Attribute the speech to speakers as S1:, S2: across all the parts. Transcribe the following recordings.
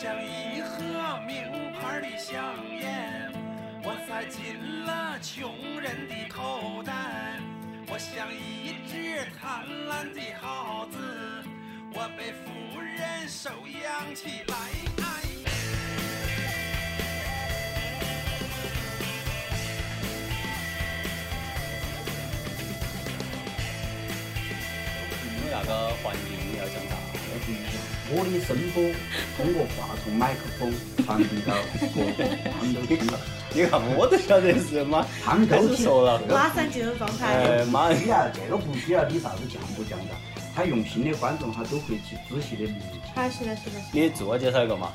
S1: 像一盒名牌的香烟，我塞进了穷人的口袋。我像一只贪婪的耗子，我被夫人收养起来。哎
S2: 唔好有個混亂有種感
S3: 我哋用我哋嘅神波通過話筒麥克風傳遞到個棒球場，
S2: 你看我都曉得是嘛，
S3: 棒
S2: 還
S3: 球
S2: 是
S3: 場。
S2: 說了，
S4: 马上进入状态。
S2: 呃，馬
S3: 你啊，這個不需要你啥子講不講的，他用心的觀眾他都會去仔細的聆聽，
S4: 啊，是的，是的，是的。
S2: 你自我介紹一個嘛，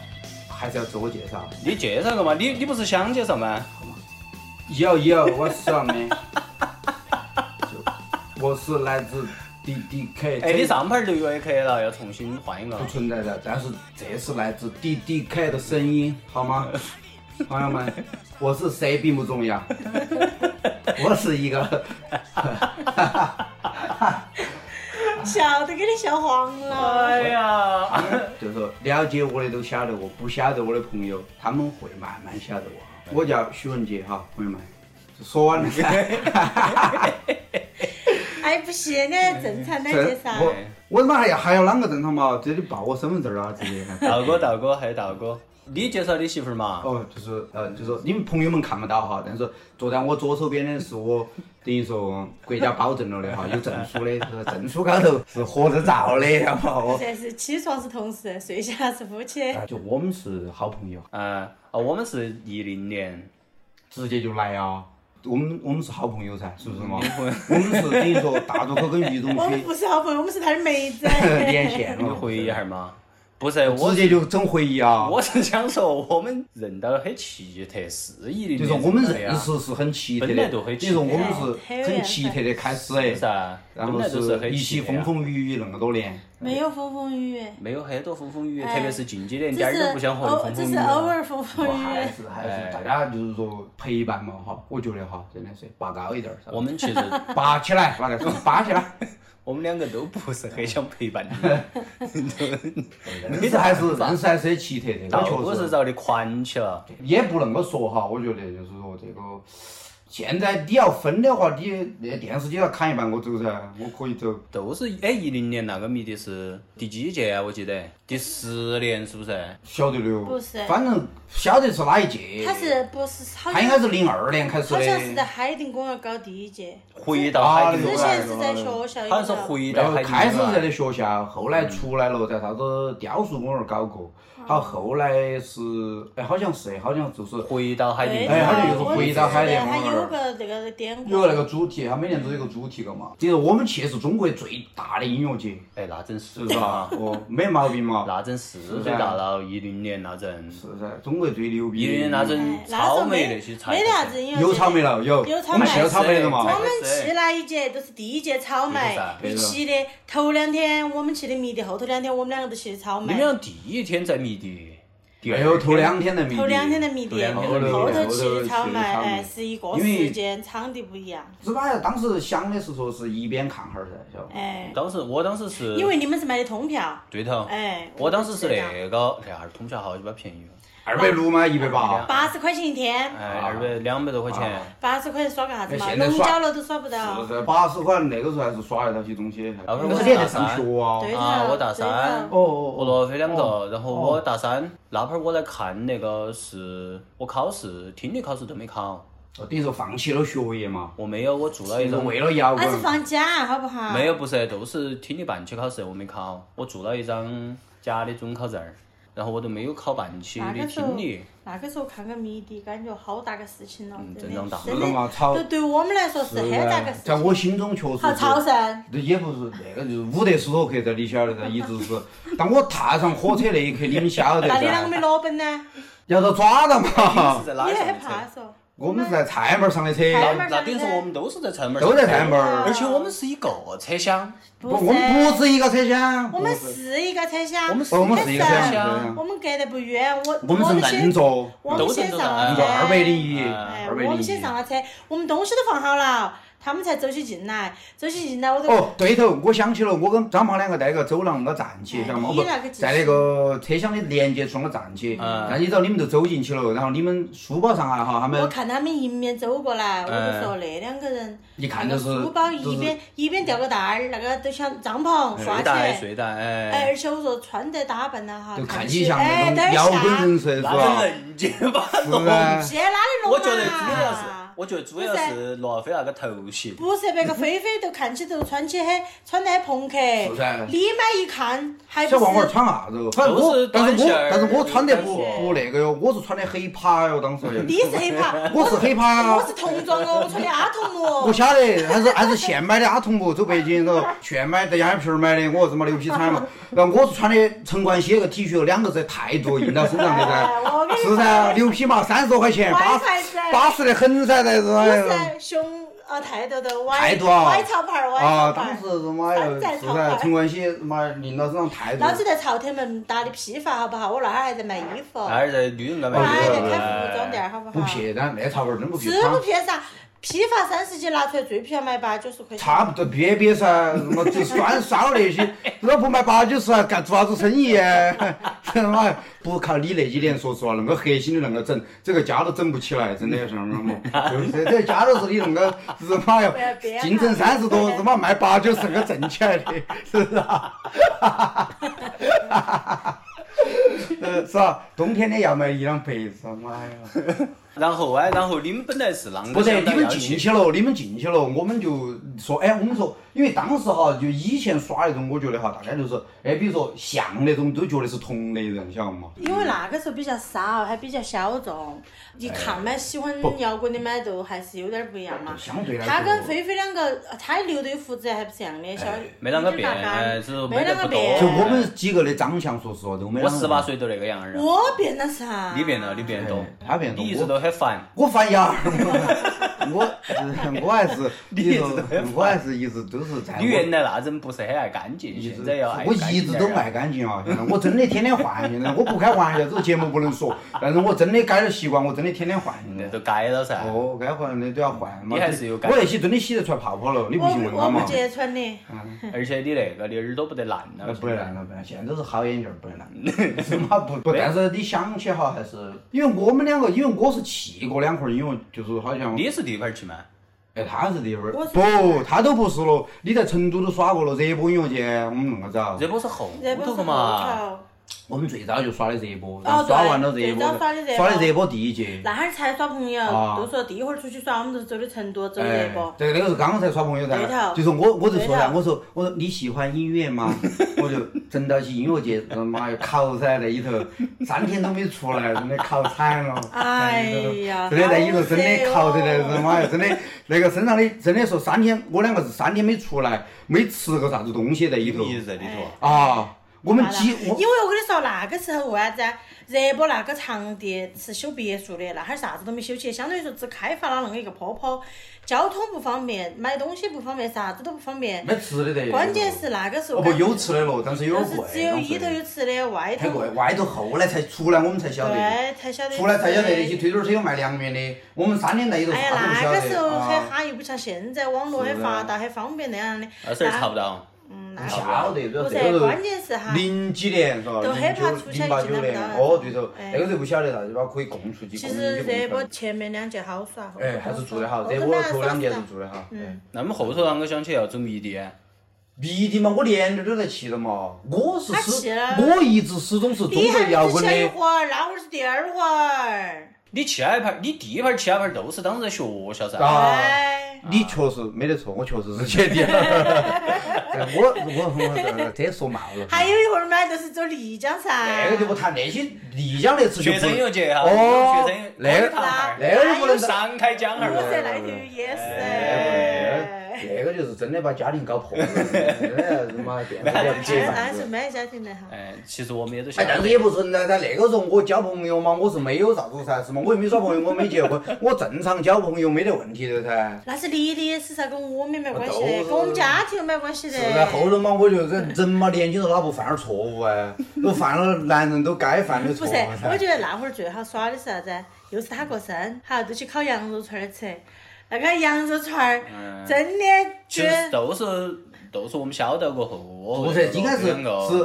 S3: 還是要自我介紹。
S2: 你介紹一個嘛，你你不是想介紹嗎？
S3: 有有，我是啊妹，就我是来自 D D K，
S2: 哎，你上牌儿就有 AK 了，要重新換一個
S3: 不。存在的，但是这是来自 D D K 的声音，好吗？朋友们，我是谁并不重要，我是一个，
S4: 笑都给你笑黄了。
S2: 哎呀，
S3: 就是说了解我的都晓得我，不晓得我的朋友，他们会慢慢晓得我。我叫许文杰哈，朋友们，就说 完了。
S4: 哎，不行，你要正常的介绍。
S3: 哎我我他妈还要还要啷个正常嘛？这里报我身份证啊，直接。
S2: 道哥，道哥，还有道哥，你介绍你媳妇儿嘛？
S3: 哦，就是呃，就是说你们朋友们看不到哈，但是坐在我左手边的是我，等于说国家保证了的 哈，有证书的，这个证书高头是合着照的，晓得嘛？我
S4: 这是起床是同事，睡下是夫妻。
S3: 啊就我们是好朋友，
S2: 嗯，哦，我们是一零年，
S3: 直接就来啊！我们我们是好朋友噻，是不是
S2: 嗯
S3: 嘛？我们是等于说大渡口跟渝中
S4: 我们
S3: 区
S4: 不是好朋友，我们是他的妹 子。
S3: 连线
S2: 你
S3: 了，
S2: 回忆一下嘛？不是，嗯我
S3: 直接就整回忆啊！
S2: 我是想说，我们人都很奇特，是一零
S3: 就
S2: 年
S3: 是我们
S2: 是这
S3: 认
S2: 样
S3: 识是很奇特
S2: 本来
S3: 的，
S2: 就很
S3: 等于说我们
S4: 奇
S3: 是
S4: 特
S3: 很奇特的开始哎
S2: 是，噻，
S3: 然
S2: 本
S3: 后
S2: 来就是
S3: 是
S2: 很
S3: 一起
S2: 奇特呀
S3: 风风雨雨那么多年。
S4: 没有风风雨雨，
S2: 没有很多风风雨雨，
S4: 哎
S2: 特别是近几年，
S4: 只
S2: 一点儿
S4: 是
S2: 都不想混
S4: 偶，
S2: 风
S4: 只
S2: 风雨啊
S4: 是
S2: 雨
S4: 偶
S2: 了。
S4: 尔风风雨
S3: 还
S4: 雨。
S3: 是还
S2: 哎
S3: 是大家就是说陪伴嘛哈，我觉得哈，真的是拔高一点儿，
S2: 我们其实，
S3: 拔起来，把那个拔起 来，
S2: 我们两个都不是很想陪伴啊你。
S3: 认识还是认识还是很奇特的，
S2: 道
S3: 我
S2: 哥
S3: 确
S2: 是
S3: 实
S2: 绕的宽起了，
S3: 也不恁个说哈，我觉得就是说这个。现在你要分的话，你那电视机要砍一半，我走噻，我可以走。
S2: 都是哎一零年那个迷的是第几届啊？我记得第十年是不是？
S3: 晓得的哟，
S4: 不是
S3: 反正晓得是哪一届。
S4: 他是不是好
S3: 他
S4: 像
S3: 应该是零二年开始
S4: 好像是在
S3: 的，
S4: 海淀公园搞第一届，
S2: 回到海底
S4: 之
S3: 对
S2: 捞啊
S4: 前
S2: 月
S4: 啊是在学校。
S2: 好像是回
S3: 然
S2: 到
S3: 后
S2: 海底
S3: 开始
S2: 捞
S3: 在
S2: 月
S3: 的学校，后来出来了，在啥子雕塑公园搞
S4: 哦
S3: 过，好后来是哎好像是好像就是
S2: 回到海底
S4: 对
S2: 捞
S3: 哎
S2: 月。
S3: 好像就是回到海淀
S4: 他
S3: 公园
S4: 哎有个这个典故。
S3: 有那个主题，他每年都有个主题个嘛。这个我们去是中国最大的音乐节，
S2: 哎，那真
S3: 是
S2: 是
S3: 不是 啊？哦，没毛病嘛。
S2: 那真是最大了，一零年那阵，
S3: 是啊噻，中国最牛逼
S2: 一
S3: 的
S2: 零
S3: 音乐
S2: 年
S3: 节。
S2: 那
S4: 哎
S2: 阵
S4: 那时候
S2: 草莓
S4: 没
S2: 那些才
S4: 没啥子音乐节。
S3: 有草莓了，有，
S4: 有草莓
S3: 我们是有草莓的嘛
S4: 我。
S2: 哎
S4: 们去那一届都是第一届草莓
S2: 是
S4: 一起的，头两天我们去的迷笛，后头两天我们两个都去的草
S2: 你们
S4: 莓，
S2: 俩第一天在迷笛，第
S3: 没
S2: 二
S3: 有，
S2: 天
S3: 哎头两天的迷。
S4: 头两天的。迷笛，
S2: 头两
S4: 后
S2: 天的迷笛
S4: 头
S3: 后头
S4: 去
S3: 去
S4: 的草莓，
S3: 的草莓
S4: 哎，是一个
S3: 因为
S4: 时间，场地不一样，
S3: 是吧？当时想的是说是一边看哈儿噻，晓得吧？
S4: 哎，
S2: 当时我当时是
S4: 因为你们是买的通票，
S2: 对头，
S4: 哎，
S2: 我当时是
S4: 这样，
S2: 那个那哈儿通宵好鸡巴便宜哦，
S3: 二百六
S4: 哎
S3: 嘛，一百八。
S4: 八十块钱一天，
S2: 哎，
S3: 啊
S2: 二百两百多块钱，
S4: 八十块钱耍个啥子嘛？
S3: 哎现在
S4: 龙
S3: 耍
S4: 角楼都耍不到
S3: 是，噻，八十块那个时候还是耍得到些东西。
S2: 啊
S3: 那个时候你还在上学啊。
S4: 对头
S2: 啊，我大三
S4: 对
S3: 哦
S4: 头
S3: 哦
S2: 我
S3: 哦。
S2: 罗飞两个，然后我大三那会儿我来看那个是我考试听力考试都没考，
S3: 哦等于说放弃了学业嘛，
S2: 我没有，我做了一
S3: 就是
S2: 张
S3: 为了摇
S4: 啊那是
S3: 滚。
S4: 放假好不好？
S2: 没有，，不是，都是听力半期考试，我没考，我做了一张假的准考证儿，然后我都没有考半期
S4: 那
S2: 的
S4: 个时候
S2: 听力。
S4: 那个时候看个迷笛，感觉好大个事情了哦
S2: 嗯，
S4: 真
S2: 真正
S4: 的
S2: 大，
S4: 真
S3: 是的嘛
S4: 的，
S3: 草
S4: 对对我们来说是很大个事
S3: 啊在
S4: 情。
S3: 我心中确实
S4: 好
S3: 是。
S4: 潮汕，
S3: 这也不是那个，就是伍德斯托克噻，你晓得噻，一直 是。当我踏上火车那一刻，你们晓得
S4: 那你啷个
S3: 噻，
S4: 没裸奔呢？
S3: 要遭抓到
S2: 你
S3: 嘛
S2: 是。在哪
S4: 你
S2: 一
S4: 还
S2: 上
S4: 怕
S2: 车？
S4: 嗦？
S3: 我们是在菜门儿上的车，
S4: 菜
S2: 那那等于说我们都是在城门，
S3: 都在菜，门儿。
S4: 啊
S2: 而且我们是一个车厢，
S3: 不，
S4: 不
S3: 我们不
S4: 是，
S3: 是一个车厢，
S4: 我们是一个车厢，
S2: 我们
S3: 哦我们是一个车
S2: 车
S3: 厢
S2: 厢，
S4: 我们隔得不远，我
S3: 我们是硬
S4: 先，
S3: 座，
S4: 我
S2: 都
S4: 们啊
S2: 是
S4: 先
S2: 这
S4: 上
S2: 种的
S4: 了
S3: 硬座
S4: 车，
S3: 啊二百零一，
S2: 哎
S4: 哎，
S3: 二
S4: 我
S3: 百零
S4: 们先上
S3: 一。
S4: 了车，我们东西都放好了，他们才走起进来，走起进来我都
S3: 哦，对头，我想起了，我跟张胖两个在那个走廊那个站起，
S4: 哎
S3: 晓得吗？哦
S4: 你
S3: 不
S4: 那个，啊
S3: 在那个车厢的连接处那个站起，
S2: 嗯
S3: 但一早你们都走进去了，然后你们书包上啊哈，他
S4: 我
S3: 们
S4: 看他们迎面走过来，我
S2: 哎
S4: 就说那两个人，
S3: 一看
S4: 那
S3: 就
S4: 个
S3: 是
S4: 书包
S3: 就
S4: 一
S3: 是哎
S4: 边一边吊个带儿，那个都像帐篷刷
S2: 睡
S4: 起
S2: 袋
S4: 来。
S2: 睡袋，
S4: 哎，
S2: 哎，
S4: 而且我说穿得打扮了哈，
S3: 就看
S4: 起
S3: 起像
S4: 哎
S3: 那种
S4: 有点
S3: 摇滚
S4: 像
S3: 人士是
S2: 那
S3: 吧？
S2: 个硬件把它弄
S3: 是啊，
S4: 谁哪里弄
S2: 我觉得
S4: 啊
S2: 主要是，我觉得主要是罗非那个头型，
S4: 不是，别个菲菲都看起都穿起很穿得很朋克，
S3: 不噻
S4: 你妈一看还
S3: 小
S4: 不
S3: 娃娃儿
S4: 是
S3: 穿啥子哦？反正我
S2: 都是，
S3: 但是
S2: 短
S3: 我
S2: 袖儿
S3: 但是我穿得
S2: 短
S3: 不
S4: 袖
S3: 不那个哟，我是穿的黑趴哟，当时。
S4: 你是黑 怕，
S3: 我是黑趴
S4: 我
S3: 啊
S4: 是，童装哦，我穿的阿童
S3: 我
S4: 哦，
S3: 晓得，还是还是现买的阿童木，走北京然后现买在羊皮儿买的，我日妈牛皮厂嘛。然后我是穿的陈冠希那个 T 恤，两个字太多印到身上的噻
S4: 哎我跟，你
S3: 是噻，牛皮嘛，三十多块钱，巴
S4: 歪
S3: 适
S4: 牌子，
S3: 巴适的很噻，但是
S4: 不
S3: 哎呦
S4: 是胸啊太多的歪
S3: 太多啊
S4: 歪潮牌儿，
S3: 啊，
S4: 歪潮牌
S3: 当
S4: 儿
S3: 时。日妈
S4: 山
S3: 哟，
S4: 寨
S3: 是
S4: 潮
S3: 噻
S4: 牌，
S3: 陈冠希妈印到身上太多
S4: 老。子在朝天门打的批发，好不好？我那儿还在卖衣服，
S2: 那
S4: 我
S2: 儿在女人那
S4: 那
S2: 边
S4: 儿还在
S2: 有
S3: 对
S4: 开服装店，好不
S3: 哎不
S4: 好？
S3: 撇，但那潮牌儿真不撇
S4: 是。不偏啥？批发三十几拿出来最便宜卖八九十块钱。
S3: 差不多憋憋噻，我 就算烧那些，老不卖八九十，干做啥子生意 啊？他妈不靠你那几年，说实话，恁个核心的恁个整，这个家都整不起来，真的是那么，就是这这家都是你恁个日妈哟
S4: 不要 别，
S3: 净挣三十多，日妈卖八九十个挣起来的，是不是啊？呃， 是吧？冬天的要卖一两百，是吧？妈呀！
S2: 然后哎，然后你们本来是啷个
S3: 不是，
S2: 想
S3: 你
S2: 到
S3: 们
S2: 要
S3: 进
S2: 去？
S3: 去了，你们进去了，我们就说，哎，我们说，因为当时哈，就以前耍那种，我觉得哈，大概就是，哎，比如说像那种，都觉得是同类人，晓得嘛？
S4: 因为那个时候比较少，还比较小众，一看嘛，喜欢摇滚的嘛，都还是有点儿不一样嘛。
S3: 相对来说，
S4: 他跟菲菲两个，呃他留的胡子还不是一样的，小
S2: 没啷个
S4: 有
S2: 变，
S4: 点儿大
S2: 哎，只是
S4: 没
S2: 得不
S4: 啷个
S2: 多
S4: 变。
S3: 就我们几个的长相，说实话都没
S2: 我
S3: 啷个
S2: 十八，岁都那个样儿，
S4: 我变了噻。
S2: 你变了，你变多，
S3: 哎他变多
S2: 你一直都很烦。
S3: 我反牙儿， 我我还是，
S2: 你
S3: 一
S2: 一
S3: 直
S2: 直都在
S3: 我还是一直都是哎在我。
S2: 你原来那阵不是很爱干净，
S3: 一直
S2: 现在要爱
S3: 我
S2: 干净
S3: 一直
S2: 点
S3: 都
S2: 儿啊
S3: 爱干净啊！现在我真的天天换，现在我不开玩笑，这个节目不能说，但是我真的改了习惯，我真的天天换。现在
S2: 那都改了噻。
S3: 哦，该换的都要换嘛。
S2: 哎嗯你还是有哦改
S3: 我那些真的洗得出来泡泡了，你不
S4: 我
S3: 信问
S4: 不
S3: 他
S4: 我
S3: 嘛
S4: 不。揭穿你，
S2: 而且你那个你耳朵不得烂了
S3: 那，哎不得烂了，不得烂，现在都是好眼镜儿，不 得烂。是吗？不不，但是你想起哈，还是因为我们两个，因为我是去过两回儿，因为就是好像，
S2: 你是地盘儿去吗？
S3: 哎，他是地方儿，
S4: 我是
S3: 不，他都不是了。你在成都都耍过了热播音乐节，我们那个早，
S2: 这不是后
S4: 热
S2: 头
S4: 哦不
S2: 个
S4: 是
S2: 嘛？
S4: 头。
S3: 我们最早就耍的热播，
S4: 哦对
S3: 耍完了热播
S4: 最早耍的热，播
S3: 耍的热播第一届。
S4: 那哈儿才耍朋友
S3: 啊，
S4: 都说第一回儿出去耍，我们都是走的成都，走的
S3: 哎
S4: 热播，。
S3: 对，那个是刚才耍朋友
S4: 对
S3: 噻，
S4: 头
S3: 就是我我就说噻，
S4: 对头
S3: 我说我说你喜欢音乐吗？ 我就整到去音乐节，他妈又考噻那里头，三天都没出来，真的考惨了。
S4: 哎呀
S3: 真的在里头真的
S4: 好
S3: 考得来，
S4: 惨哦
S3: 他妈呀，真的那个身上的真的说三天，我两个是三天没出来，没吃个啥子东西在里头
S2: 你在里
S4: 哎
S2: 头，
S3: 啊。我们几
S4: 因
S3: 我
S4: 为我跟你说，那个时候为啥子啊？热播那个场地是修别墅的，那哈儿啥子都没修起，相当于说只开发了那么一个坡坡，交通不方便，买东西不方便，啥子都不方便。
S3: 没吃的得。
S4: 关键是那个时候
S3: 哦不有吃的了，但是有
S4: 就
S3: 点
S4: 是
S3: 贵。
S4: 只有
S3: 当时
S4: 里头有吃的，外
S3: 太
S4: 头
S3: 贵，外头后来才出来，我们才晓得。
S4: 对才晓得。
S3: 出来才晓得那些。推推车有卖凉面的，我们三年在里头啥
S4: 哎呀，
S3: 都不
S4: 那
S3: 晓
S4: 个时
S3: 得
S4: 候很
S3: 啊。
S4: 哈，又不像现在网络很发达、很方便那样的。
S2: 二十二查不到。
S4: 嗯，那
S3: 不晓得，主要
S4: 不
S3: 这
S4: 是，
S3: 个
S4: 关键是哈。
S3: 零几年是吧？
S4: 都害
S3: 零
S4: 怕
S3: 九
S4: 出去
S3: 零八九
S4: 进来
S3: 年
S4: 不到，
S3: 哦对头，
S4: 哎
S3: 那个时候不晓得啥子，把可以供出去，
S4: 其
S3: 供
S4: 实热播
S3: 出去。
S4: 前面两届好耍，后
S3: 哎，还是做得好，这
S4: 后
S3: 我
S4: 头
S3: 头
S4: 哪
S3: 两年是
S4: 耍
S3: 做得好。哎
S4: 嗯，
S2: 那么后头啷个想起要走迷笛？
S3: 迷笛嘛，我年年都在骑的嘛，我是
S4: 他
S3: 始
S4: 骑了，
S3: 我一直始终是中国
S4: 你还
S3: 摇
S4: 不
S3: 滚
S4: 是前一
S3: 的。
S4: 会儿，那会儿是第二会儿，
S2: 你七海牌儿，你第一盘儿七海牌儿都是当时在学校噻。
S3: 啊
S4: 哎，
S3: 你确实没得错，我确实是姐弟。 我我我这说冒了。
S4: 还有一会儿嘛，就是走丽江哎
S3: 那
S4: 噻
S3: 个，就不谈，那些丽江那次就
S2: 学
S3: 不
S2: 生音乐节哈，啊
S3: 哦
S2: 学生
S3: 那个
S2: 堂
S3: 那个就不能谈。
S2: 上开讲
S4: 不
S2: 儿，
S4: 是哎那头也
S3: 哎
S4: 是。
S3: 那个就是真的把家庭搞破了，真的他 妈电视台不接
S4: 那是
S3: 饭。
S4: 没家庭的哈，
S2: 哎，其实我们也都晓
S3: 哎，但
S2: 得
S3: 是。也不存在噻。那个时候我交朋友嘛，我是没有啥子噻，是嘛？我又没耍朋友，我没结 婚，我正常交朋友没得问题的噻。
S4: 那是你的也是噻，跟我们没关系
S3: 都
S4: 的，
S3: 是
S4: 跟我们家庭没关系的。
S3: 是噻，后头嘛，我就人人嘛，年轻时候哪不犯点儿错误啊？ 都犯了男人都该犯的
S4: 不
S3: 错误
S4: 是，
S3: 噻
S4: 我。觉得那会儿最好耍的是啥子？又是他过生，好都去烤羊肉串儿吃。那个扬州串儿，
S2: 嗯，
S4: 真的
S2: 其
S4: 绝
S2: 实都是都是我们晓得过后，
S3: 不是，应该是
S2: 两个
S3: 是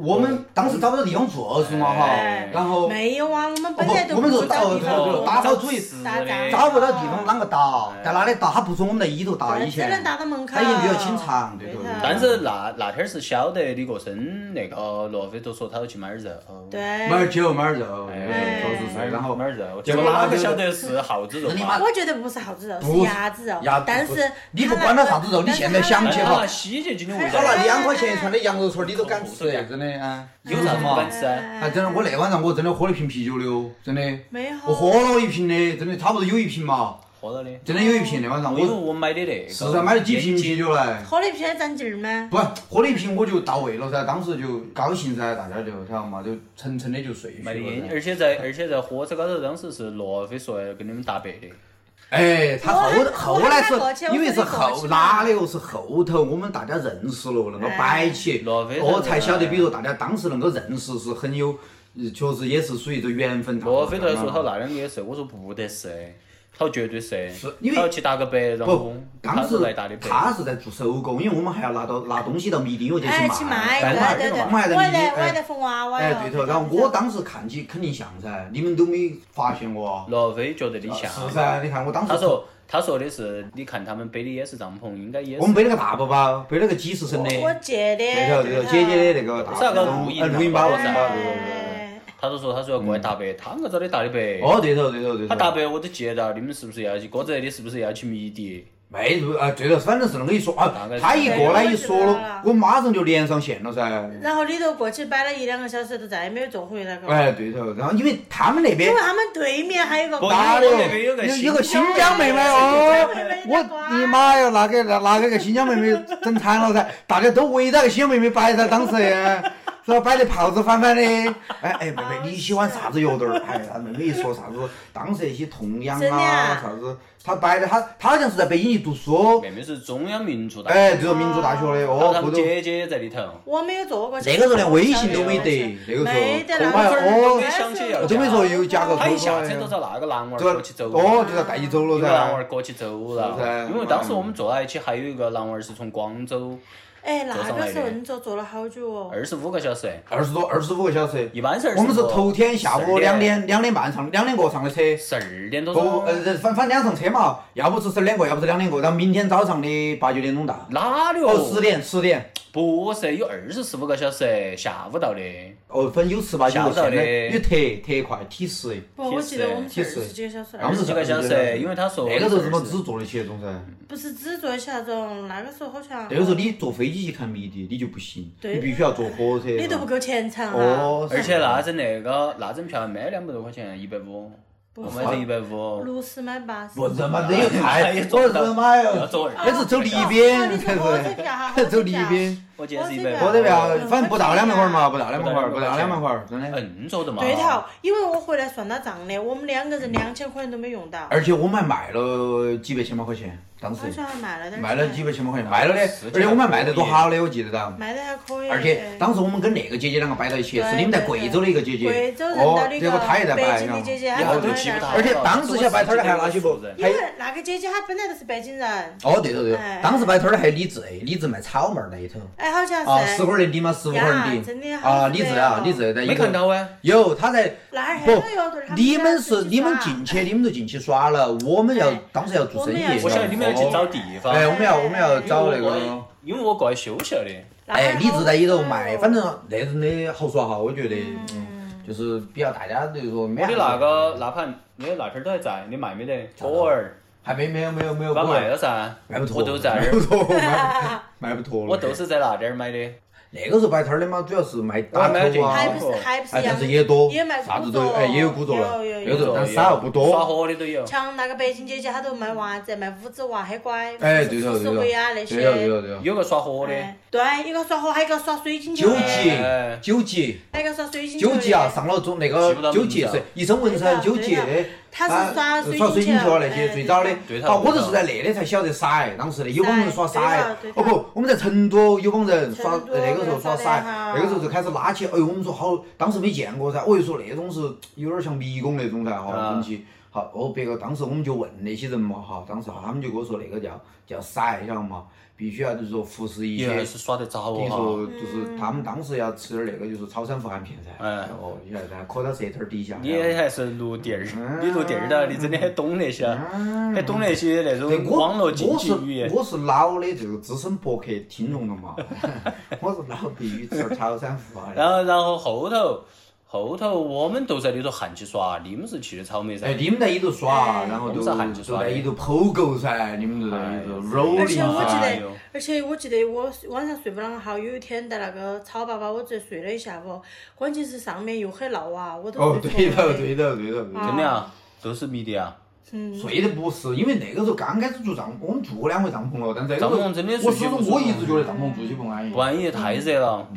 S3: 我们当时找不到地方住是嘛哈
S4: 哎，
S3: 然后
S4: 没有啊，我们本
S3: 哦
S4: 来
S3: 不
S4: 都
S3: 我们
S4: 不
S3: 是
S4: 找地
S3: 打
S4: 方
S3: 哦
S4: 住
S3: 打打
S2: 主意是
S4: 打
S2: 的，
S4: 仗
S3: 找不到地方啷个搭，在哪里搭？他不准我们在一楼搭以
S4: 只能
S3: 前，
S4: 打到门口。
S3: 他也比较清长，对头
S4: 对头。
S2: 但是那那天儿是晓得李国生那个罗非都说他要去买点儿肉，
S4: 对，
S3: 买点酒买点肉，
S2: 哎
S3: 确实是。然后
S2: 买点儿肉，结
S3: 结
S2: 果
S3: 果
S2: 哪
S3: 他
S2: 个
S3: 就
S2: 晓得是耗子肉
S3: 是你
S2: 嘛
S3: 妈？
S4: 我觉得不是耗子肉，
S3: 不是
S4: 是鸭子肉
S3: 鸭。子
S4: 但
S3: 不
S4: 是
S3: 你
S4: 它
S3: 不
S4: 那
S3: 管它
S4: 个
S3: 啥子肉你
S4: 但是
S3: 现在
S4: 它
S3: 想
S4: 那
S3: 起
S4: 个
S3: 哈
S2: 那西街今天味道
S3: 他那两块钱一串的羊肉串你都敢吃，真的啊。
S2: 有啥子不敢吃啊？
S3: 哎，真的，我那晚上我真的喝了一瓶啤酒的哦，真的，
S4: 没有。
S3: 我喝了一瓶的，真的差不多有一瓶嘛，
S2: 喝到的，
S3: 真的有一瓶那晚上
S2: 我以为
S3: 我
S2: 我买的那个
S3: 是在买了几瓶啤酒来。
S4: 喝了一瓶长劲儿吗？
S3: 不，喝了一瓶我就到位了噻，当时就高兴噻，大家就晓得嘛，就沉沉的就睡去
S2: 买的烟，
S3: 了噻。
S2: 而且在而且在火车高头，当时是罗非说要跟你们搭白的，
S3: 哎，他后
S4: 我还
S3: 后来
S4: 我还过去
S3: 是
S4: 我
S3: 因为是
S4: 跟你过
S3: 后
S4: 去
S3: 哪里哦是后头我们大家认识了，能够摆起，
S2: 罗非
S3: 哦才晓得，比如大家当时能够认识是很有，呃确实也是属于这缘分。
S2: 罗非在说他那两个也是，我说不得是，他绝对是，
S3: 因为
S2: 他要去搭个白，然后
S3: 不，
S2: 他
S3: 当
S2: 是
S3: 时
S2: 来搭的白
S3: 他，是在做手工，因为我们还要拿到拿东西到迷笛乐节
S4: 哎，去
S3: 去
S4: 卖，
S3: 哎
S4: 对对
S3: 我
S4: 对，
S3: 们还在
S4: 我还
S3: 迷笛
S4: 在我还
S3: 哎
S4: 在缝娃娃
S3: 哎
S4: 哟。
S3: 对头，然后我当时看起肯定像噻，你们都没发现我啊。
S2: 罗非觉得你像，
S3: 是噻，你看我当时
S2: 他说他说的是，你看他们背的也是帐篷，应该也
S3: 我
S2: 是
S3: 们背了个大包包，背了个几十升的，
S4: 哎我借的。
S3: 对头对头，姐姐的那个大
S2: 是那个录音
S3: 呃录音包，是吧？对对对。
S4: 哎
S2: 他就说他说要过来搭白，他硬找你搭的白。
S3: 哦，对头对头对头。
S2: 他搭白我都记得到，你们是不是要去？哥子，你是不是要去迷笛？
S3: 没入啊，对头，反正是那个一说
S2: 大
S3: 啊
S2: 概，是
S3: 他一过来一说
S4: 对我知道了
S3: 了，我马上就连上线了噻。
S4: 然后里头过去摆了一两个小时，都再也没有坐回来过。
S3: 哎，对头，然后因为他们那边
S4: 因为他们对面还哦有个
S2: 不
S3: 哪
S2: 因
S3: 里
S2: 为
S3: 有
S2: 我那边有个新
S3: 有个新疆妹妹哦！我你妈哟，那个那个个新疆妹妹整惨了噻，大家都围着那个新疆妹妹摆噻，当时是吧？摆的炮子翻翻的，哎哎，妹妹你喜欢啥子乐队儿？哎，那妹妹一说啥子，当时那些童谣
S4: 真的
S3: 啊
S4: 啊，
S3: 啥子，她摆的，她她好像是在北京一读书，
S2: 妹妹是中央民族大学，
S3: 哎，就是民族大学的，
S2: 然后
S3: 哦，
S2: 他
S3: 后
S2: 们
S3: 头
S2: 姐姐也在里头。
S4: 我没有坐过去。
S3: 那个时候连微信都没得，那个时候，
S4: 没得
S3: 哎
S4: 那个时候
S3: 哦
S2: 没，想起要
S3: 我都没说有加个
S2: 他
S3: 头
S2: 一下车都找那个男娃儿过去走
S3: 这啊哦，就在带你走
S2: 一
S3: 了
S2: 个男娃儿
S3: 噻，
S2: 过去走
S3: 是噻
S2: 了，因为当时我们坐在一起，还有一个男娃儿是从广州
S4: 哎，那
S2: 坐上
S4: 个
S2: 来
S4: 时候
S2: 的
S4: 你坐坐了好久哦。
S3: 哎
S2: 二十五个小时，
S3: 二十多二十五个小时。
S2: 一般是
S3: 我们是头天下午两
S2: 点
S3: 点两点半上两点过上的车，
S2: 十二点多
S3: 过
S2: 钟，
S3: 呃反反两上车嘛，要不是十点过，要不是两点过，然后明天早上的八九点钟到，
S2: 哪里
S3: 哦十
S2: 哦？
S3: 点十点，
S2: 不是有二十四五个小时，下午到的。
S3: 哦分有十八九
S2: 下
S3: 个
S2: 午到
S3: 线
S2: 的
S3: 的，有特特快 T 十，
S4: 不，我记得我们是
S3: 其
S4: 二
S3: 实
S4: 十几个小时，
S3: 然后
S2: 二
S3: 我
S2: 十
S3: 们
S2: 几个小时，因为他说
S3: 那个时候怎么只坐得起那种噻？
S4: 不是只坐起那种，那个时候好像
S3: 那个时候你坐飞机去看迷笛，你就不行，
S4: 对
S3: 你必须要坐火车。
S4: 你都不够钱偿啊，
S3: 哦，
S2: 而且那阵那个那阵票还没两百多块钱，一百
S3: 哦
S2: 五，我买的一百五。
S4: 六十买八十。
S3: 不他妈的又太，
S2: 也
S3: 我他妈
S2: 要
S3: 哟，
S2: 坐二
S3: 那是走里
S4: 哦
S3: 边，
S4: 你
S3: 这
S4: 坐火车票 哈火车
S3: 是 走里边。
S2: 我记得是一
S4: 我
S2: 百
S4: 这
S2: 五。
S4: 边
S3: 我这边啊
S4: 嗯
S3: 反正不到两百块儿嘛，
S4: 嗯
S3: 不到两百块儿，不到两百块儿，真的。
S2: 嗯，坐的嘛。
S4: 对头，因为我回来算了账的，我们两个人两千块钱都没用到，
S3: 而且我们还卖了几百千把块钱，当时
S4: 好像还卖了点儿钱，
S3: 卖了几百千把块钱，卖了的
S2: 十，几
S3: 而且我们还卖得多
S2: 块
S3: 好的，我记得到。
S4: 卖的还可以。
S3: 而且当时我们跟那个姐姐两个摆到一起，
S4: 对
S3: 是你们在贵州的一个姐
S4: 贵
S3: 姐，
S4: 州人的
S3: 哦，
S4: 那
S3: 结果
S4: 个
S3: 她也在
S4: 北
S3: 摆，
S4: 京的
S3: 然后
S4: 姐姐还
S3: 然后
S4: 搞
S3: 就
S4: 得
S3: 去
S4: 来
S3: 而且当时小摆摊儿的还有哪些不？
S4: 因
S3: 还
S4: 为那个姐姐她本来就是北京人，
S3: 哦，对头对头
S4: 哎，
S3: 当时摆摊儿的还有李志，李志卖草莓儿那一头，
S4: 哎，好像
S3: 啊，
S4: 是
S3: 十块儿一顶嘛，十五块儿一
S4: 呀真的
S3: 顶，
S4: 好
S3: 啊，
S4: 吃
S3: 李志
S4: 的
S3: 啊
S4: 哦，
S3: 李志在一
S2: 没
S3: 头
S2: 看到啊。
S3: 有，他在
S4: 那儿还
S3: 不
S4: 有乐队儿他，
S3: 你
S4: 家
S3: 们
S4: 自
S3: 是
S4: 己
S3: 你们
S4: 耍
S3: 进去，你们就进去耍了，我们要
S4: 哎
S3: 当时要做生意
S4: 我们要，
S2: 我晓得你们要去找地方。
S3: 哎，我们要我们要
S2: 因为
S3: 找
S2: 我
S3: 那个。
S2: 因为我过来休息了的。
S4: 那儿
S3: 哎，
S4: 还哦
S3: 李志在里头卖，
S4: 有
S3: 反正那阵的好耍哈，我觉得，嗯，就是比较大家就是说没
S2: 我的那个那盘，你那天都还在，你卖没得？果儿，
S3: 还没没有没有没有
S2: 把卖了噻。
S3: 卖不脱，
S2: 我都在那
S3: 卖
S2: 儿，
S3: 不脱， 卖不卖不脱了。
S2: 我都是在那点儿买的。
S3: 那个时候摆摊儿的嘛，主要是卖
S2: 我
S3: 打
S2: 买了
S3: 头
S2: 进
S3: 啊
S4: 还
S2: 去，
S4: 不是还不是
S3: 哎，
S4: 羊
S3: 但是也多
S4: 也卖，
S3: 啥
S4: 古
S3: 子都有，
S4: 着
S3: 哎，也有古着了，
S4: 有有
S3: 那个时候
S2: 有
S3: 但少不
S2: 耍
S3: 多。
S2: 火的都有。
S4: 像那个北京姐姐，她都卖娃子，卖五子娃，很乖。
S3: 哎，对头对
S4: 四十
S3: 头，
S4: 围啊那
S3: 对头
S4: 些。
S3: 对头对头。
S2: 有个耍火的，
S4: 哎对，一个耍火，还有一个耍水晶球
S3: 九
S4: 的，
S3: 级
S2: 哎
S3: 九级
S4: 还有一个耍水晶球哎
S3: 九
S4: 的。
S3: 级啊，上了中那
S2: 记不到
S3: 个九级
S2: 名字
S3: 是一身纹身，九级的。
S4: 他是耍水晶
S3: 耍水晶球啊那
S4: 哎
S3: 些最早的
S2: 对，头
S3: 啊，
S2: 对
S3: 我
S2: 头
S3: 都是在那里才晓得骰，当时的有帮人耍
S4: 骰
S3: 骰
S4: 对头对，头
S3: 哦不，我们在成都有帮人耍，
S4: 成都
S3: 那个时候耍
S4: 耍
S3: 骰
S4: 得好，
S3: 那个时候就开始拉起，哎呦，我们说好，当时没见过噻，我就说那种是有点像迷宫那种噻，哈，
S2: 啊
S3: 东西。好，哦，别个当时我们就问那些人嘛，哈，当时哈他们就跟我说那个叫叫筛，晓得嘛，必须要就是说服侍一
S2: 也
S3: 些
S2: 还，是耍得着
S3: 等于
S2: 哦
S3: 说就是他们当时要吃点儿那个就是草山富含片噻，
S2: 哎
S3: 哦，你看咱磕到舌头底下
S2: 哈。，你哎
S3: 晓得吗
S2: 还是录电
S3: 嗯
S2: 儿，你录电儿的，你真的很懂那些，很懂那些那
S3: 对
S2: 种
S3: 我
S2: 网络经
S3: 我
S2: 济语
S3: 是
S2: 言。
S3: 我是老的这个资深博客听众了嘛， 我是老必须吃草山富含的。
S2: 然后，然后后头后头我们都在里头旱起耍，你们是去的草莓噻
S3: 哎，。你们在里头耍，
S4: 哎
S3: 然后
S2: 我
S3: 就
S2: 们在汉子
S3: 就
S2: 耍
S3: 在
S2: 的
S3: 里头剖狗噻，你们就在里头 rolling
S4: 而且我记
S3: 噻
S2: 哎呦
S4: 得，而且我记得我晚上睡不啷个好，有一天在那个草坝坝，我直接睡了一下午，关键是上面又很闹啊，我都
S3: 哦，对
S4: 睡不
S3: 头，
S4: 着
S3: 对头，对头，对头。
S2: 真的啊，都是迷的啊。
S4: 嗯
S3: 睡的不是，因为那个时候刚开始住帐，我们住过两回帐篷了，但这个时候
S2: 帐篷真的睡
S3: 我始
S2: 起
S3: 终
S2: 不舒服
S3: 我一直觉得帐篷住起不安逸。
S2: 不安逸太热了，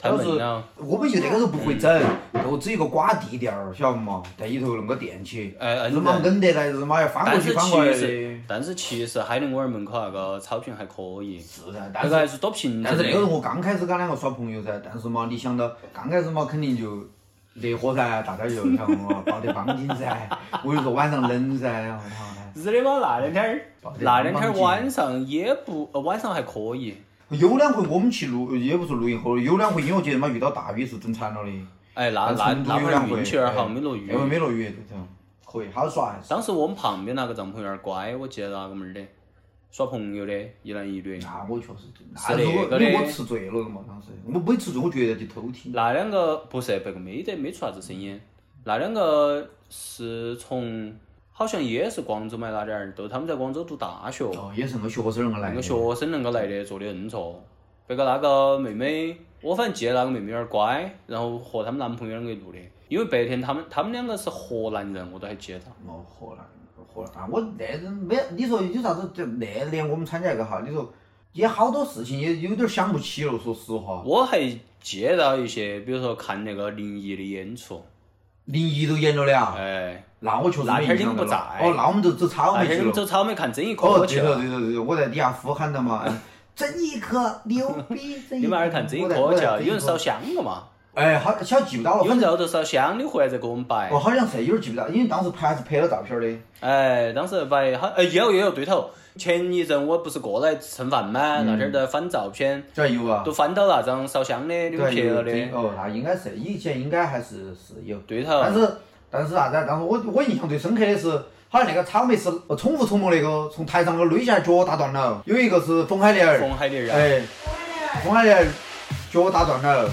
S2: 太
S3: 主要
S2: 闷
S3: 是
S2: 了。
S3: 我们就那个时候不会整，就只一个瓜地垫儿，晓得嘛？在里头弄个电器，
S2: 哎摁
S3: 日妈
S2: 着
S3: 摁得来，日妈要翻
S2: 但
S3: 过去
S2: 是
S3: 翻过来
S2: 其
S3: 的。
S2: 实，但是其实海伦公园门口那啊个草坪还可以，
S3: 是噻，但
S2: 那个还
S3: 是
S2: 是多平
S3: 但
S2: 整
S3: 是那个时候
S2: 的。
S3: 我刚开始跟两个耍朋友噻，但是嘛，你想到刚开始嘛，肯定就热火噻，大家就晓得嘛，抱得帮紧噻。我就说晚上冷噻，我操！
S2: 是的嘛，那两天儿
S3: 抱，得
S2: 那两天
S3: 帮
S2: 儿
S3: 帮紧
S2: 晚上也不，呃晚上还可以。
S3: 有两回我们去露，也不是露营后，有两回因为我觉得妈遇到大雨是整惨了的。
S2: 哎，那那
S3: 成都
S2: 那
S3: 有
S2: 会
S3: 两
S2: 儿
S3: 回，
S2: 运气儿好，
S3: 哎
S2: 没落雨
S3: 因。为没落雨，对头，可以好耍还是。
S2: 当时我们旁边那个帐篷有点儿乖，我记得那个妹儿的，耍朋友的，一男一女。
S3: 那我确实，
S2: 是
S3: 那
S2: 的
S3: 是我
S2: 那
S3: 因为
S2: 里
S3: 我吃醉了的嘛，当时我没吃醉，我觉得去偷听。
S2: 那两个不是别个没得没出啥子声音，那两个是从好像也是广州买那点儿，都他们在广州读大学。
S3: 哦，也是个学生儿来
S2: 那
S3: 的
S2: 个。学生恁个来的，坐的硬座。别个那个妹妹，我反正记得那个妹妹有点乖，然后和她们男朋友两个一路的。因为白天他们他们两个是河南人，我都还记得。
S3: 哦，河南，河南，啊我那阵没，你说有啥子？这那年我们参加那个哈，你说也好多事情也有点想不起了，说实话。
S2: 我还记得到一些，比如说看那个林毅的演出，
S3: 零一都演了的啊，
S2: 哎，
S3: 那我确实
S2: 那
S3: 没
S2: 天儿
S3: 印
S2: 你
S3: 象
S2: 们
S3: 了
S2: 不在
S3: 哦，那我们就走草
S2: 那
S3: 莓
S2: 天
S3: 去
S2: 我们
S3: 了。
S2: 走草莓看曾轶
S3: 哦，
S2: 可
S3: 对
S2: 去
S3: 头
S2: 了
S3: 对。头对头，我在底下呼喊的嘛，整一颗牛 逼，整
S2: 你
S3: 一
S2: 们
S3: 颗。
S2: 那儿看曾轶
S3: 我
S2: 可
S3: 在
S2: 去
S3: 我
S2: 了，
S3: 在
S2: 有人
S3: 整一
S2: 烧
S3: 颗
S2: 香了嘛？
S3: 哎，好，晓得记不到了，
S2: 有人
S3: 反
S2: 在
S3: 正
S2: 后头烧香，你回来再给我们摆
S3: 我。好像是有点记不到，因为当时拍还是拍了照片的。
S2: 哎，当时摆好，哎，也有也有对头。前一阵我不是过来蹭饭
S3: 嗯
S2: 吗？那天儿在翻照片。
S3: 这有啊
S2: 都，翻到那张烧香的，你
S3: 对
S2: 们
S3: 啊
S2: 拍
S3: 有
S2: 了
S3: 真
S2: 的，
S3: 哦，那应该是以前应该还是是有。
S2: 对头。
S3: 但是但是啥子啊？当时我我印象最深刻的是，好像那个草莓是呃宠物宠物那个从台上给捋下来脚打断了，有一个是冯海莲儿，
S2: 冯海莲儿啊，
S3: 哎，冯海莲儿脚打断了。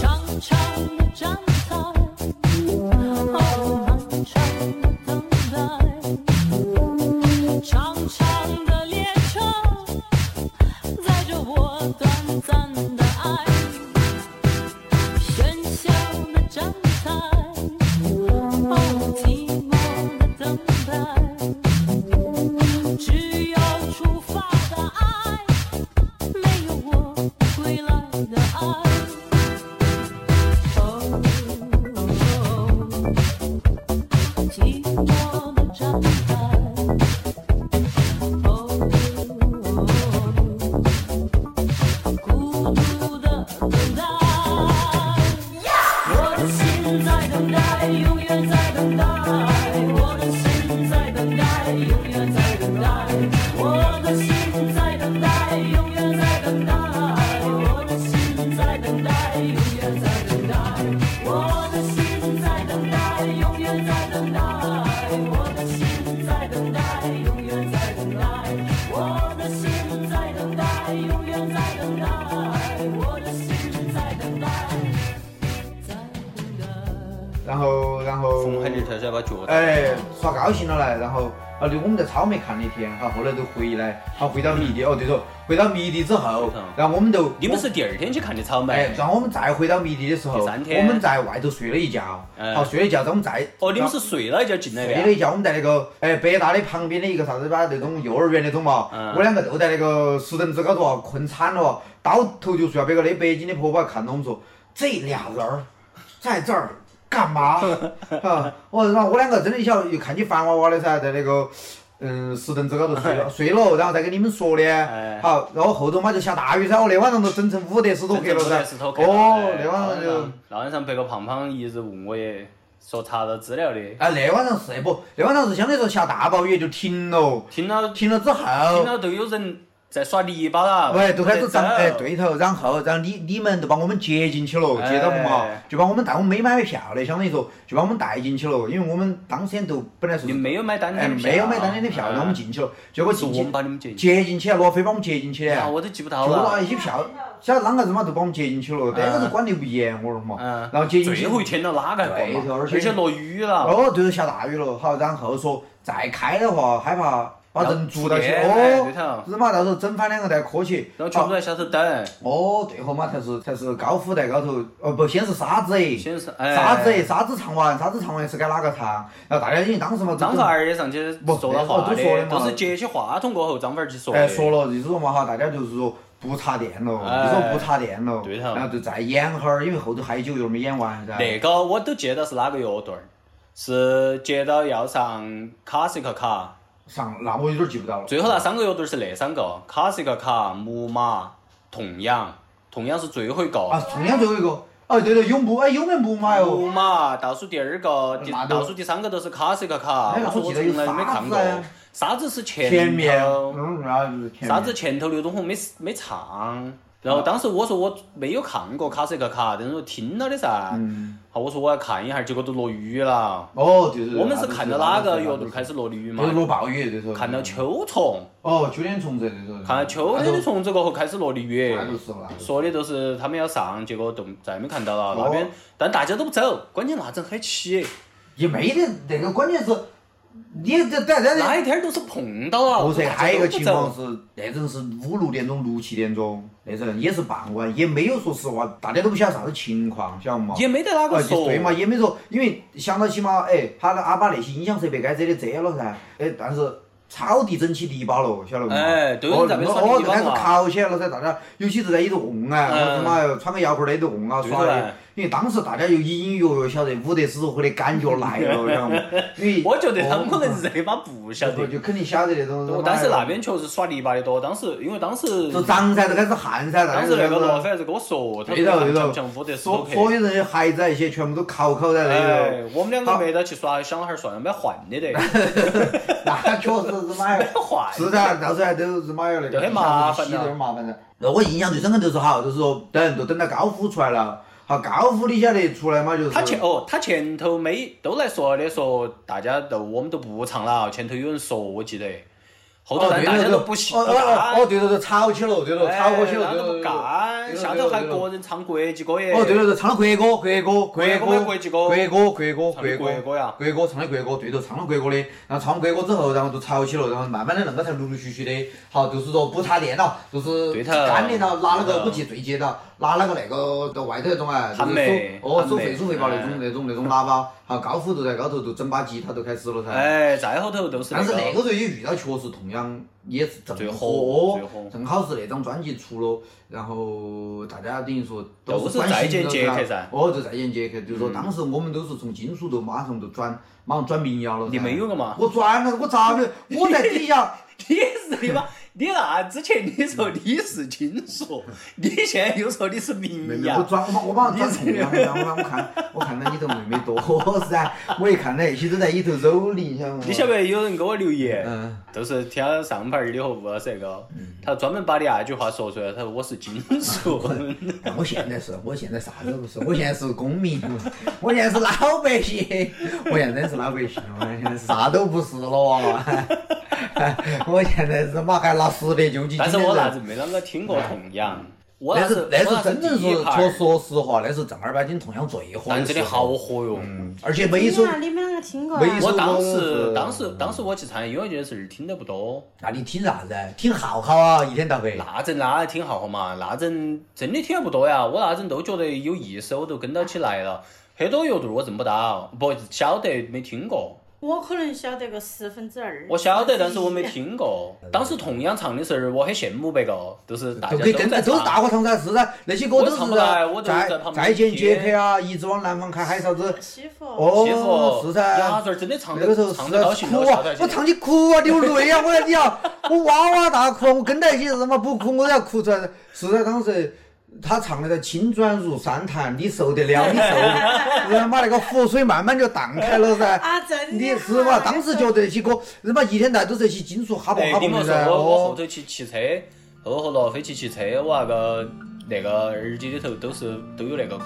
S5: 长长的站台，哦，漫长的等待，长长的列车载着我短暂的爱。喧嚣的站台，哦，寂寞的等待，只有出发的爱，没有我归来的爱。哦，寂寞的站台，哦，孤独的等待。我的心在等待，永远在等待。我的心在等待，永远在等待。我的心在等待，永远在等待。我的心在等待，永远在等待。我的心在等待，永远在等待。我的心在等待，永远在等待。我的心在等待，永远在等待。我的心在等待。在等待。
S3: 然后然后
S2: 冯海里头噻，把脚打。
S3: 哎，耍高兴了嘞，然后啊，我们在草莓看了一天，好，后来都回来，好回到迷笛，哦对头，回到迷笛之后
S2: 嗯，
S3: 然后我们都
S2: 你们是第二天去看的草
S3: 哎
S2: 莓，？
S3: 然后我们再回到迷笛的时候，
S2: 第三天
S3: 我们在外头睡了一觉，
S2: 嗯
S3: 好睡了一觉，然后我们再
S2: 哦，你们是睡了一觉进来
S3: 睡了
S2: 的。
S3: 一觉，我们在那个哎北大的旁边的一个啥子吧那种幼儿园那种嘛，
S2: 嗯
S3: 我两个都在那个石凳子高头啊困惨了哦，倒头就睡啊。别个那北京的婆婆看到我们说，这俩人儿在这儿干嘛？啊，我然后我两个真的晓得，又看起烦娃娃的噻，在那个。嗯，石凳子高头睡了，睡了，然后再跟你们说
S2: 哎
S3: 的，好，然后后头嘛就下大雨噻，哦我那晚上都整成伍德斯托克了噻
S2: 是，头
S3: 哦，
S2: 哎
S3: 那晚上就，
S2: 那晚上别个胖胖一直问我也说查到资料的，
S3: 啊，那晚上是不，那晚上是相当于说下大暴雨就停了，
S2: 听了
S3: 停了之
S2: 听
S3: 后，
S2: 了都有人在耍泥巴了。
S3: 喂，都开始
S2: 在
S3: 涨，
S2: 走
S3: 哎，。对头，然后，然后你你们就把我们接进去了，
S2: 哎
S3: 接到不嘛，就把我们带，我们没买票的，相当于说就把我们带进去了，因为我们当时间都本来是
S2: 你，没有买单
S3: 哎，
S2: 天的票，啊
S3: 没有买当天的票，然后我们
S2: 进，
S3: 进去了，结果
S2: 是
S3: 进
S2: 我们
S3: 去
S2: 把你们接进去。
S3: 接进去，啊罗非把我们接进去的，
S2: 啊，
S3: 就
S2: 我都记不到
S3: 拿
S4: 哎
S2: 了。
S3: 一些票，晓得啷个子嘛，就把我们接进去了，那个是管得不严，我说嘛，
S2: 嗯。
S3: 然后接进去
S2: 最后一天了，哪个还管
S3: 对头
S2: 嘛？
S3: 而且
S2: 而且落雨了。
S3: 哦，对头，下大雨了，好，然后说再开的话，害怕把人捉到去，
S2: 然后哎对
S3: 哦，
S2: 头。
S3: 是嘛？到时候整翻两个带磕起，
S2: 然后全部都在下头等，
S3: 哦，对头嘛，才是才是高富在高头，哦不，先是沙子哎，
S2: 先是哎
S3: 沙子哎，沙子唱完，沙子唱完是该哪个唱？然后大家因为当时嘛，
S2: 张
S3: 都
S2: 富二也上去
S3: 不
S2: 说了话
S3: 哦都说
S2: 的，哎
S3: 的嘛
S2: 都是接起话筒过后，张富二去说
S3: 哎
S2: 的。
S3: 说了，就是说嘛哈，大家就是说。不插电了，
S2: 哎
S3: 你说不插电了，
S2: 对头
S3: 然后就再演会儿，因为后头还有九月没演完噻。
S2: 那个我都记得是哪个乐队儿，是接到要上卡西克卡，
S3: 上那我有点记不到了。
S2: 最后那三个乐队儿是那三个，卡西克卡、木马、痛痒，痛痒是最后一
S3: 啊
S2: 个，，
S3: 同样最后一个，哦对对，永不哎永远不嘛哟。
S2: 木马倒数第二个，第
S3: 那都
S2: 倒数第三个都是卡西克卡，
S3: 哎那
S2: 我
S3: 我
S2: 从
S3: 记得有
S2: 来没看过
S3: 沙子啊，
S2: 沙子是
S3: 前
S2: 前
S3: 面，
S2: 头。
S3: 嗯，然后就是前面
S2: 啥子前头刘东红没没唱，然后当时我说我没有看过卡斯克卡，但是我听了的噻。
S3: 嗯，
S2: 好，我说我要看一下，结果都落雨了。
S3: 哦，对对对。
S2: 我们是看到哪个乐
S3: 乐
S2: 队开始落雨嘛
S3: 啊就是？落暴雨对头。
S2: 看到。秋虫，
S3: 哦，九点虫子对头。
S2: 看到秋天的虫子过后开始落的雨
S3: 那。就是了。
S2: 说的都是他们要上，结果都再也没看到了。
S3: 哦
S2: 那边，但大家都不走，关键那阵很起，
S3: 也没得那个，关键是，你这大家
S2: 那
S3: 的。
S2: 一天都是碰到了。
S3: 不是，
S2: 大家都
S3: 还有一个
S2: 不
S3: 情
S2: 走
S3: 况是，那阵是五六点钟、六七点钟，那阵也是傍晚，也没有说实话，大家都不晓得啥子情况，晓得嘛？
S2: 也没得哪个
S3: 啊，
S2: 说。
S3: 对嘛，也没说，因为想到起嘛，哎，他的阿爸那些影响设备该遮的遮了噻，哎，但是草地整起篱笆了，晓得不嘛？
S2: 哎都有人在那边耍
S3: 哦，
S2: 篱笆
S3: 就开始
S2: 嘛
S3: 烤起来了噻，大家尤其是在里头蹦啊，
S2: 嗯
S3: 我他妈哟穿个摇裤儿在里头蹦啊
S2: 对
S3: 耍
S2: 头
S3: 的，因为当时大家又隐隐约约晓得伍德斯托克的感觉来 了，晓得嘛？因为
S2: 我觉得他们
S3: 哦
S2: 可能是这把不晓 得
S3: 就。就肯定晓得那种。他妈
S2: 但是那边确实耍泥巴的多。当时因为当时
S3: 就涨噻，就开始旱噻，大
S2: 当
S3: 家
S2: 时那
S3: 就开始
S2: 个罗非还是跟我说，他
S3: 对头对
S2: 讲
S3: 头
S2: 讲伍德斯托
S3: 所
S2: 克。
S3: 所有人的孩子啊，一些全部都烤烤在那里
S2: 哎
S3: 头，，
S2: 我们两个没得去耍，想哈儿算了，买换 的得，买
S3: 那确实是妈呀！
S2: 换。
S3: 是噻，到时候还都是妈有那
S2: 就
S3: 个
S2: 很麻烦呐
S3: 有点麻烦噻。那我印象最深刻就是好，就是说等就等到高虎出来了，好高虎你晓得出来嘛就是
S2: 他前哦，他前头没都来说的，说大家都我们都不唱了。前头有人说，我记得，后头
S3: 哦
S2: 但
S3: 对
S2: 大家
S3: 对
S2: 都
S3: 对，
S2: 不信，
S3: 哦
S2: 不
S3: 哦
S2: 干
S3: 哦对对对，吵起了，对头，
S2: 哎
S3: 吵过去了，
S2: 大
S3: 对
S2: 家都
S3: 头
S2: 不干，
S3: 对头
S2: 下
S3: 对
S2: 头
S3: 头
S2: 还
S3: 对头
S2: 个人唱国际歌耶。
S3: 哦，对对对，唱了国歌，国歌，
S2: 国歌
S3: 歌，
S2: 国
S3: 国
S2: 际歌
S3: 歌，国歌，
S2: 唱的
S3: 国
S2: 国歌呀
S3: 国歌唱的国歌，对头，唱了国歌的，然后唱完国歌之后，然后就吵起了，然后慢慢的恁个才陆陆续续的，好，就是说不插电了，就是
S2: 对头
S3: 干的了，拿那
S2: 对头
S3: 个我记最记得，拿那个那个到外头那种啊，就
S2: 喊
S3: 是
S2: 麦
S3: 收哦
S2: 喊
S3: 收
S2: 麦
S3: 费收费吧那种
S2: 哎
S3: 那种那种喇叭，好高虎就在高头就整把吉他就开始了噻。
S2: 哎，再后头都是
S3: 嗯但
S2: 那
S3: 是那个
S2: 个。
S3: 时候也遇到，确实同样也是正
S2: 最火
S3: 火
S2: 最火，
S3: 正好是那张专辑出了，然后大家等于说
S2: 都是
S3: 关心
S2: 再见
S3: 的
S2: 杰克
S3: 噻
S2: 噻嗯
S3: 哦，就再见杰克，就是说当时我们都是从金属都马上就转，马上转民谣了噻。
S2: 你没有个嘛？
S3: 我转了，我咋的？我在底 下，
S2: 你是你妈，你那之前你说你是金属， 你现在又说你是民
S3: 我
S2: 谣，
S3: 转，我马我马上转重阳，然后我看我看到里头妹妹多噻，我一看到那些都在里头蹂躏，晓得吗？
S2: 你晓不？晓得有人给我留言，
S3: 嗯，
S2: 都是听上盘儿的和吴老师那个，他专门把你那句话说出来，他说我是金属，
S3: 哎我现在是，我现在啥子都不是，我现在是公民，我现在是老百姓，我现在是老百姓，我现在是啥都不是了哇！我现在是嘛还拿失业救济金的
S2: 但
S3: 人。
S2: 是我啥子没啷个听过痛痒。我
S3: 那
S2: 是
S3: 是嗯那
S2: 我
S3: 是真正
S2: 第一
S3: 是
S2: 盘
S3: 说
S2: 儿
S3: 说实话，那是正儿八经同样最火
S2: 但
S3: 的
S2: 真的
S3: 时
S2: 好
S3: 候。
S2: 火哟。
S3: 嗯，而且每
S4: 你
S3: 一首，
S4: 俩你们两个听过啊？
S3: 每一首
S2: 我当
S3: 我
S2: 时
S3: 是
S2: 当时当时我去参加音乐节的时候听得不多，
S3: 那你听啥子？听浩浩啊，一天到黑。
S2: 那阵那挺好好嘛，那阵真的听得不多呀，我那阵都觉得有意思，我都跟到起来了。很多乐队我认不到，不晓得没听过，
S4: 我可能晓得个十分之二。
S2: 我晓得，但是我没。听过。当时同样唱的时候，我很羡慕别个，就是大家
S3: 都可以真
S2: 在
S3: 的都是大
S2: 唱。
S3: 合唱噻，是噻，那些歌
S2: 我
S3: 都是
S2: 唱不来我都在
S3: 再
S2: 旁边
S3: 再见
S2: 听
S3: 杰克啊，一直往南方开，还有啥子？
S4: 西服。
S2: 欺
S3: 哦，
S2: 负
S3: 是噻。
S2: 牙嘴儿真的唱
S3: 那个时候
S2: 得
S3: 是
S2: 唱得高兴了，
S3: 哭啊
S2: 笑得！
S3: 我唱起哭啊，流泪啊！我要你啊，我哇哇大哭啊！我跟到一起他妈不哭我都要哭出来。是在当时他唱的在青砖如山潭，你受得了？你受得了？他妈那个湖水慢慢就荡开了噻。
S4: 啊，真
S3: 你
S4: 的。
S3: 是嘛？当时觉得那些歌，他妈一天到晚都是那些金属哈
S2: 哎
S3: 蹦哈
S2: 你
S3: 蹦
S2: 莫
S3: 的
S2: 说
S3: 噻。
S2: 我我后
S3: 哦，
S2: 头去骑车，后后了飞去骑车，我那个那个耳机里头都是都有那个歌。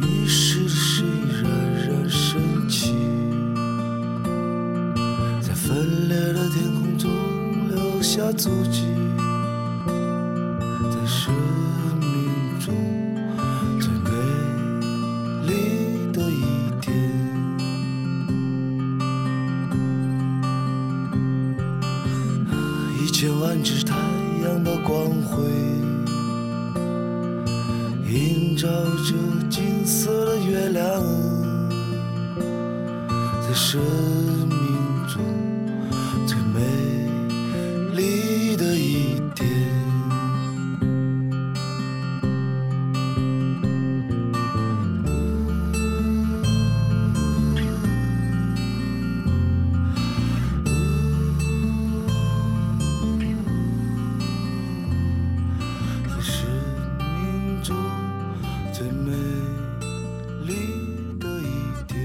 S6: 你是谁冉冉升起，在分裂的天空中留下足迹，在生命中最美丽的一天。一千万只太阳的光辉。映照着金色的月亮，在生命中最美丽的一天。在生命中最美丽的一天。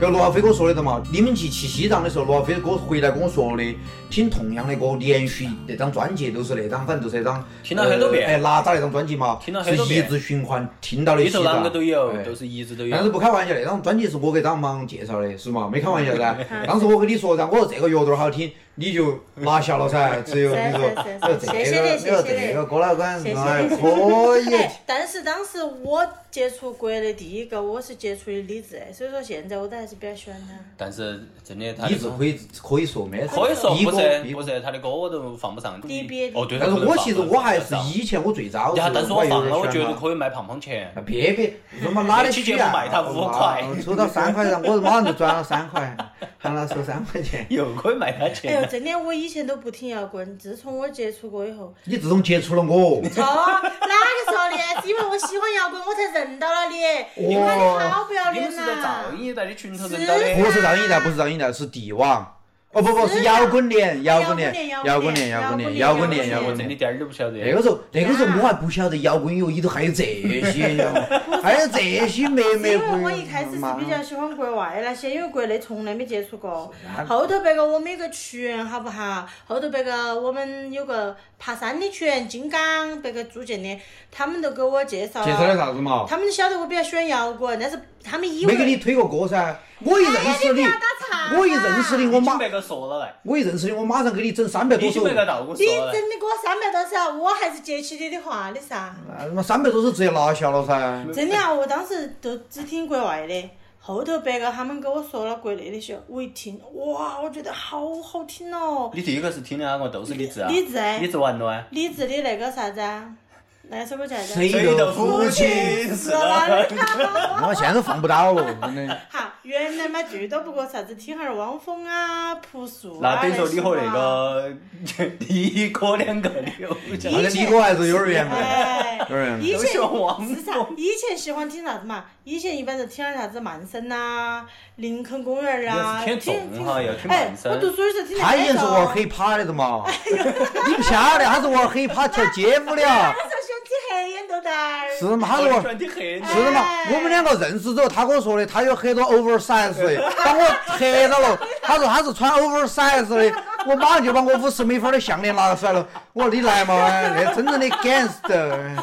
S3: 跟罗小飞哥说的嘛，你们去去西藏的时候，罗小飞哥回来跟我说的，听同样的歌，连续那张专辑都是那张，反正就是那张，
S2: 听了很多遍
S3: 呃哎，哪吒那张专辑嘛，
S2: 听了
S3: 是
S2: 很多
S3: 一
S2: 遍
S3: 直循环听到的
S2: 里
S3: 西
S2: 头
S3: 藏。
S2: 啷个都有，
S3: 哎
S2: 都是一直都有
S3: 但。是不开玩笑，那张专辑是我给张芒介绍的，是嘛？没开玩笑噻。
S4: 嗯
S3: 当时我跟你说噻，我说这个乐队儿好听，你就拿下了噻。只有你说，
S4: 是是
S3: 哎呦
S4: 是
S3: 这个，
S4: 谢
S3: 你
S4: 谢你
S3: 说
S4: 谢谢你
S3: 这个郭老倌
S4: 谢谢
S3: 哎可以。
S4: 哎，但是当时我接触国内第一个，我是接触的李志，所以说现在我都还是比较喜欢他。
S2: 但是真的，他
S3: 你是可以可以说没事，
S2: 可以说
S3: 逼
S2: 不
S3: 哥
S2: 是
S3: 逼
S2: 不
S3: 哥
S2: 是他的歌我都放不上。
S4: DBA
S2: 哦对，
S3: 但是
S2: 他不能
S3: 我
S2: 放
S3: 其实我还是
S2: 放不上
S3: 以前我最早
S2: 呀，但是我放了，
S3: 有
S2: 我
S3: 点
S2: 绝对
S3: 喜欢他啊
S2: 可以卖胖胖钱。
S3: 别别，他 妈哪里
S2: 期
S3: 去
S2: 节目
S3: 啊？
S2: 卖他五块
S3: 我抽到三块，然后我马上就转了三块，喊他收三块钱。
S2: 又可以卖他
S4: 哎呦，
S2: 钱，
S4: 真的，我以前都不听摇滚，自从我接触过以 后，
S3: 你自从接触了我，
S4: 哦，哪个时候的？是因为我喜欢摇滚，我才认到了你。你妈
S3: 哇
S4: 你好不要
S2: 你们
S4: 脸
S2: 是在
S4: 呐
S2: 藏！一代的群头认到
S4: 啊
S2: 的。
S3: 不是张一代，不是张一代，是帝王。哦不不，是摇滚年，摇滚年，摇滚年，摇滚年，摇滚年，摇
S2: 我真
S3: 滚
S2: 的
S3: 年。
S2: 点儿都不晓得。
S3: 那个时候，那个时候我还不晓得摇滚乐里头还有这些，你知道吗？还有这些妹
S4: 是
S3: 妹
S4: 因
S3: 不
S4: 为我一开始是比较喜欢国外那些，因为国内从来没接触过。
S3: 啊
S4: 后头别个我们有个群，好不好？后头别个我们有个爬山的群，金刚别个组建的，他们都给我介绍
S7: 介绍的
S4: 了。
S7: 啥子嘛？
S4: 他们晓得我比较喜欢摇滚，但是他们以为哎
S3: 没给你推过歌噻。我一认识
S4: 不
S3: 你
S4: 要打，岔啊
S3: 我一认识你，我
S2: 已
S3: 马
S2: 经被个说了嘞，
S3: 我一认识你，我马上给你整三百多
S2: 已经
S3: 首。
S2: 被个道我
S4: 你
S2: 说了嘞。
S4: 真的给我三百多少，我还是接起你的话的噻。
S3: 啊，他妈三百多首直接拿下了噻。
S4: 真的啊，我当时都只听国外的，后头别个他们跟我说了国内的些，我一听，哇，我觉得好好听哦。
S2: 你第一个是听的哪个？都是李志啊。
S4: 李志哎
S2: 李志完了啊。
S4: 李志的那个啥子啊？哪首歌叫啥子？
S3: 谁的父亲？
S4: 死了
S3: 我妈现在都放不 到了，真的。
S4: 哈，原来嘛最多不过啥子听哈儿汪峰啊、朴树啊
S2: 那等于说你和那
S4: 些嘛
S2: 个 一哥两个的偶像
S3: 那，跟你哥还是有点缘分。
S4: 哎，以前
S2: 都喜欢汪
S4: 是啥？以前喜欢听啥子嘛？以前一般都听点啥子慢声呐、林肯公园
S2: 你还
S4: 啊，
S2: 是听
S4: 听
S2: 重哈要听慢，
S4: 哎
S2: 声
S4: 我读书的时候听
S3: 他以
S4: 那
S3: 前
S4: 种。
S3: 是玩黑怕的 嘛，你不晓得，他是玩黑怕跳街舞的啊
S4: 他，说喜欢听黑眼豆豆儿。
S3: 是嘛？他
S2: 我
S3: 是
S2: 喜
S3: 玩
S2: 欢听黑的。
S3: 是的嘛，我们两个认识之后，他跟我说的，他有很多 oversize，把我吓到了。他说他是穿 oversize 的，我马上就把我五十美分的项链拿出来了。我说你来嘛，哎那真正的 gangster。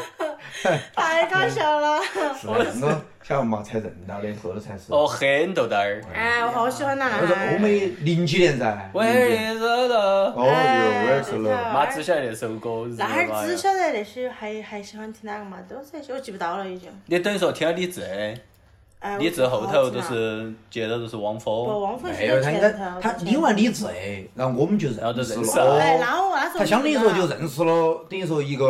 S4: 太搞笑了！
S8: 我晓得嘛才认到的，这才是。
S2: 哦，黑豆豆儿，
S4: 哎，我好喜欢那
S8: 那是
S2: 哎
S8: 欧美零几年噻。
S2: 喂，豆豆，
S8: 哦哟，我也是
S4: 哎
S8: 了。
S2: 妈只晓得那首歌，日
S4: 那
S2: 妈
S4: 会
S2: 呀
S4: 儿只晓得那些，还还喜欢听哪个嘛？都是那些，我记不到了已经。
S2: 你等于说听了李志的，
S4: 哎，
S2: 李志
S4: 我
S2: 后
S4: 不好
S2: 头
S4: 听
S2: 都
S4: 了
S2: 是接着都是汪
S4: 不，
S2: 峰，
S4: 汪峰
S8: 没
S4: 是
S8: 有，
S4: 在
S8: 他应
S4: 前
S8: 该
S4: 头。
S3: 他
S4: 前
S3: 因
S4: 头
S3: 为你这，然后我们就
S2: 然后就
S3: 认
S2: 认识
S3: 识
S2: 了
S4: 哎，
S3: 了。
S4: 然后我那时候
S3: 他相当于说就
S4: 是
S3: 认识了，等于说一个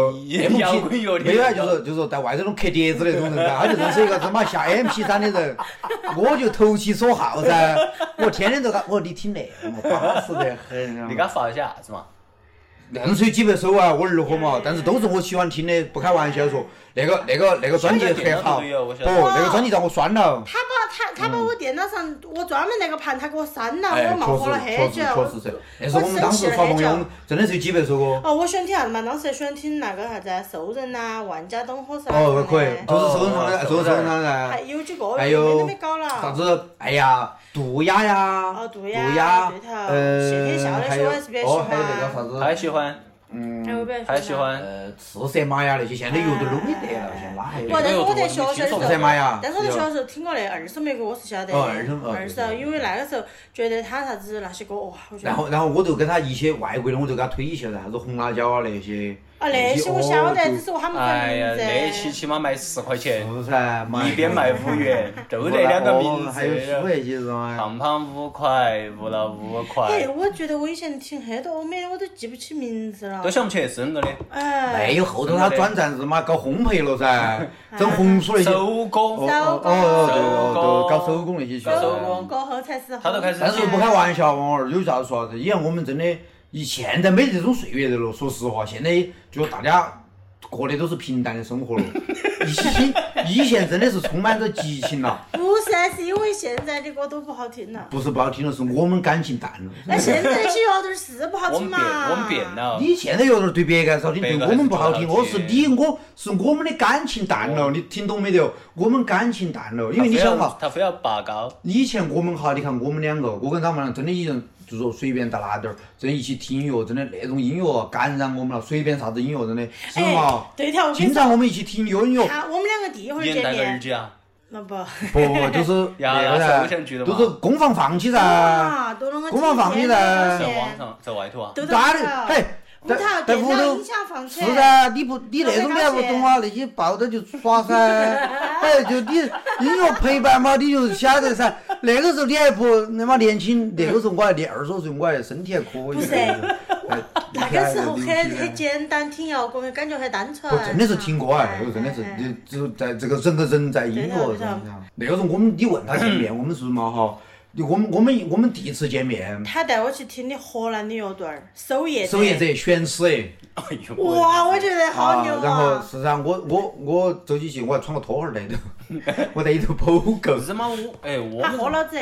S2: 摇滚乐
S3: MP，
S2: 的
S3: 没有啊，就是就是说在外头那种刻碟子那种人噻，他就认识一个他妈下 MP 三的人，我就投其所好噻，我天天都看，我说你听那个，我巴适得很。
S4: 嗯
S2: 你给他发一下啥子嘛？
S3: 硬是有几百首啊，我二货
S2: 哎
S3: 嘛，但是都是我喜欢听的，不开玩笑说，那个那个那个专辑很
S2: 小
S3: 好，
S2: 野电脑
S3: 不，
S2: 都有我晓得
S3: 那个专辑让我删了，
S4: 他把他他把我电脑上我专门那个盘他给我删了，
S3: 嗯哎
S4: 我，冒火了
S3: 确
S4: 很
S3: 实
S4: 久
S3: 确。实确实是，那是我们当时发朋友，真的是有几百首歌，
S4: 哦，我喜欢听啥子嘛？当时还喜欢听那个啥子啊兽人呐、万家灯火噻。
S3: 哦，可以，
S4: 哦
S3: 就是收人唱的，收人唱的噻，
S4: 还哎有几个，
S3: 还
S4: 现在都
S3: 有
S4: 没搞了。
S3: 啥？子，哎呀，杜鸦呀，
S4: 哦，
S3: 杜
S4: 对呀，对头。谢天笑
S3: 呃，
S4: 的
S3: 还
S4: 时
S3: 有
S4: 候我还是比较喜
S3: 哦
S4: 欢。，
S3: 还有那个啥子，
S2: 他还喜欢，
S4: 哎我比较喜欢
S2: 他还喜
S4: 那个。
S2: 欢。
S3: 呃，赤色马呀那些，现在乐队都没得啊了，
S4: 哎
S3: 现在哪还有
S4: 不，？但是我在学校的时候
S3: 你听说过噻妈呀，啊
S4: 但是我在学校的时候听过那二手玫瑰，我是晓得的。
S3: 哦二手哦
S4: 二手，
S3: 对对
S4: 因为那个时候觉得他啥子那些哦歌，哇，我觉得。
S3: 然后，然后我就跟他一些外国的，我就给他推一些噻，啥子红辣椒啊那些。哦
S4: 啊，那些我晓得，只是我喊不出
S2: 哎呀，那
S4: 来
S2: 一期
S4: 名字。
S2: 起码卖十块钱，
S3: 是哎噻，妈
S2: 一边卖五 元，就那两个名
S3: 哦
S2: 啊
S3: 还有书
S2: 字。
S3: 那些是哎嘛？
S2: 胖胖五块，无脑五
S4: 哎，
S2: 块，
S4: 我觉得我以前听很多欧美，我都记不起名字了
S2: 都。想不起是恁个的。
S4: 哎
S3: 没，有，后头他转战日嘛，搞烘焙了噻，整红薯那些。哦
S2: 手工，
S3: 哦哦哦，对哦对，搞手工那些去。
S2: 手工
S4: 过后才是。
S2: 他都开始
S3: 但是不开玩笑，王二有啥子说啥子？因为我们真的，以现在没这种岁月的了。说实话，现在就大家过的都是平淡的生 活了。以前以前真的是充满着激情了，
S4: 不是，是因为现在的歌都不好听了。
S3: 不是不好听了，是我们感情淡了。
S4: 那现在那些乐队是不好
S2: 我
S4: 听
S2: 们
S4: 嘛
S2: 变，？我们变。了。
S3: 你现在有点对别个还是好听，
S2: 哦别
S3: 对
S2: 个
S3: 我们不好
S2: 还是
S3: 听。
S2: 不好
S3: 我
S2: 听
S3: 是你，我是我们的感情淡了，你听懂没得哦？我们感情淡了，因为你想嘛，
S2: 他非啊要拔高，
S3: 以前我们哈，你看我们两个，我跟张曼良真的一人，就说随便到哪点儿，真的一起听音乐，真的那种音乐感染我们了，随便啥子音乐，真的是
S4: 哎
S3: 嘛，？
S4: 对头，我跟
S3: 经
S4: 你说，啊
S3: 常我们一起听有音 乐，
S4: 他我们两个第一回
S2: 你能
S4: 见
S2: 戴个耳
S4: 面，
S2: 机啊？
S4: 那不。
S3: 不不不，就是
S2: 呀
S3: 那个
S2: 是无线局的
S3: 噻，都
S2: 嘛
S3: 是公放放起噻，
S4: 啊，都弄个
S3: 公放放起噻
S2: 在网上，在外头啊？
S4: 都
S3: 哪里？嘿，
S4: 屋
S3: 在
S4: 头
S3: 在
S4: 电
S3: 屋
S4: 脑
S3: 头
S4: 音。响放起
S3: 是，噻，你不你那种你还不懂啊？那些抱着就 耍噻，哎，就你音乐陪伴嘛，你就晓得噻。那个时候你还不那么年轻，那个时候我还年二十多岁，我还身体还可以。
S4: 不是
S3: 哎，
S4: 那个时候很
S3: 你看
S4: 很简单，听摇滚感觉很单纯
S3: 不，。哦真的是听歌啊，那个真的
S4: 哎
S3: 是，你就在这个整个人在音乐上。那个时候我们，你问他见面，我们是嘛哈？你我们我们我们第一次见面，
S4: 他带我去听的荷兰的乐队儿，守夜者
S3: 守夜。者选死哎。
S2: 哎呦，
S4: 哇，我觉得好牛
S3: 然后
S4: 啊！
S3: 实际上我我我走起去，我还穿个拖鞋儿在里头，我在里头跑够。
S2: 日妈我哎我
S4: 他喝
S2: 们
S4: 老子，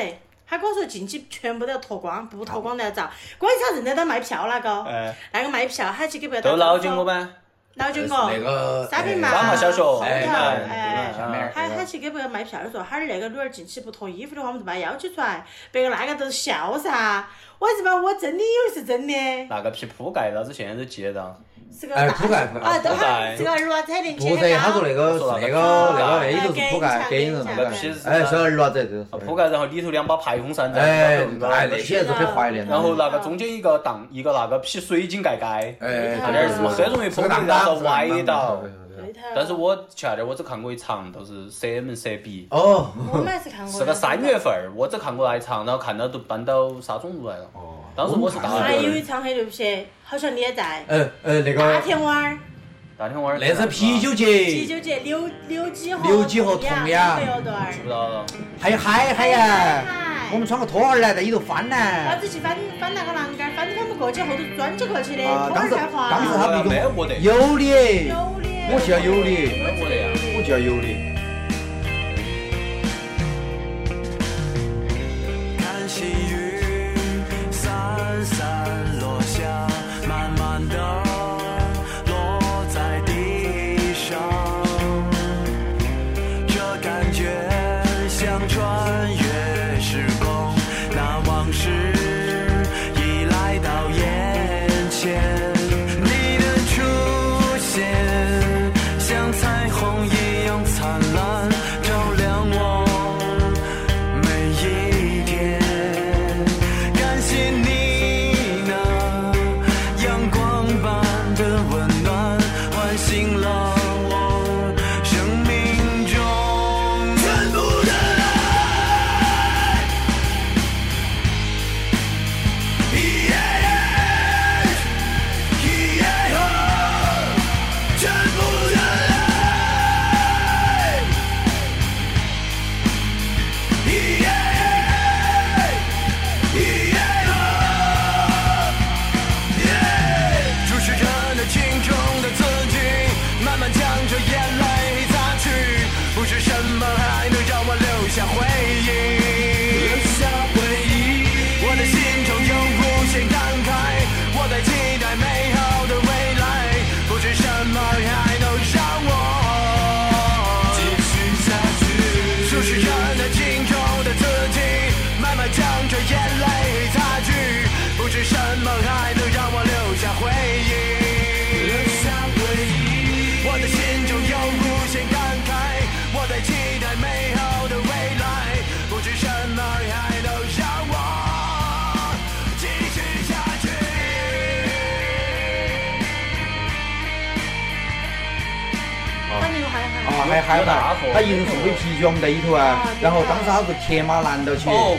S4: 他跟我说进去全部都要脱光，不脱光都要遭。关键他认得到卖票那个，
S2: 哎
S4: 那个卖票他去给别个打
S2: 都
S4: 招呼
S2: 老警我们，
S4: 老警
S3: 那
S4: 哥，
S3: 个
S4: 沙坪嘛，
S2: 哪怕小学
S4: 后头，
S2: 哎
S3: 哎
S4: 哎。
S3: 下面
S4: 他他去给别个卖票的时候，他儿那个女儿进去不脱衣服的话，我们就把她邀起出来，别个那个都笑噻。我日妈，我真的以为是真的，
S2: 那个皮铺盖，老子现在都记得到。
S4: 是个
S3: 哎
S4: 大
S3: 铺盖铺盖
S4: 啊，都
S2: 铺盖
S4: 喊是个二娃子，很年
S3: 不
S4: 轻
S3: 是，
S4: 很
S3: 他
S4: 高
S3: 说。那个是那个那个那一头是铺盖，给人
S2: 那
S3: 那
S2: 个
S3: 个
S2: 皮是
S3: 哎，小二娃子这
S2: 啊
S3: 个
S2: 铺盖，然后里头两把排风扇在
S3: 哎
S2: 里，头，
S3: 哎，那些是很怀念的。
S2: 然后那个中间一个档，一个那个披水晶盖盖，
S3: 哎，
S2: 那点儿是嘛，很容易
S3: 是
S2: 碰
S3: 个
S2: 到
S3: 蛋
S2: 然后
S3: 糕，
S2: 歪倒。
S4: 对头
S2: 但是我前头我只看过一场，就是射门射壁，
S3: 哦，
S4: 我们还是看过的。
S2: 是个三月份儿，我只看过那一场，然后看到都搬到沙中路来了。当时我是大
S3: 哦我们看
S4: 还
S3: 了
S4: 有
S2: 学
S4: 一场很牛皮，好像你也在。
S3: 呃呃，那
S4: 大
S3: 个
S4: 田湾儿，
S2: 大天花儿
S3: 那是啤酒节
S4: 啤，酒节柳柳记和
S3: 柳记和
S4: 童
S3: 童
S4: 养
S3: 养
S4: 没有段儿
S2: 知，不到了。
S3: 还有嗨嗨
S4: 嗨
S3: 呀
S4: 嗨！
S3: 我们穿个拖鞋儿来，在里头翻呢。
S4: 老子去翻翻那个栏杆，翻都翻不过去，后头钻起过去的，
S3: 啊
S4: 拖
S3: 当
S4: 儿
S3: 时
S4: 才滑。
S3: 当时他们一种
S2: 没我的，
S3: 有的
S4: 有，的，
S3: 我记得有的，
S2: 我的呀。
S3: 我记得有的。
S1: 看细雨散散落下，慢慢的落在地上，这感觉像穿越时空，那往事已来到眼前。你的出现像彩虹一样灿烂，照亮我。每一天，感谢你那阳光般的温暖，唤醒了我生命中全部的爱。Yeah, yeah, yeah, 全部的爱。注视着那镜中的自己，慢慢将这眼泪擦去。不是什么还能让我留下回忆？留下回忆。我的心中有无限感慨，我在期待美好的未来。不知什么还能让我继续下去。注视着那镜中的自己，慢慢将这眼泪擦去。不知什么还能让我留下回忆。留下回忆。我的心中有无限感慨，我在期待美好的未来。不知什么还能让我继续下去。
S4: 翻牛还还。
S3: 啊，还害
S2: 有大
S3: 怕
S2: 火，
S3: 他一直喝杯啤酒我们在里头啊
S4: 啊，
S3: 然后当时他是铁马兰道去，
S2: 哦，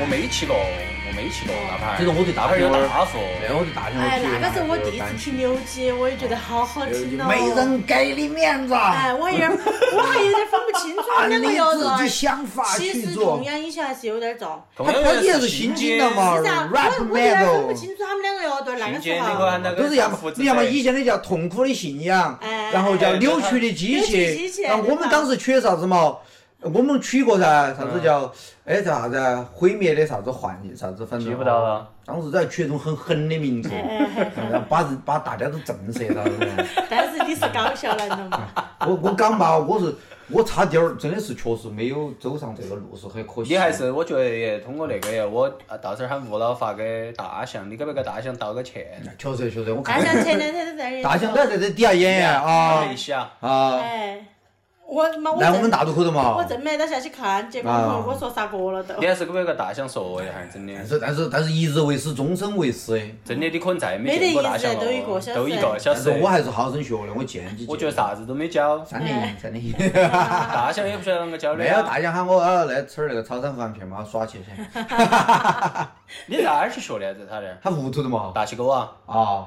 S2: 我没去过，我没去过那牌儿。
S3: 这个我对大
S2: 那儿
S3: 片
S2: 有
S3: 儿
S2: 大佛。
S3: 然后就大厅
S4: 哎，
S3: 去，
S4: 那个是我第一次听刘记，我也觉得好好听哦。
S3: 没。人给你面子，啊
S4: 哎，我 有点，我还有点分不清楚
S3: 按
S4: 两
S3: 你
S4: 个有
S3: 自己
S4: 段。
S3: 想法
S4: 其
S3: 去
S4: 实
S3: 做
S4: 同。样影响还是有点重。
S2: 同
S3: 他
S2: 样
S3: 他也是
S2: 新
S3: 新
S2: 街
S3: 进的嘛
S4: 是啊，
S3: ，rap
S4: 我我有点分不
S3: metal，
S4: 清楚他们两个乐队那
S2: 新
S4: 个
S2: 街
S4: 时
S2: 那个
S4: 候。
S2: 那个
S3: 都是要么
S2: 福字
S3: 你要么
S2: 辈
S3: 以前的叫痛苦的信仰
S4: 哎，
S3: 然后叫
S2: 哎
S3: 扭曲的机
S4: 扭曲的机器
S3: 器。然后我们当时取的啥子嘛？我们取过噻，啥子
S2: 嗯
S3: 叫哎叫啥子啊？毁灭的啥子幻啥子，反正
S2: 记不到了。
S3: 当时在取一种很狠的名字，
S4: 哎
S3: 嗯然后把人把大家都震慑到了。
S4: 但是你是搞笑男的嘛？
S3: 我我讲吧，我是我差点儿，真的是确实没有走上这个路，是很可惜。
S2: 你还是我觉得也通过那个也，我啊到时候喊吴老发给大象，你给不给大象道个歉？
S3: 哎确实确实，我
S4: 大
S3: 看
S4: 象前两天都在那里。
S3: 大象都在这底下演演啊
S2: 一下，
S3: 啊！
S4: 哎，我妈我
S3: 来我们
S4: 真
S3: 大渡口头嘛
S4: 我。真没得下去看，结果哦
S3: 啊
S4: 我说杀过了都
S2: 你。还是给不给大象说一下，真的
S3: 但。是但是但是一日为师，终身为师的。
S2: 真的，你可能再也
S4: 没得
S2: 见过
S4: 意思
S2: 大象了，
S4: 都一个小时
S2: 都一个小
S3: 但
S2: 时
S3: 是。我还是好生学的，我见几
S2: 我觉得啥子都没教，
S3: 三
S4: 哎
S3: 年三年。
S2: 大象也不晓得啷个教的
S3: 没
S2: 呀。
S3: 有，大象喊我啊来吃儿那个潮汕饭片嘛，耍去噻。
S2: 你在哪儿去学的？在他那儿？
S3: 他屋头的嘛。
S2: 大西沟啊？
S3: 啊，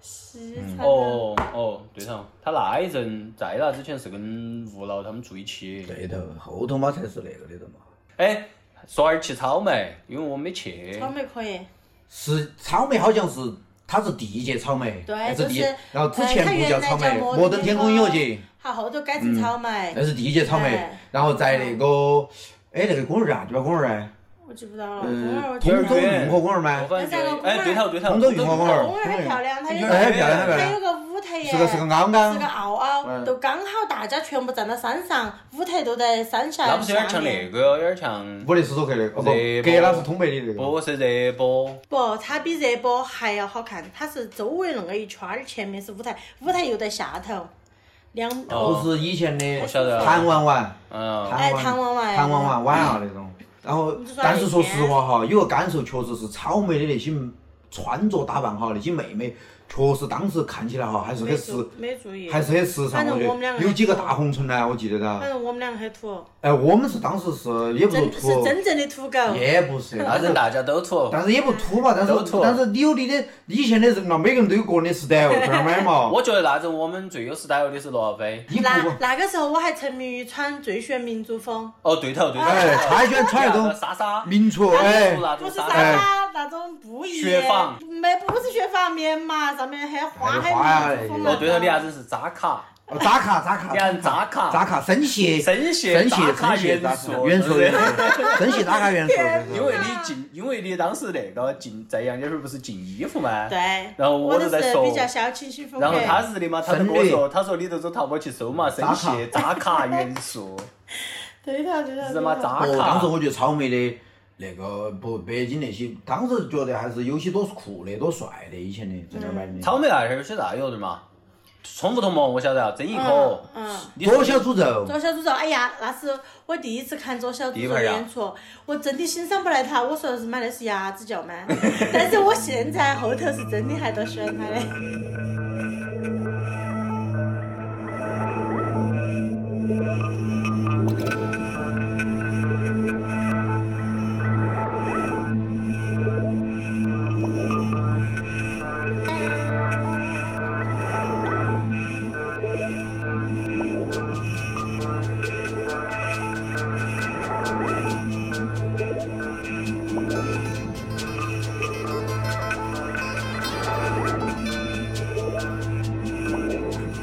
S4: 西
S3: 嗯
S4: 餐的。
S2: 哦哦，对头，他那一阵在那之前是跟吴老他们住一起。
S3: 对头，后头嘛才是那个的嘛。
S2: 哎，说儿去草莓，因为我没去
S4: 草。莓可以，
S3: 是草莓，好像是它是第一届草莓，
S4: 对
S3: 还是第一
S4: 就是
S3: 然后之前不叫草
S4: 呃它原来
S3: 莓，
S4: 叫
S3: 摩登天空音乐节，
S4: 好后头改
S3: 嗯
S4: 成草莓
S3: 那，是第一届草莓
S4: 哎，
S3: 然后在那个哎那个公园啊，对吧？公园儿
S4: 我记不到了。哦公园
S3: 呃
S4: 我，记
S3: 通
S4: 不到
S2: 公
S3: 州
S2: 园
S3: 运河公园
S2: 我
S3: 吗？
S2: 反正
S4: 那个
S2: 就哎，对头对头，
S3: 通州运河公园，
S4: 公园很漂亮，它有
S3: 哎，漂亮漂
S4: 它有
S3: 亮，
S4: 个舞台耶，
S3: 是个是个凹凹
S4: 哎是个，凹凹，
S3: 嗯
S4: 都刚好大家全部站到山上，舞台都在山下
S2: 那不是有点
S4: 下
S2: 像那
S4: 面。
S2: 个，有点像
S3: 我的是说去那个，哦不，
S2: 热
S3: 格拉
S2: 播
S3: 是东北的那个，
S2: 不是热播，
S4: 不，它比热播还要好看，它是周围恁个一圈儿，前面是舞台，舞台又在下头，两
S2: 哦
S3: 都是以前的
S2: 我晓得了
S3: 谭婉婉，
S2: 嗯，
S4: 哎
S3: 谭
S4: 谭婉
S3: 婉
S4: 婉
S3: 谭婉婉婉啊那种。然后
S4: 你就，说
S3: 但是说
S4: 以前
S3: 实话哈，有个感受确实是草莓的那些穿着打扮哈，那些妹妹确实当时看起来哈还是
S4: 没
S3: 很时，
S4: 注没注意，
S3: 还是很时尚。
S4: 反正
S3: 我觉
S4: 我们两
S3: 得
S4: 个
S3: 有几个
S4: 很土
S3: 大红唇呢，我记得
S4: 反
S3: 的。
S4: 正我们两个很土，
S3: 哎，我们是当时是也不是
S4: 真是
S3: 土，
S4: 真正的土狗。
S3: 也不 是，
S2: 那是大家都土。
S3: 但是也不土嘛，但
S2: 都
S3: 是
S2: 土
S3: 但是你有你的以前的人嘛，每个人都有个人 的 style，知道没嘛？
S2: 我觉得那阵我们最有 style 的是罗小飞。
S3: 你不
S4: 那那个时候我还沉迷于穿最炫民族风，
S2: 哦，对头对头。
S3: 哎，他喜欢穿那
S2: 那
S3: 种
S2: 个 莎莎。
S3: 民族哎
S2: 那
S4: 不
S2: 种
S4: 是
S2: 莎
S4: 啥
S2: 莎。
S4: 啥那种布艺，
S2: 雪纺
S4: 没不是雪纺棉嘛，上面还花
S3: 还有花呀哎
S4: 还有民族风
S2: 哦，对头，你
S4: 那
S2: 啥
S4: 种。
S2: 子是扎卡？
S3: 哦扎卡扎卡
S2: 你啥子扎卡？
S3: 扎卡生鞋
S2: 生鞋
S3: 生
S2: 扎
S3: 鞋
S2: 卡
S3: 生鞋
S2: 元
S3: 扎
S2: 素
S3: 卡元素
S2: 对
S3: 元
S2: 不
S3: 素生鞋扎卡 元素就是
S2: 因为你进，因为你当时那个进在杨家坪不是进衣服吗？。
S4: 对，
S2: 然后我
S4: 我
S2: 就
S4: 的
S2: 在
S4: 是
S2: 说
S4: 比较小清新风格。
S2: 然后他是的嘛，他就跟我
S3: 分
S2: 说，他说你这种淘宝去搜嘛，生鞋扎卡元素，
S4: 对头对头。
S2: 是
S4: 对
S2: 嘛
S4: 头
S2: 扎
S3: 哦，当
S2: 卡。
S3: 时我觉得草莓的那个不北京那些，当时觉得还是有些多是酷的，多帅的，以前的在那儿买
S4: 嗯
S3: 的。
S2: 草莓那儿有些啥有点嘛？冲不同盟我晓得啊，曾轶可
S4: 嗯。嗯。
S2: 你说
S3: 左小诅咒，
S4: 左小诅咒，哎呀，那是我第一次看左小
S2: 第
S4: 诅
S2: 一
S4: 咒
S2: 盘呀
S4: 演出，我真的欣赏不来他。我说的是嘛，那是鸭子叫嘛。但是我现在后头是真的还多喜欢他 的。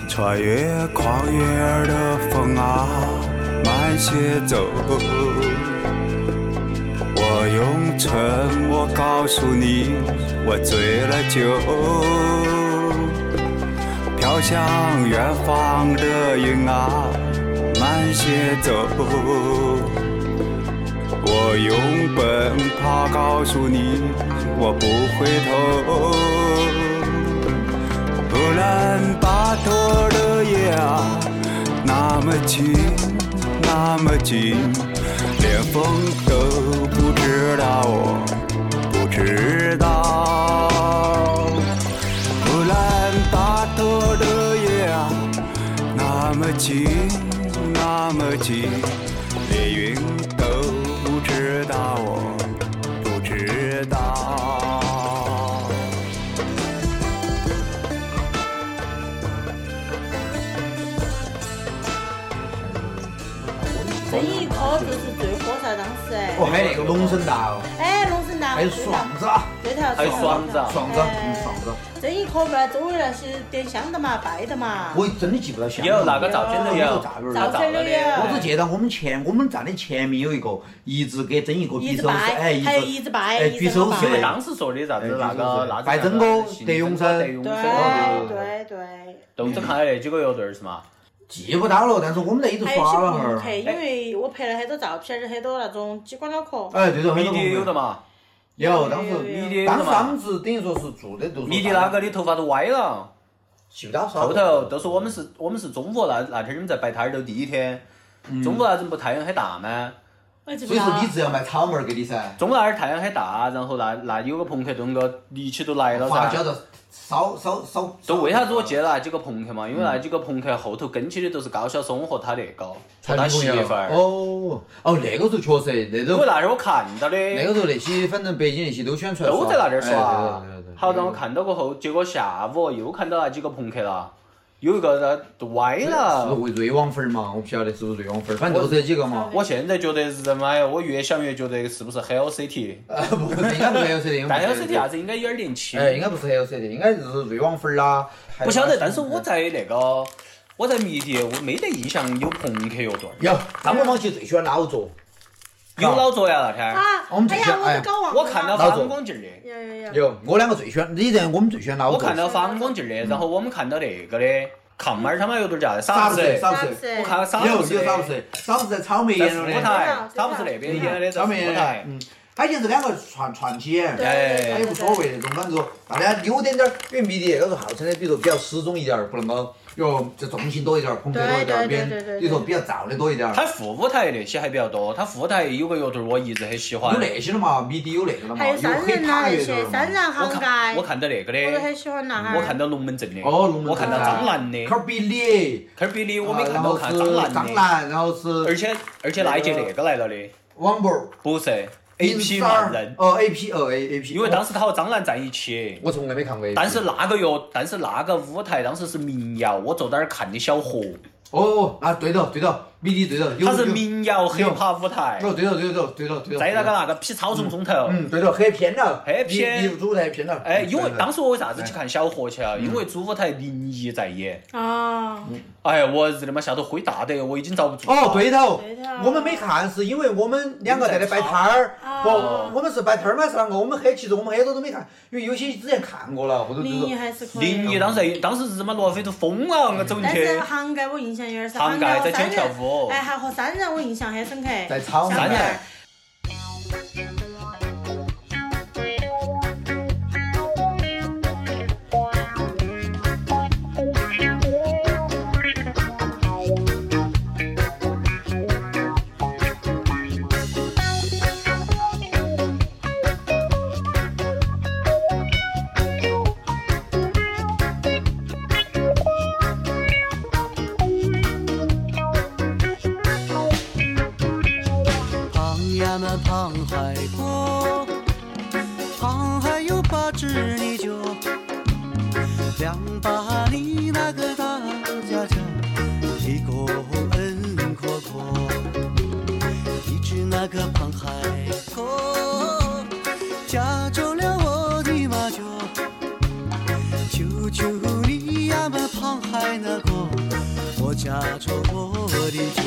S1: 穿越狂野的风啊，慢些走。我用沉默告诉你，我醉了酒。飘向远方的云啊，慢些走。我用奔跑告诉你，我不回头。突然巴托的夜啊，那么近，那么近，连风都不知道，我不知道。突然巴托的夜啊，那么近，那么近，连云都不知道，我不知道。
S4: 曾轶可就是最火噻，当时哎。
S3: 哦，还有那个龙神大哦，
S4: 哎，龙神大
S3: 还有爽子啊，
S4: 对头。
S2: 还有爽子啊
S3: 爽子，嗯，爽子，
S4: 曾轶可不然周围那些点香的嘛，拜的嘛。
S3: 我真的记不到香。
S2: 有那个照片都有，
S3: 照片儿
S2: 那照了
S4: 照
S3: 我
S4: 片
S3: 只记得我们前我们站的前面有一个，一直给曾一个
S4: 一
S3: 举
S4: 直
S3: 手势，
S4: 拜，
S3: 哎，一
S4: 还有
S3: 直
S4: 一直拜，
S3: 哎
S4: 一直
S3: 举手
S4: 拜
S2: 因为
S3: 势
S2: 当时说的啥
S4: 哎
S2: 子那个那
S3: 拜
S2: 真
S3: 真
S2: 哥
S3: 哥、德
S2: 永生、
S3: 永生
S2: 德永
S4: 对对对。
S2: 都只看了那几个乐队儿是嘛？
S3: 记不到了，但是我们那一直
S4: 还有一些
S3: 耍了哈
S4: 朋
S3: 儿
S4: 克，。因为我拍了很多照片，很多那种机关脑壳。
S3: 哎，对头，很
S2: 迷
S3: 多
S2: 笛有的
S3: 朋友
S2: 嘛？
S3: 有，当时
S4: 有有
S2: 迷笛有
S3: 当
S2: 的
S3: 时
S2: 嘛
S3: 当？时等于说是做的都
S4: 嗯
S3: 是
S2: 迷笛那个的头发都歪了，
S3: 记不到耍
S2: 后头都是我们是我们是中午那那天你们在摆摊儿都第一天，
S4: 嗯
S2: 中午那阵不太阳很大吗？
S4: 我记不
S3: 所以
S4: 到
S3: 说你只要卖草莓儿给你噻，
S2: 中午那儿太阳很大，然后那那有个朋克蹲个力气都来了
S3: 花
S2: 噻
S3: 椒。的烧烧烧。
S2: 就为啥子我记得那几个朋克嘛？因为
S3: 嗯
S2: 那几个朋克后头跟起的都是高晓松和他那个和他媳妇儿。
S3: 哦哦，那个时候确实那
S2: 因为
S3: 种
S2: 那天我看到的，
S3: 那个时候那些反正北京那些都喜欢出来
S2: 都在那点儿耍
S3: 哎对对对对。
S2: 好，让我看到过后，结果下午又看到那几个朋克了，有一个在都歪
S3: 是
S2: 了。
S3: 不是瑞王粉儿嘛？我不晓得是不是瑞王粉儿，反正就是这几个嘛。
S2: 我现在觉得是妈呀，我越想越觉得是不是 Hell City？
S3: 呃，不，应该不是 LCD，应
S2: 但
S3: 该
S2: Hell
S3: 不是
S2: City 啥子应该有点年轻，
S3: 哎，应该不是 LCD，应该就是瑞王粉儿啦。还有
S2: 不晓
S3: 啥
S2: 得。
S3: 子
S2: 但是我在那个我在迷笛，我没得印象有朋克乐队儿，
S3: 有张国芳其实最喜欢老作，
S2: 有老作呀那天儿，
S4: 啊！
S3: 我们
S4: 哎
S3: 这
S4: 呀，
S3: 些
S4: 我都搞忘了。
S2: 我看到
S3: 老作
S2: 反光镜儿的。
S4: 有有有。
S3: 有我两个最喜欢，你认我们最喜欢老
S2: 我
S3: 作。
S2: 看到反光镜儿的，
S3: 嗯
S2: 然后我们看到那个的抗美儿他们有点儿叫啥
S3: 傻
S2: 子
S3: 子？，
S2: 我
S3: 傻
S4: 啥
S3: 子
S4: 子。
S2: 看到傻
S3: 有
S2: 子
S3: 有
S2: 的，
S3: 傻子，傻子在草莓
S2: 在
S3: 演
S2: 副
S3: 了
S2: 舞
S3: 的，
S2: 台，他不是那边演的，在
S3: 草
S2: 副
S3: 莓
S2: 舞
S3: 演
S2: 台
S3: 的。。嗯，他以前是两个串串起，
S4: 对
S3: 他
S4: 对对
S3: 也无所谓那种感觉。大家悠点点儿，因为迷笛那个时候号称的，比如说比较失重一点儿，不能够哟，这重心多一点儿，捧得多一点儿，
S4: 对对对对
S3: 边
S4: 对对
S3: 里头比较燥的多一点儿。
S2: 他副舞台那些还比较多，他副舞台有个乐队我一直很喜欢
S3: 有。那些了嘛，谜底有那个了嘛，
S4: 还有三
S3: 黑
S4: 人呐
S3: 怕
S4: 那
S3: 乐队
S4: 些，
S3: 了
S4: 三
S3: 嘛，
S4: 人啊
S2: 我
S4: 行
S2: 看
S4: 街
S2: 我，看到那个的，
S4: 我都很喜欢那哈儿。
S2: 我看到龙门阵的，
S3: 哦，龙门
S2: 我看到
S3: 阵
S2: 张兰的，
S3: 科比里，
S2: 科尔比的我没
S3: 啊
S2: 看
S3: 然
S2: 到，
S3: 后
S2: 看
S3: 是
S2: 张哎兰
S3: 张
S2: 的，
S3: 兰，然后
S2: 而
S3: 是
S2: 且而且那一届那个来了的，
S3: 王博儿
S2: 不是 A P
S3: 银三儿
S2: 盲人，
S3: 哦，A P 哦，A A P，
S2: 因为当时他和张兰在一起。
S3: 我从来没看过 A P，
S2: 但是那个乐，但是那个舞台当时是民谣，我坐在那儿看的小何，
S3: 哦啊，对头对头，谜底对头，有
S2: 他是
S3: 有
S2: 民谣黑怕舞台，
S3: 哦对头对头对头对头，
S2: 在那个那个劈草丛中头，
S3: 嗯对头，黑偏了，
S2: 黑偏
S3: 你主台偏了，嗯
S2: 哎，因为
S3: 对头嗯
S2: 当时我为啥子去看小何去啊？因为主舞台林一在演，
S4: 哦，
S2: 哎，我日他妈下头灰大得，我已经遭不住。
S3: 哦，对头
S4: 对头，
S3: 我们没看，是因为我们两个在那摆摊儿，不，
S4: 哦
S3: 我们是摆摊儿嘛，是啷个？我们很其实我们很多都没看，因为有些之前看过了，或者就
S4: 临沂
S3: 是
S4: 还是可以
S2: 林
S4: 的。
S2: 一当时
S3: 嗯
S2: 在当时日妈罗非都疯了，我走进
S4: 但是
S2: 去。
S4: 杭街我印象有点深，
S2: 杭
S4: 杭
S2: 街
S4: 街和
S2: 在
S4: 三
S2: 讲跳舞
S4: 人，哎，还和三人我印象很深刻。
S3: 在草
S4: 三
S2: 上
S4: 人
S2: 面，
S1: 螃呀嘛螃海过，螃海有八只泥鳅，两把你那个大家伙，一个恩阔阔，一只那个螃海过，夹住了我的马脚，求求你呀嘛螃海那个，莫夹住我的脚。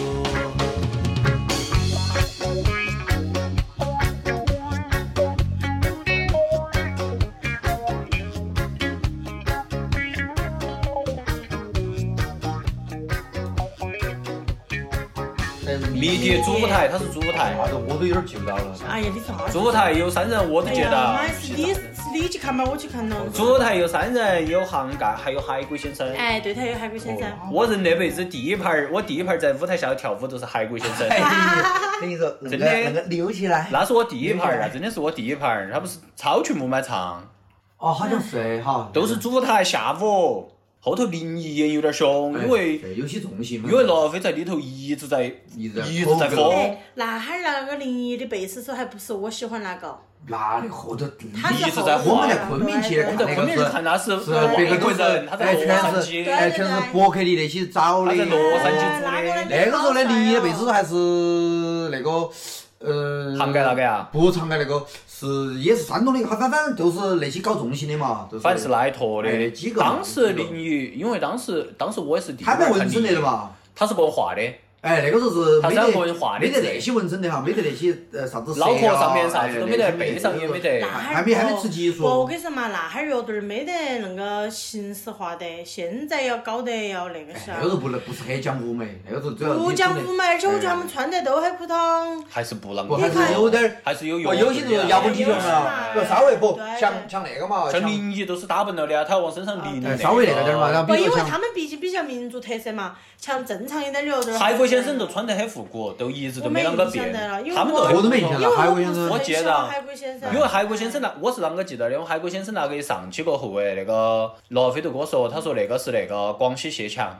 S2: 迷笛主舞台，他是主舞台，
S3: 啥子啊我都有点记不到了。
S4: 哎呀，你啥子？
S2: 主舞台有三人，我都
S4: 哎
S2: 觉
S4: 呀，
S2: 得啊
S4: 妈。是你是你去看嘛，我去看了。
S2: 主舞台有三人，有杭盖，还有海龟先生。
S4: 哎，对头，有海龟先生。
S2: 我人那辈子第一盘儿，我第一盘儿在舞台下跳舞都是海龟先生，
S3: 跟你说，
S2: 真的，
S3: 留起来。
S2: 那是我第一盘儿啊，真的是我第一盘儿。他不是超群舞嘛唱，
S3: 哦，好像是哈，
S2: 都是主舞台下午，后头林一演有点凶，
S3: 哎
S2: 因为
S3: 对有些重心嘛，
S2: 因为罗非在里头一直在
S3: 一直在
S2: 一直在疯
S3: 抠脚
S4: 哎，那哈儿那个林一的贝斯手还不是我喜欢那个，
S3: 哪里喝的？
S4: 他是
S2: 一直在
S4: 后
S3: 我
S4: 来
S3: 们
S4: 的
S3: 在昆明去
S2: 我们
S3: 看那
S2: 在昆明
S3: 个
S2: 看他是
S3: 是
S2: 外
S3: 别个
S2: 国
S3: 都是
S2: 人，他在
S3: 哎
S2: 洛
S3: 全
S2: 杉
S3: 是
S2: 矶，
S4: 对
S3: 哎全是伯克利那些找的
S2: 他在。洛杉矶
S4: 哎
S2: 租
S4: 那个人
S2: 的。
S3: 那个时候的林一的贝斯手
S4: 好帅哦
S3: 还是那个呃，
S2: 杭盖那个呀？
S3: 不，杭盖那个是也是山东的，反反正都是那些搞重型的嘛，都是。
S2: 反正是那一坨
S3: 哎
S2: 的
S3: 几。个
S2: 当时
S3: 几个
S2: 林宇，因为当时当时我也是第一
S3: 他
S2: 盘看
S3: 没纹身
S2: 林
S3: 的
S2: 宇
S3: 了？嘛？
S2: 他是给我画的，
S3: 哎，那个时候是
S2: 他
S3: 没
S2: 是按
S3: 得
S2: 文化的
S3: 没得那些纹身的哈，没得那些呃啥子蛇啊
S2: 脑壳上面啥子都没得
S3: 哎，
S2: 背上也没得
S4: 那。哈儿
S3: 还没还没吃激素
S4: 不我跟你说嘛，那哈儿乐队儿没得那个形式化的，现在要搞得要那个些
S3: 哎。那个时候不能不是很讲舞美，那个时候主要
S4: 不讲
S3: 舞
S4: 舞嘛，而且我觉得他们穿得都很普通。
S2: 还是不啷
S3: 不
S2: 个
S3: 还
S2: 看，
S3: 是有点儿。
S2: 还是有
S3: 我
S2: 用。
S3: 有些时候要不你哦就是
S4: 哎
S3: 啊，要稍微不
S4: 对
S3: 像像那个嘛，
S2: 像林宇都是打扮了的，他要往身上淋。
S3: 哎稍微那个点儿嘛，然。后
S4: 不，
S3: 比
S4: 因
S3: 如
S4: 为
S3: 像
S4: 他们毕竟比较民族特色嘛，像正常一点的乐队儿。
S2: 海龟先生都穿得很复古，都一直都啷个变
S4: 啊我没印象了因。为
S2: 他们都
S4: 我
S3: 我都没印象
S4: 因
S3: 了
S4: 为我不
S3: 海龟先
S4: 是
S3: 生
S2: 我
S4: 很
S2: 记
S4: 喜
S2: 得啊
S4: 欢海龟先生，
S2: 因为韩国先生那我是啷个记得的？我韩国先生那个一上去过后诶，那个罗非都跟我说，他说那个是那个广西谢强，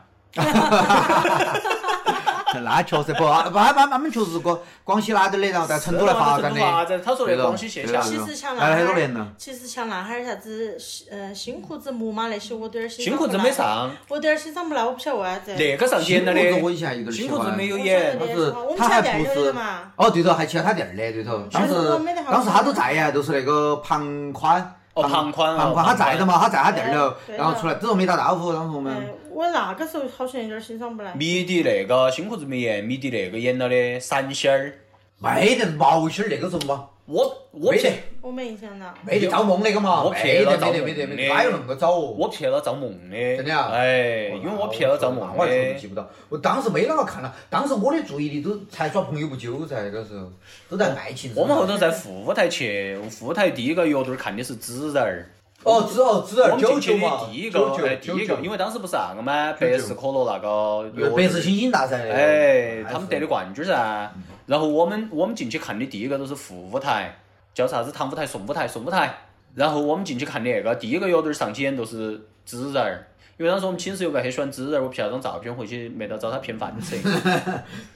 S3: 那确实不，不，他他们确实广广西那点的，然后在啊成都来发展
S2: 成都发展
S3: 的。
S2: 他说那
S3: 对
S2: 个
S3: 了
S2: 广西谢
S3: 对
S2: 强
S3: 了
S4: 其实像那
S3: 哎
S4: 哈
S3: 很多年
S4: 儿
S3: 了，
S4: 其实像那哈儿啥子，呃，新裤子、木马那些，我都有点欣赏
S2: 新
S4: 不
S2: 裤子
S4: 来
S2: 没，上，
S4: 我都有点欣赏不来，我不晓得为啥子。
S2: 那个上演了
S3: 新裤子我
S2: 的，
S3: 以前有点喜
S2: 新
S3: 欢
S2: 裤子没有
S4: 我
S2: 演
S4: 晓。
S3: 他
S4: 得
S3: 是
S4: 我们
S3: 他
S4: 抢
S3: 还
S4: 店儿
S3: 不
S4: 有的
S3: 是
S4: 嘛
S3: 哦，对头，还去了他店儿的，对头。当时
S4: 全国没得好
S3: 当时他都在呀，都是那个庞宽。
S2: 哦庞宽
S3: 庞
S2: 哦
S3: 宽他在的嘛，他在他店儿了
S4: 对，的
S3: 然后出来之后没打招呼，当时我
S4: 哎
S3: 们。，
S4: 我那个时候好像有点欣赏不来。
S2: 迷笛那个新裤子没演，迷笛那个演了的三仙儿，
S3: 没得毛线儿那个时候嘛，
S2: 我我
S3: 没得
S2: 撇
S4: 我没印象了。
S3: 没得招梦那个嘛，
S2: 我
S3: 没
S2: 撇
S3: 得
S2: 了
S3: 没得没得没
S2: 赵
S3: 得，
S2: 梦
S3: 哪有那么早哦？
S2: 我撇了赵梦的，
S3: 真的啊
S2: 哎，因为我撇了赵梦哎
S3: 我还真
S2: 的
S3: 记，不到，我当时没啷个看了，当时我的注意力都才耍朋友不久，在那个时候都在爱情。
S2: 我们后头在副舞台去，副舞台第一个乐队看的是纸人儿，
S3: 哦，知道知
S2: 我
S3: 道，
S2: 们进
S3: 九
S2: 去
S3: 九
S2: 的
S3: 嘛，
S2: 第一
S3: 九
S2: 个，哎，
S3: 九
S2: 第
S3: 九
S2: 一
S3: 九
S2: 个，，因为当时不是啥个嘛，百事可乐那个
S3: 百事星星大赛那个，
S2: 哎，
S3: 还
S2: 他们
S3: 是
S2: 得的冠军噻。然后我们我们进去看的第一个都是副舞台，叫啥子唐舞台、宋舞台、宋舞台。然后我们进去看的那个第一个乐队上去演都是纸人儿，因为当时我们寝室有个很喜欢纸人儿，我拍了张照片回去，没得找他骗饭吃。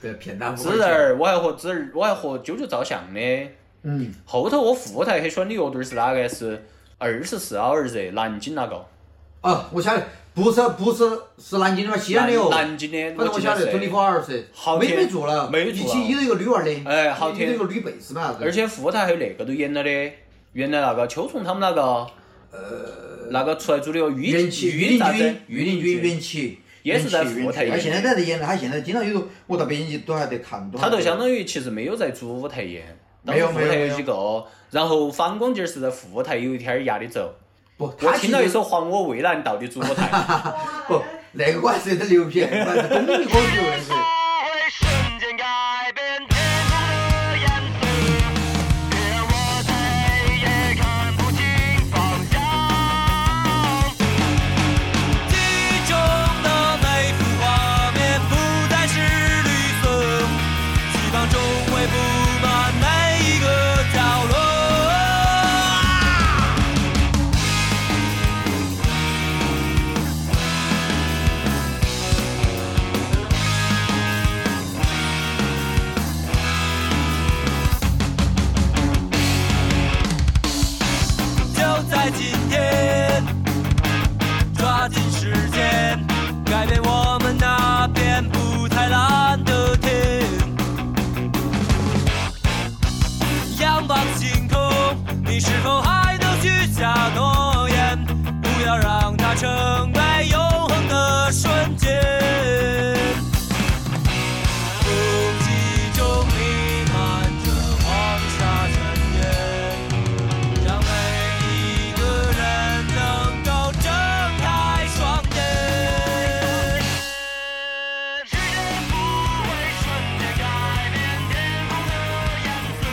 S3: 对骗他们
S2: 纸人儿，我还和纸人儿，我还和九九照相的。
S3: 嗯，
S2: 后头我副台很喜欢的乐队是哪个？是二十四号儿热，南京那个。
S3: 哦，我晓得，不是不是是南京的嘛，西安的哦，
S2: 南南京的，
S3: 反正我
S2: 记得
S3: 晓得
S2: 是
S3: twenty four hours，
S2: 好
S3: 没
S2: 天
S3: 没做了，
S2: 没
S3: 一
S2: 做了
S3: 起有那个女娃的，
S2: 哎好天
S3: 有那个女贝斯嘛，
S2: 而且副台还有那个都演了的，原来那个秋虫他们那个，呃，那个出来组的哦，玉
S3: 袁起
S2: 玉
S3: 玉林
S2: 啥子
S3: 军，玉林军袁起，
S2: 也是在
S3: 袁起
S2: 副台
S3: 袁起他
S2: 演
S3: 现在在演的，他现在经常有时候我到北京去都还在看，都还
S2: 他
S3: 在
S2: 就相当于其实没有在主舞台演，当时
S3: 没有
S2: 副
S3: 没有
S2: 台
S3: 没有
S2: 有几个哦，然后反光镜是在副台有一天儿压的走，
S3: 不，
S2: 我
S3: 他
S2: 听到一首《还我蔚蓝》到底主舞 台，
S3: 不，那个我还是有点牛 批，我还是懂的歌曲还是。
S1: 会瞬间改变天空的颜色，别让我再也看不清方向。记忆中的每幅画面不再是绿色，希望中会布满每一个角落。就在今天，抓紧时间，改变我们那片不太蓝的天。仰望星空，你是否还能许下诺言？不要让它成为永恒的瞬间。空气中弥漫着黄沙尘烟。让每一个人能够睁开双眼。时间不会瞬间改变天空的颜色，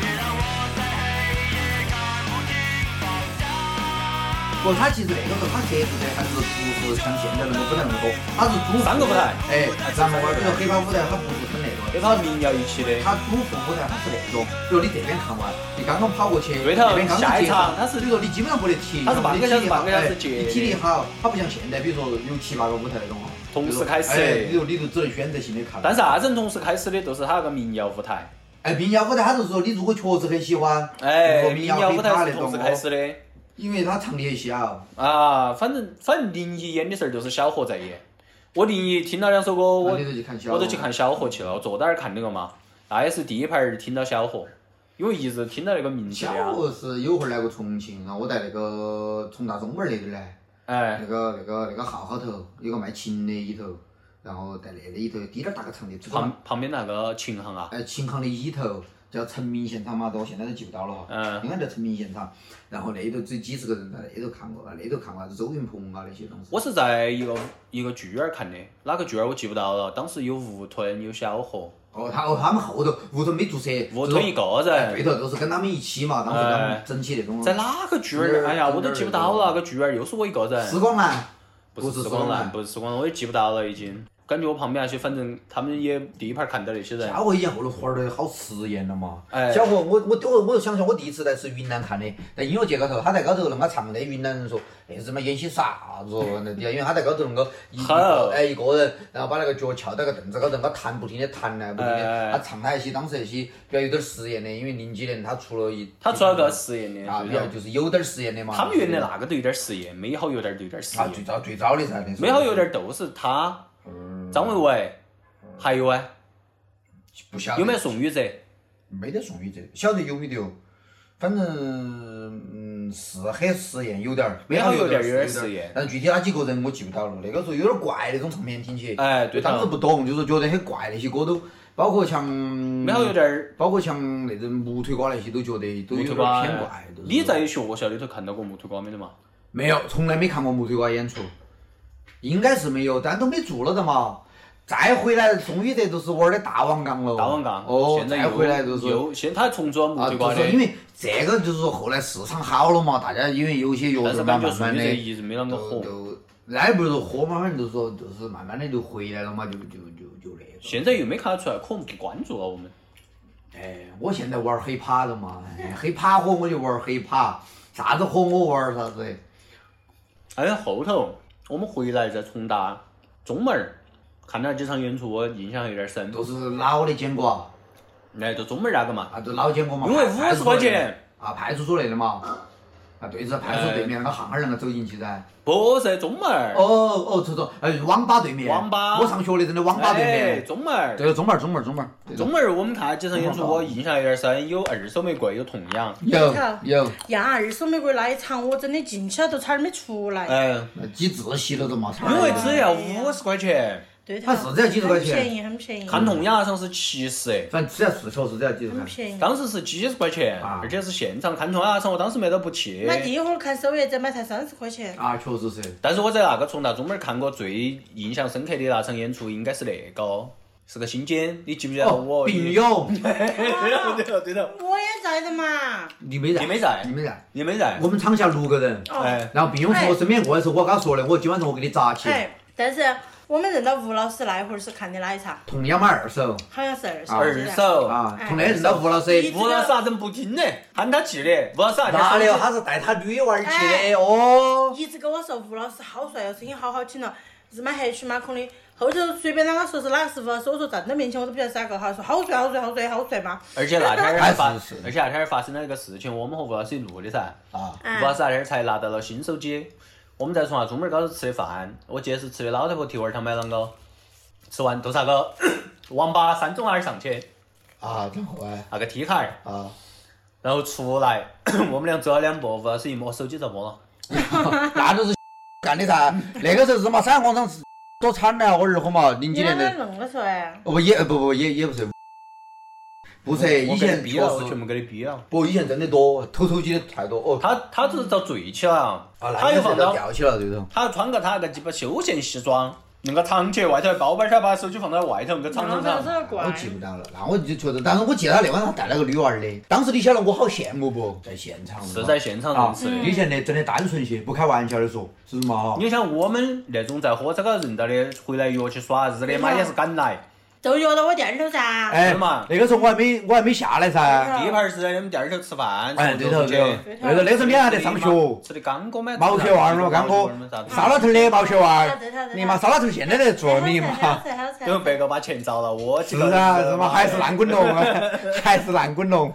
S1: 别让我在黑夜看不清方向。
S3: 不，他其实那个时候他设置的还是不是像现在那么不那么多，他是主
S2: 三个舞台
S3: 哎，然后嘛，比如说黑帮舞台，他不是很那个，
S2: 跟他民谣一起的。
S3: 他主副舞台他是那种，比如你这边看完，你刚刚跑过去，
S2: 对头
S3: 那边刚刚
S2: 下一
S3: 接上
S2: 场，他是
S3: 比如说你基本上没得停，
S2: 他是半个小时半个小时
S3: 哎
S2: 接
S3: 你体力好，他不像现在，比如说有七八个舞台那种啊，
S2: 同时
S3: 比如说
S2: 开始
S3: 哎，比如你就只能选择性的看。
S2: 但是啥人同时开始的就是他那个民谣舞台，
S3: 哎，民谣舞台，他就是说你如果确实很喜欢，
S2: 哎，
S3: 民
S2: 民
S3: 谣
S2: 谣
S3: 黑
S2: 舞
S3: 怕
S2: 台
S3: 那
S2: 是同
S3: 种
S2: 时，
S3: 哦
S2: 开始的。
S3: 因为他唱的也小，
S2: 啊，反正反正林一演的时候就是小何在演，我林一听了两首歌，我
S3: 那你就去看小何啊
S2: 我都去看小何去了，我坐在那儿看那个嘛，那也是第一排儿听到小何，因为一直听到那个名字的
S3: 小
S2: 呀，
S3: 何是有回来过重庆，啊然后我在那个重大中门那边来。
S2: 哎
S3: 那，个那个那个浩浩头有个卖琴的里头，然后在那里头滴点儿大个场地，主
S2: 旁旁边那个琴行啊，
S3: 呃琴行的里头叫陈明现场嘛，到现在都记不到了哈。
S2: 嗯
S3: 应该叫陈明现场。然后那头只有几十个人在那头看过，那头看过啥子周云鹏啊那些东西。
S2: 我是在一个一个剧院儿看的，哪个剧院儿我记不到了，当时有吴吞有小何，
S3: 哦，他哦他们后头吴吞没注册，
S2: 吴吞一
S3: 个。
S2: 个
S3: 哎对
S2: 人。
S3: 头，都是跟他们一起嘛，当时跟他们
S2: 哎
S3: 整起那种。
S2: 在哪个剧院儿？哎呀，我都记不到了。那个剧院儿又是我一个人。
S3: 时光南。
S2: 不
S3: 不是
S2: 是时
S3: 光
S2: 光
S3: 缆
S2: 缆，不是时光缆，我也记不到了，已经。感觉我旁边那些，反正他们也第一排看到那些人。
S3: 小伙以前后头活儿的好实验了嘛。
S2: 哎
S3: 小伙，我我我我就想说，我第一次来是云南看的，在音乐节高头，他在高头恁个唱的，哎云南人说那是嘛演些啥子哦，那底下因为他在高头恁个一一个
S2: 好
S3: 哎一个人，然后把那个脚翘到个凳子高头，恁个弹不停的弹来不停的，
S2: 哎
S3: 他唱他一些当时那些比较有点实验的，因为零几年他出了一
S2: 他出了个实验的，
S3: 啊，比
S2: 对
S3: 较
S2: 头
S3: 就是有点实验的嘛。
S2: 他们原来那个都有点实验，美好有点都有点实
S3: 啊最
S2: 验，
S3: 早最早的噻，那时候
S2: 美好有点都是他，
S3: 嗯
S2: 张维维，还有哎，
S3: 不晓得
S2: 有没有宋雨泽？
S3: 没得宋雨泽，晓得有没得哦？反正嗯是很实验，有点儿，
S2: 美好有点儿
S3: 是
S2: 有点儿实验
S3: 但具体哪几个人我记不到了。那个时候有点儿怪那种唱片听起，
S2: 哎对头
S3: 当时不懂，就是觉得很怪那些歌都，包括像
S2: 美好有点儿
S3: 包括像那种木腿瓜那些都觉得都
S2: 木
S3: 有
S2: 头
S3: 点
S2: 瓜
S3: 儿偏怪。都是
S2: 你在学校里头看到过木头瓜没得嘛？
S3: 没有，从来没看过木腿瓜演出，应该是没有，但都没做了的嘛。再回来，宋雨德就是玩的大王杠了。
S2: 大王杠，
S3: 哦，
S2: 现在
S3: 再
S2: 又
S3: 回来就是
S2: 又现在他重转木
S3: 啊，
S2: 地
S3: 就
S2: 瓜的
S3: 是，因为这个就是后来市场好了嘛，大家因为有些药
S2: 但是
S3: 慢
S2: 感
S3: 慢
S2: 觉宋
S3: 慢
S2: 雨
S3: 的
S2: 德一直没啷个
S3: 都
S2: 火。
S3: 都，那也不是说火嘛，反正就是说就是慢慢的就回来了嘛，就就就就那个。
S2: 现在又没看得出来，可能不关注了我们。
S3: 哎，我现在玩黑怕了嘛，哎黑怕火我就玩黑怕，啥子火我玩啥子。
S2: 哎，后头我们回来在重大中门儿看了几场演出，我印象有点深。
S3: 都是老的坚果
S2: 哎，就中门儿那个嘛，
S3: 啊，都老坚果嘛。
S2: 因为
S3: 派
S2: 五十块钱
S3: 啊，派出所那的嘛。啊，对着派出所对
S2: 哎
S3: 面那个巷儿那个走进去噻。
S2: 不是中门儿，
S3: 哦哦，瞅瞅，哎，网吧对面。
S2: 网吧
S3: 我上学的真的网吧对
S2: 哎，
S3: 面。
S2: 中门儿。
S3: 对，中门儿中门儿中门儿。对的
S2: 中门儿我们看了几场演出，
S3: 中门儿
S2: 我印象有点深，有二手玫瑰，有痛痒。
S3: 有有，
S4: 呀，二手玫瑰那一场我真的进去了都差点没出
S3: 哎
S4: 来。
S2: 嗯，
S3: 那几自习了都嘛。
S2: 因为只
S3: 哎
S2: 要五十块钱，
S4: 对头，
S3: 它是这几十块钱
S4: 很便宜，很便宜。
S2: 看痛痒好像是七十，
S3: 反正只要是确实只要几十
S4: 很
S3: 块。
S4: 便宜。
S2: 当时是几十块钱，
S3: 啊
S2: 而且是现场看痛痒场，我当时没得不去。
S4: 买第一会儿看首页展买才三十块钱。
S3: 啊，确实是。
S2: 但是我在那个重大中门儿看过最印象深刻的那场演出，应该是那个是个新间，你记不记得
S3: 哦，
S2: 我？
S3: 病友，
S2: 对头对头，
S4: 我也在的嘛。
S3: 你没在？
S2: 你没在
S3: 你没在。
S2: 你没在
S3: 我。们厂下六个人，
S2: 哎，
S3: 然后病友从我身边过来的时候，我跟他说的，我今晚上我给你扎起，
S4: 哎，但是我们认到吴老师那一会儿是看的哪一场？
S3: 同样买二手
S4: 好像是二手。
S2: 二手
S3: 啊，
S4: 哎
S3: 同样认到吴老师
S4: 一，
S2: 吴老师啥子不听呢？喊他去的，吴老师啥子
S3: 那了，他是带他女娃儿去
S4: 哎
S3: 的哦，
S4: 一直跟我说吴老师好帅哦，声音好好听哦，是买黑曲马孔的。后头随便啷个说是哪个师傅，是我说站到面前我都不晓得是哪个哈，说好帅好帅好帅好帅嘛。
S2: 而且那天儿还发
S3: 还是是，
S2: 而且那天儿发生了一个事情，我们和吴老师一路的噻。
S3: 啊，
S2: 吴老师那天儿才拿到了新手机，我们在从那中门儿高头吃的饭，我记得是吃的老太婆蹄儿汤买啷个，吃完都是那个 网吧三中那儿上去
S3: 啊，然后哎，
S2: 那个 T 卡儿，
S3: 啊，
S2: 然后出来 我们俩走了两步，吴老师一摸手机遭摸了。
S3: 那就是 干的噻，那个时候日嘛，三广场是多惨了，我二货嘛，零
S4: 你
S3: 几
S4: 啷
S3: 年
S4: 个
S3: 的，
S4: 弄个帅？
S3: 哦不也不不也也不是，不是
S2: 我
S3: 以
S2: 给他
S3: 前
S2: 逼
S3: 确
S2: 了，我全
S3: 实，
S2: 部给你逼了。
S3: 不以前真的多，偷偷鸡的太多哦，
S2: 他他就是遭醉起了，
S3: 啊，
S2: 他又放到
S3: 吊起了这种，
S2: 他穿个他那个鸡巴休闲西装，弄个长起，外头还包包，他把手机放在外头，那个长长
S4: 那
S2: 长。
S4: 是
S3: 我
S4: 怪。
S3: 记不到了，那我就觉得，但是我记得他那晚上带了个女娃儿的，当时你晓得我好羡慕不？在现场
S2: 是在现场认
S3: 啊
S2: 识的，。
S3: 以前的真的单纯些，不开玩笑的说，是不是嘛？
S2: 你想我们那种在火车高头认到的，回来约去耍日的嘛也是敢来。
S4: 都约到我店头噻。
S3: 哎
S2: 是嘛，
S3: 那个时候我还没我还没下来噻，
S2: 第一盘是在我们店儿头吃饭，
S3: 哎，对头对头
S2: 去，
S3: 那个那时候你还在上学，哦
S2: 吃的干锅嘛，
S3: 毛血旺了嘛，干哥，烧老头儿的毛血旺
S4: 啊对头对，头
S3: 你妈烧老头儿现在在做你
S4: 好
S3: 妈，
S4: 帅好帅
S2: 等
S4: 好帅
S2: 别个把钱找了，我
S3: 是
S2: 几个
S3: 啊
S2: 人
S3: 是嘛，还是烂滚龙，啊 还是烂滚龙，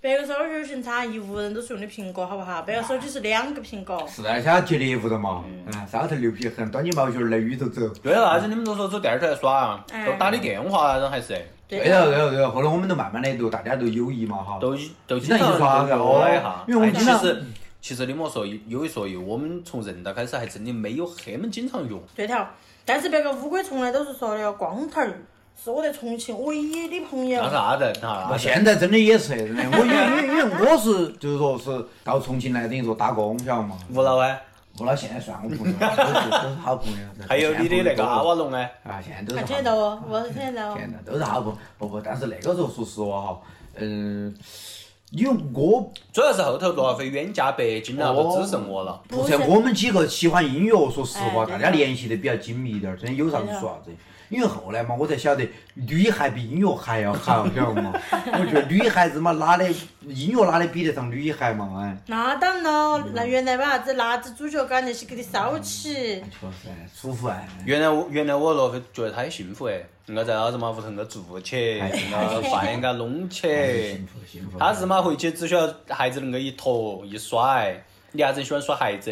S4: 别个手机行差，一屋人都是用的苹果，好不好？别个手机是两个苹果。
S3: 是啊，他结猎物了嘛，嗯，烧老头儿牛皮很，端起毛血儿来雨头走。
S2: 对了，那时候你们都说走店儿头来耍啊，
S4: 哎
S2: 都打的电话那种还是
S3: 对
S4: 对
S3: 头对啊头对头，后来我们都慢慢的都大家都友谊嘛哈，
S2: 都都经
S3: 经常
S2: 常
S3: 一刷
S2: 都
S3: 哦
S2: 了一下。
S3: 因为我们
S2: 哎
S3: 经常
S2: 其实其实你莫说有有一说一，我们从人大开始还真的没有那么经常用。
S4: 对头，但是别个乌龟从来都是说的哟，光头儿是我在重庆唯一的朋友
S2: 那。是啊啥子？那
S3: 那
S2: 啥子？
S3: 现在真的也是，真的，我因为因为因为我是就是说是到重庆来等于说打工，晓得嘛？
S2: 吴老哎，
S3: 我老现在算我朋友，都是都是好朋友。
S2: 还有你的那个阿
S3: 啊，
S2: 瓦隆哎，
S3: 啊，现在都是
S4: 还
S3: 好
S4: 听
S3: 朋
S4: 得到
S3: 友。
S4: 哦，我是听得到哦。
S3: 现在都是好朋友，不不，但是那个时候说实话哈，嗯，因为我
S2: 主要是后头罗小飞远嫁北京了，
S3: 哦
S2: 就只剩我了。
S4: 不
S3: 不
S4: 是
S3: 是我们几个喜欢音乐，说实话，
S4: 哎对
S3: 大家联系的比较紧密一点儿，真的有啥子说啥子。因为后来嘛，我才晓得女孩比音乐还要好，晓 得嘛？我觉得女孩子嘛，哪的音乐哪里比得上女孩嘛？哎。
S4: 那当然咯，那原来把啥子辣子猪脚杆那些给你烧起，
S3: 确实哎舒服哎，
S2: 原来我原来我罗非觉得他很幸福哎，硬个在老子嘛屋头硬个住起，
S3: 哎
S2: 硬个饭硬个弄起
S3: 幸。福幸福。
S2: 他日嘛回去只需要孩子能够一拖一甩，你还真喜欢耍孩子。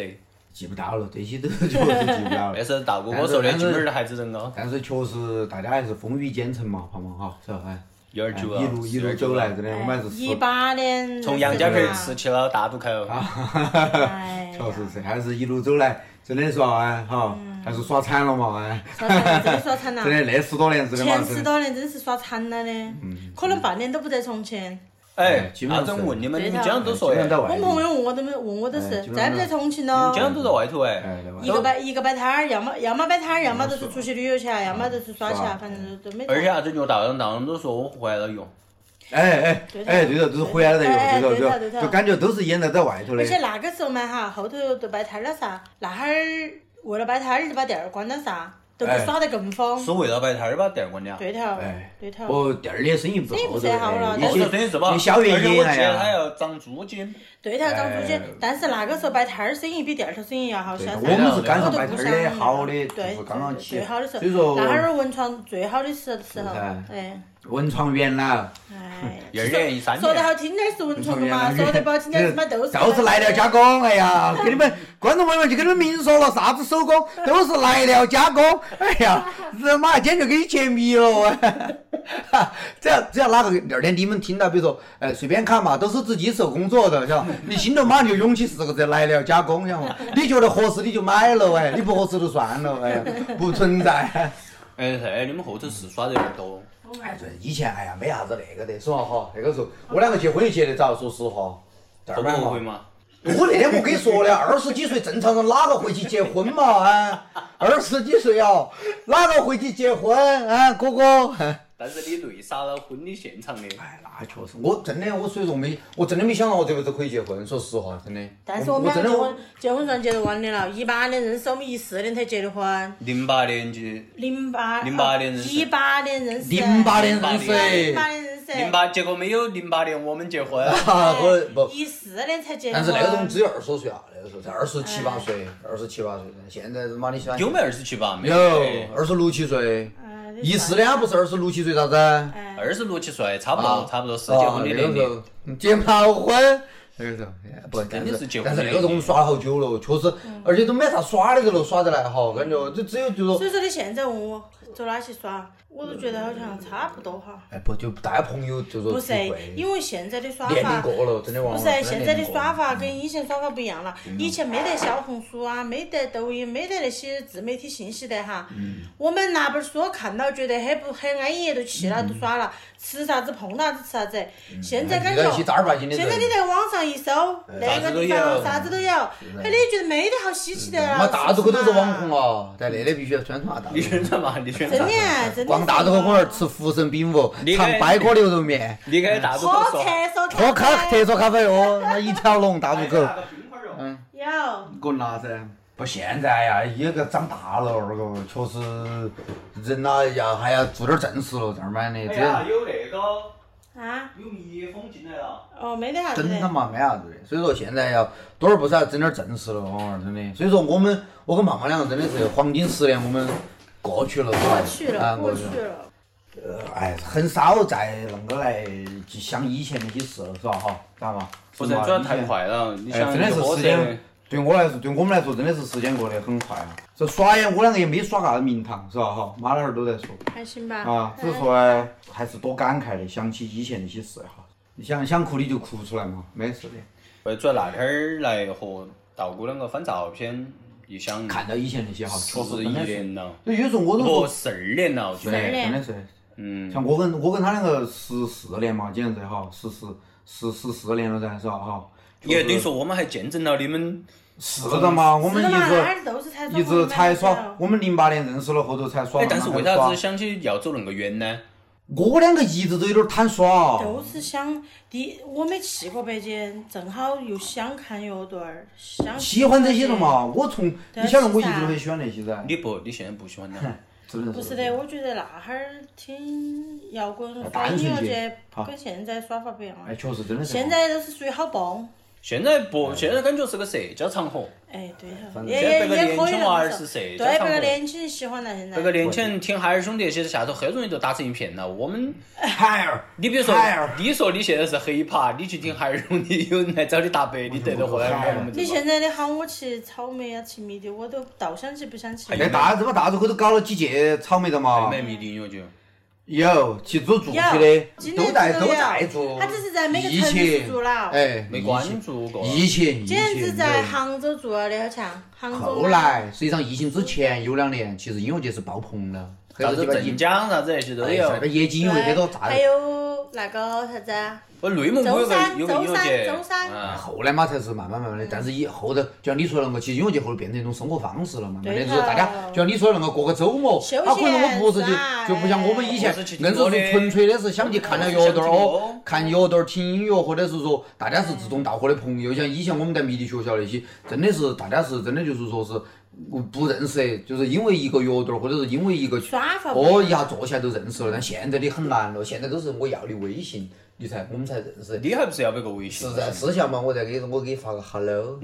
S3: 记不到了，这些都确实记不到
S2: 那
S3: 了。
S2: 是大哥我说的，进门儿的孩子人哦，
S3: 但是确实大家还是风雨兼程嘛，朋友们哈，是吧？哎，
S2: 有点久了，
S3: 一路一路走来，真嗯的，我们还是
S4: 哎一
S3: 是
S4: 八年
S2: 从杨家坪吃起了大渡口，
S4: 哎 呀嗯
S3: 确实是，还是一路走来，真的说哎哈，还是耍惨了嘛哎，
S4: 耍惨了，真的耍 惨了
S3: 真。的那十多年真的嘛嗯
S4: 前十
S3: 真的，
S4: 多年真是耍惨了的，可能半年都不得重庆。
S2: 哎，
S3: 基本
S2: 阿
S3: 上是
S2: 正问你们，你
S4: 对
S2: 们
S4: 头
S2: 经常都说
S3: 基
S2: 哎，
S3: 本上
S2: 你
S3: 在
S2: 们
S3: 外
S4: 我
S3: 地
S4: 朋友问我的没问我的
S3: 哎
S4: 是
S3: 基本
S4: 在
S3: 上
S4: 不在重庆
S2: 经
S4: 呢？
S2: 常都在外头
S3: 哎
S2: 哎，
S3: 对吧
S4: 一个摆一个摆摊儿，要么要么摆摊儿，要么就是出去旅游去啊，要么就是耍去啊，反正都都没得。
S2: 而且阿正虐大人，大人都说我回来了用。
S3: 哎哎
S4: 对头
S3: 哎，对头，都是回来了
S4: 哎
S3: 哟，对
S4: 对头
S3: 头
S4: 对
S3: 对
S4: 头
S3: 头，就感觉都是演在在外头的
S4: 而。且那个时候嘛哈，后头都摆摊儿了噻，那哈儿为了摆摊儿就把店儿关了�噻，都不
S3: 哎
S4: 耍得更疯。
S2: 是为了摆摊儿把店儿关了。
S4: 对头
S3: 哎，
S4: 对头，
S3: 哦，店儿的生意不
S4: 生意不
S3: 好哎
S4: 太好了
S3: 的，
S4: 但
S2: 我说
S3: 你
S4: 是
S3: 去
S2: 真是吧？
S3: 你宵夜
S2: 而且
S3: 夜
S2: 我
S3: 了
S2: 记得他
S3: 哎呀。
S2: 要涨租金，
S4: 对头，当初去
S3: 哎。
S4: 但是那个时候摆摊儿生意比店头生意要好些
S3: 对
S4: 噻
S3: 头。
S2: 我
S3: 我们
S2: 们
S3: 是
S2: 是赶
S3: 赶上
S4: 上
S3: 摆
S4: 摆
S3: 摊儿
S4: 摊儿
S3: 的
S4: 的
S3: 好
S4: 好
S3: 的，就
S4: 对
S3: 是，刚刚起
S4: 最。好的时候，
S3: 所以说
S4: 那哈儿文创最好的时时候
S3: 对头，
S4: 哎，
S3: 文创园啦，
S4: 哎，
S2: 一二年、一三
S4: 说得
S2: 年，
S4: 好听点是文创的
S3: 文
S4: 嘛，
S3: 创园
S4: 说得不好听点他妈都是
S3: 都是来料加工，哎呀，给你们观众朋友们就跟你们明说了，啥子 手工都是来料加工，哎呀，这妈今天就给你揭秘了，
S9: 哎 哈只要只要哪个哪天你们听到，比如说，呃，随便看嘛，都是自己手工做的， 晓得吧？你心头马上就涌起四个字来了加工，晓得吗？你觉得合适你就买了，哎，你不合适就算了， 哎，不存在。
S2: 哎哎，你们后头是耍得有点多。
S9: 哎，这以前哎呀没啥子那个的，是吧？哈，那个时候我两个结婚也结得早，说实话。这
S2: 后
S9: 儿
S2: 不
S9: 嘛
S2: 后悔嘛？
S9: 我那天我跟你说了，二十几岁正常人哪个会去结婚嘛？啊，二十几岁啊，哪个会去结婚啊？哥哥，
S2: 但是你泪洒了婚礼现场的。
S9: 哎，那确实，我真的，我所以说没，我真的没想到我这辈子可以结婚，说实话，真的。
S4: 但是我们
S9: 我真
S4: 俩结
S9: 的
S4: 婚结婚算结得晚的了，一八年认识，我们一四年才结的婚，
S2: 零八年结，
S4: 零八
S2: 08年认识
S4: 一八年认识，
S9: 零八年认识，
S4: 零八年认识，
S2: 零八结果没有零八年我们结婚。
S9: 啊，我不，
S4: 一四年才结的
S9: 但是
S4: 婚，
S9: 那个时候只有二十多岁啊，那个时候才二十七
S4: 嗯
S9: 八岁，二十七八岁，现在他妈你想
S2: 有没二十七吧？没
S9: 有二十六七岁，
S4: 哎
S9: 一四年不是二十六七岁啥子？
S4: 哎
S2: 二十六七岁，差不多，
S9: 啊，
S2: 差不多是结婚的
S9: 啊那
S2: 年
S9: 个时
S2: 龄。
S9: 候结不到婚。那个时候哎不，
S2: 真
S9: 但
S2: 的
S9: 是
S2: 是结婚
S9: 但
S2: 的
S9: 是那个时候我们耍了好久了，确实，
S4: 嗯
S9: 而且都没啥耍的个了，耍得来哈，感觉就只有就
S4: 所
S9: 说，
S4: 以说你现在问我走哪去耍，我都觉得好像差不多哈。
S9: 哎不就大家朋友就
S4: 不
S9: 说
S4: 是
S9: 聚会，，
S4: 因为现在的耍
S9: 年
S4: 法
S9: 龄过了，真的忘
S4: 不
S9: 了。
S4: 是
S9: 真
S4: 现在
S9: 年
S4: 的
S9: 龄过了嗯
S4: 耍法跟以前耍法不一样了，以前没得小红书啊，没得抖音，没得那些自媒体信息的哈。
S9: 嗯
S4: 我们拿本书看到觉得很不很安逸，就去了就
S9: 嗯
S4: 耍了，吃啥子碰啥子吃啥子。现在感觉
S9: 遇到一些正儿八经的人
S4: 现在你在网上一搜，那
S2: 啥子
S4: 个
S2: 都
S4: 地方
S2: 有
S4: 啥子都有，哎，你觉得没得好稀奇的了？
S9: 妈大渡口都是网红
S4: 了。
S9: 啊，在那里必须要宣传下大
S2: 你
S9: 渡口。
S2: 宣传 嘛？你宣
S4: 真
S2: 传
S4: 的。，真的。
S9: 逛大渡口公园吃福神饼屋，
S2: 你
S9: 尝
S2: 看
S9: 掰锅牛肉面，
S2: 你给大都
S4: 喝
S2: 口
S4: 厕
S2: 说。
S4: 所
S9: 喝咖
S4: 啡
S9: 特色咖啡哦，那一条龙大渡口。
S4: 有。
S3: 滚啦噻！
S9: 不，现在呀，一个长大了，二个确实人呐、要还要做点正事了，这儿嘛
S4: 哎
S9: 的，这
S2: 哎有那个
S4: 啊？
S2: 有蜜蜂进来了。
S4: 哦，没得啥子
S9: 真他
S4: 的。
S9: 妈没啥子的。所以说现在要多而不少要整点正事了，哦，真的。所以说我们，我跟胖胖两个真的是黄金十年，我们过去了，
S4: 过去
S9: 啊，
S4: 了，
S9: 过
S4: 过
S9: 去
S4: 去
S9: 了。
S4: 了。
S9: 呃
S3: 哎，很少再恁个来去想以前那些事了，是吧？哈，知道吗？
S2: 不是，主要太。快了。你
S3: 哎，
S2: 想，
S3: 真的
S2: 一
S3: 是
S2: 喝
S3: 时
S2: 醉
S3: 间，对我来说，对我们来说，真的是时间过得很快啊。这耍也，我两个也没耍啥子名堂，是吧？哈，妈老汉儿都在说
S4: 还 行吧。
S3: 啊，只是说哎还是多感慨的，想起以前那些事哈。你想想哭你就哭出来嘛，没事的。
S2: 为主要那天儿来和道姑两个翻照片，一想，
S3: 看到以前那些哈，
S2: 确
S3: 确
S2: 实
S3: 实
S2: 嗯一哦
S3: 真的是。
S2: 年了，
S3: 所以有时候我都
S2: 不
S3: 说，
S2: 十二年了，去
S3: 对，
S2: 年。
S3: 真的是。
S2: 嗯，
S3: 像我跟我跟他两个十四年嘛，简直哈，十四十十四年了噻，是吧？哈，
S2: 也等于说我们还见证了你们
S3: 是的嘛，我们
S4: 是的嘛哪
S3: 一
S4: 儿都是才
S3: 直一直才耍，我们零八年认识了，后头才耍
S2: 哎
S3: 慢，慢
S2: 但
S3: 才
S2: 是
S3: 耍。
S2: 为啥子想起要走恁个远呢？
S3: 我两个一直都有点贪耍，
S4: 都是想第，我没去过北京，正好又想看乐队儿，想
S3: 喜欢这些了嘛？我从
S4: 对
S3: 你晓得我一直都很喜欢那些噻，
S2: 你不，你现在不喜欢了。
S3: 真的
S4: 不
S3: 是
S4: 是的，我觉得那哈儿听摇滚、
S3: 单
S4: 反
S3: 纯
S4: 音乐
S3: 些
S4: 节
S3: 好
S4: 跟现在耍法不一样
S3: 哎，
S4: 了。
S3: 确实真的是。
S4: 现在都是属于好蹦，
S2: 现在
S3: 哎
S2: 不，现在感觉是个社交场合，
S4: 哎，对头，
S3: 反
S4: 也
S2: 现在
S4: 也
S2: 别个
S4: 也
S2: 年
S4: 可以
S2: 轻娃儿
S4: 那
S2: 是
S4: 种。
S2: 社
S4: 对，
S2: 交
S4: 别
S2: 场
S4: 个
S2: 合。
S4: 年轻人喜欢了现在
S2: 别。个年轻人听海尔兄弟那些下头很容易就打成一片了。我们，
S3: 海尔，
S2: 你比如说
S3: 海尔，
S2: 你说你现在是黑怕，你去听海尔兄弟，有人来找你搭白，你得得回来
S3: 海尔
S2: 我们
S4: 你
S2: 这个。
S4: 现在的喊我去草莓啊，去迷笛，我都倒想去不想去。
S2: 哎
S3: 那大这么大渡口都搞了几届草莓了嘛？
S2: 买迷笛音乐节，
S3: 有，其实都做去
S4: 有
S3: 的，，
S4: 今
S3: 都
S4: 年
S3: 在
S4: 有
S3: 都在做，
S4: 他只是在每个
S3: 疫
S4: 城市
S3: 情
S4: 做了。
S3: 哎，
S2: 没关注过。
S3: 疫情，疫情，疫
S4: 今
S3: 情
S4: 年只在杭州做了的，好像杭州嘛。
S3: 后来，实际上疫情之前有两年，其实音乐节是爆棚了，
S2: 啥子镇江啥子那些都
S3: 哎啥
S2: 有
S3: 个。夜景音乐节都炸
S4: 还
S3: 的。
S4: 有那个啥子啊，
S2: 我内蒙古有
S4: 舟
S2: 个
S4: 山
S2: 有个音乐节，
S4: 舟山舟山
S2: 啊，
S3: 后来嘛，才是慢慢慢慢的，但是以后头，就像你说的那个，其实音乐节后头变成一种生活方式了嘛。慢慢
S4: 对
S3: 的，
S4: 头
S3: 如果大家就像你说的那个过个周末，
S4: 休
S3: 啊，可能我
S4: 闲
S3: 不是去
S4: 是吧，
S3: 就不像我们以前
S2: 哎，
S3: 硬是是纯粹的是想去看了乐队
S2: 想
S3: 儿
S2: 听
S3: 哦
S2: 歌，
S3: 看乐队儿听音乐，或者是说大家是志同道合的朋友，像以前我们在迷笛学校那些，真的是大家是真的就是说是不不认识的，就是因为一个乐队儿，或者是因为一个
S4: 耍法不
S3: 哦
S4: 一
S3: 一
S4: 样
S3: 下坐下都认识了，但现在的很难了，现在都是我要你微信，你才我们才认识。
S2: 你还不是要不要个微信
S3: 是？在私下嘛，我再给我给你发个 hello，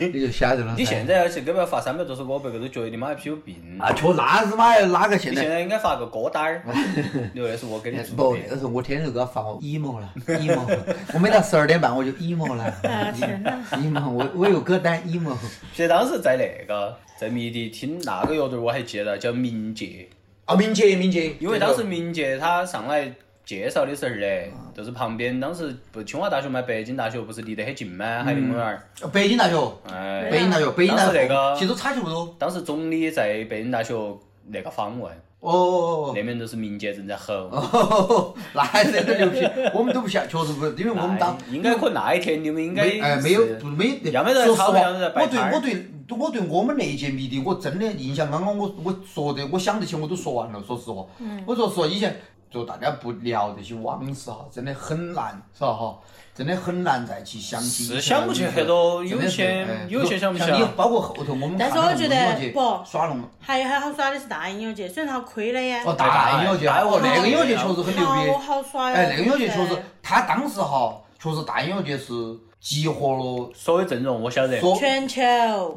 S3: 你 就晓得了
S2: 嗯
S3: 噻。
S2: 你现在去给别发三百多首歌，别个都觉得你妈一批有病。
S3: 啊，确那是嘛，哪个现
S2: 你
S3: 在哎
S2: 现？在应该发个歌单儿，你说那是我给你做
S3: 不，
S2: 的。
S3: 那时候我天天都给他发我 emo 了，emo，了我每到十二点半我就 emo 了，emo，我 我有歌单 emo，
S2: 其实当时在那个在迷笛听那个乐队，我还记得叫冥界，
S3: 啊，敏捷敏捷，
S2: 因为当时冥界他上来介绍的时候嘞，就是旁边当时不清华大学嘛，北京大学不是离得很近
S3: 嗯
S2: 嘛，海淀公园儿，
S3: 这个哦北京大学，
S2: 哎，
S3: 北京大学，北京大
S2: 当时
S3: 学哦
S2: 那个
S3: 其实差距不多，
S2: 当时总理在北京大学那个访问，
S3: 哦哦
S2: 那边都是民间正在吼。
S3: 哦，那还是有点牛皮，我们都不晓，确实不，因为我们当
S2: 那哎应该可那一天你们应该
S3: 没哎没有不没，
S2: 要么在
S3: 说实
S2: 炒
S3: 话，
S2: 饭要么在摆
S3: 我对
S2: 摊儿
S3: 我对我对我们那一届迷笛，我真的印象刚刚我我说的，我想得起我都说完了，说实话，
S4: 嗯
S3: 我说实话以前就大家不聊这些往事哈，真的很难，是吧哈？真的很难再去想起以前
S2: 是
S3: 的
S2: 想不起
S3: 那些
S2: 很多
S3: 真的
S2: 有
S3: 是
S2: 些
S3: 哎
S2: 有些想不起
S3: 像你
S2: 来
S3: 包括后头我们
S4: 但是
S3: 看
S4: 我
S3: 那
S4: 觉
S3: 个
S4: 得
S3: 音乐节
S4: 不
S3: 耍龙门
S4: 还有还好耍的是大音乐节，虽然它亏了呀，
S3: 哦大音乐节，
S2: 哎
S3: 哦
S2: 我
S3: 那个音乐节
S2: 哎
S3: 确实很牛逼
S4: 好。啊好耍哟。
S3: 哎，那个音乐节确
S4: 对
S3: 实，他当时哈，确实大音乐节是集合了
S2: 所有阵容我晓得，
S3: 所
S4: 全球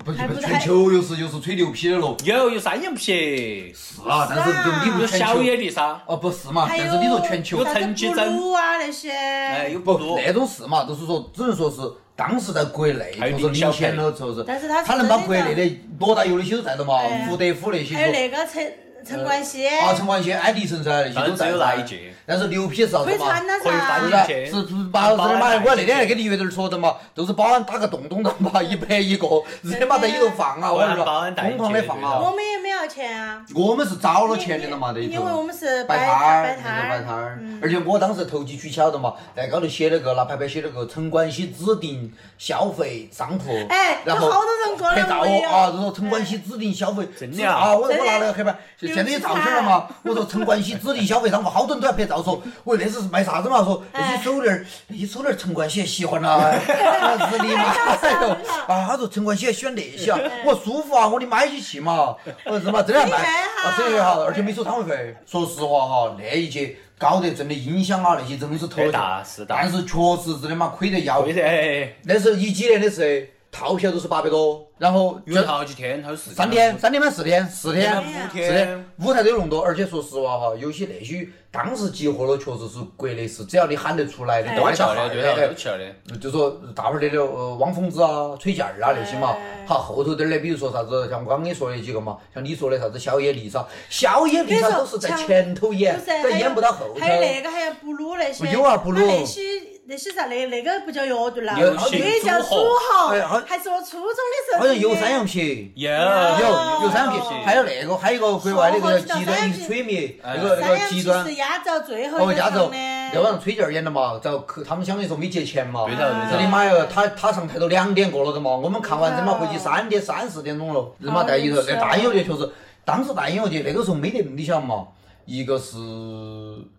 S3: 不
S4: 还
S3: 不，
S4: 是
S3: 全球又是又是吹牛皮的咯。
S2: 有有三眼不撇，
S3: 是啊，但是就你不
S2: 有
S3: 全
S2: 小野
S3: 球，
S2: 丽莎，
S3: 哦不是嘛，
S4: 还
S3: 但
S4: 有
S3: 是你说全球
S2: 有
S4: 啥
S2: 陈绮
S4: 子布
S2: 贞
S4: 鲁啊那些，
S2: 哎，有
S3: 不
S2: 不多。
S3: 那种事嘛，就是说只能说是当时在国内
S2: 还有
S3: 就是
S2: 林小
S3: 领先了，就是
S4: 但是他是
S3: 他能把国内
S4: 真
S3: 的罗大佑那些都在的嘛
S4: 哎呀，
S3: 胡德夫那些
S4: 还有
S3: 说。
S4: 那个陈陈冠希，
S3: 啊，陈冠希、安迪生噻，那些都在
S2: 但是只有那
S3: 噻
S2: 一届
S3: 但是牛批是啥
S4: 可
S3: 子
S4: 以
S3: 嘛
S4: 穿？的
S2: 可以翻译
S3: 是
S4: 噻
S2: 一下
S3: 吧？
S2: 去
S3: 是是把是
S2: 保安
S3: 的嘛
S2: 来？
S3: 我那天还跟你乐队儿说的嘛，都是保安打个洞洞的嘛，一百一个，直接嘛在里头放啊，
S2: 保
S3: 我
S2: 安
S3: 跟你
S2: 保安
S3: 说，
S2: 带
S3: 疯狂
S2: 进
S3: 的
S2: 去
S3: 放
S2: 对吧
S3: 啊
S4: 我。们也没要钱啊。
S3: 我们是找了钱的了嘛，那一头
S4: 因为我们是
S3: 摆
S4: 摆
S3: 摊儿，
S4: 摆
S3: 那
S4: 摊
S3: 个
S4: 儿嗯
S3: 摆摊儿。而且我当时投机取巧的嘛，在高头写了个拿牌牌写了个陈冠希指定消费商铺，
S4: 哎
S3: 然后
S4: 有好多人过来
S3: 拍照
S4: 我也有
S3: 啊，就说陈冠希指定消费，
S2: 真的啊
S3: 啊，我我
S4: 真的
S3: 拿了个黑板，现在也照片了嘛，我说陈冠希指定消费商铺，好多人都在拍照 说，我那是卖啥子嘛？说
S4: 哎
S3: 那些手链儿，那些手链儿陈冠希喜欢啊， 哎日你妈哟！啊，他说陈冠希喜欢那些啊，
S4: 嗯
S3: 我舒服啊，我的买起去嘛，我说嘛，真的还卖
S4: 厉害哈
S3: 啊，真的哈，而且没收摊位费。说实话哈，那一届搞得真的音响啊那些真的是头
S2: 哎大是大
S3: 但是确实真的嘛亏得要
S2: 对。的，哎
S3: 那时候一几年的时候，套票都是八百多，然后
S2: 有人好几天，他有四
S3: 三天，三天半四天，四天
S2: 三天半五天
S3: 四天，舞台都有那么多。而且说实话哈，有些那些当时集合了，确实是国内是只要你喊得出来的，
S4: 哎
S3: 都
S2: 多
S3: 喊
S2: 巧
S3: 得
S2: 的，
S3: 喊
S2: 对
S3: 的
S2: 的，
S3: 哎
S2: 多巧的。
S3: 就说大腕儿的那呃汪峰子啊、崔健儿啊那些嘛，
S4: 哎
S3: 好后头点儿的，比如说啥子像我刚跟你说的几个嘛，像你说的啥子小野丽莎，小野丽莎都是在前头演，
S4: 不是，
S3: 但演不到后头。
S4: 还有那个，还有布鲁那些。
S3: 有啊布鲁
S4: 那那些那些啥，那那个不叫乐队了，
S2: 有
S4: 那
S2: 些
S4: 个叫
S2: 组
S4: 组
S2: 合
S4: 合
S3: 哎好，
S4: 还是我初中的时候。
S3: 好像有三羊皮。
S2: 有
S3: 哎有
S4: 有
S3: 有三羊皮，还有那个，还有一个国外的那个
S4: 哦我知道
S3: 极端
S4: 三
S3: 一
S4: 羊皮
S3: 吹灭，
S2: 哎
S3: 那个那
S4: 三
S3: 个
S4: 羊
S3: 极
S4: 皮
S3: 端
S4: 是压轴最后
S3: 哦，
S4: 一个
S3: 压
S4: 唱
S3: 轴
S4: 的。，
S3: 要不然崔健儿演的嘛，遭客他们相当于说没结钱嘛。
S2: 对头对头
S3: 这你妈哟，他他上台都两点过了的嘛，我们看完这嘛回去三点三四点钟了，这嘛在里头。
S4: 啊
S3: 那大音乐节确实，当时大音乐节那个时候没得，你想嘛，一个是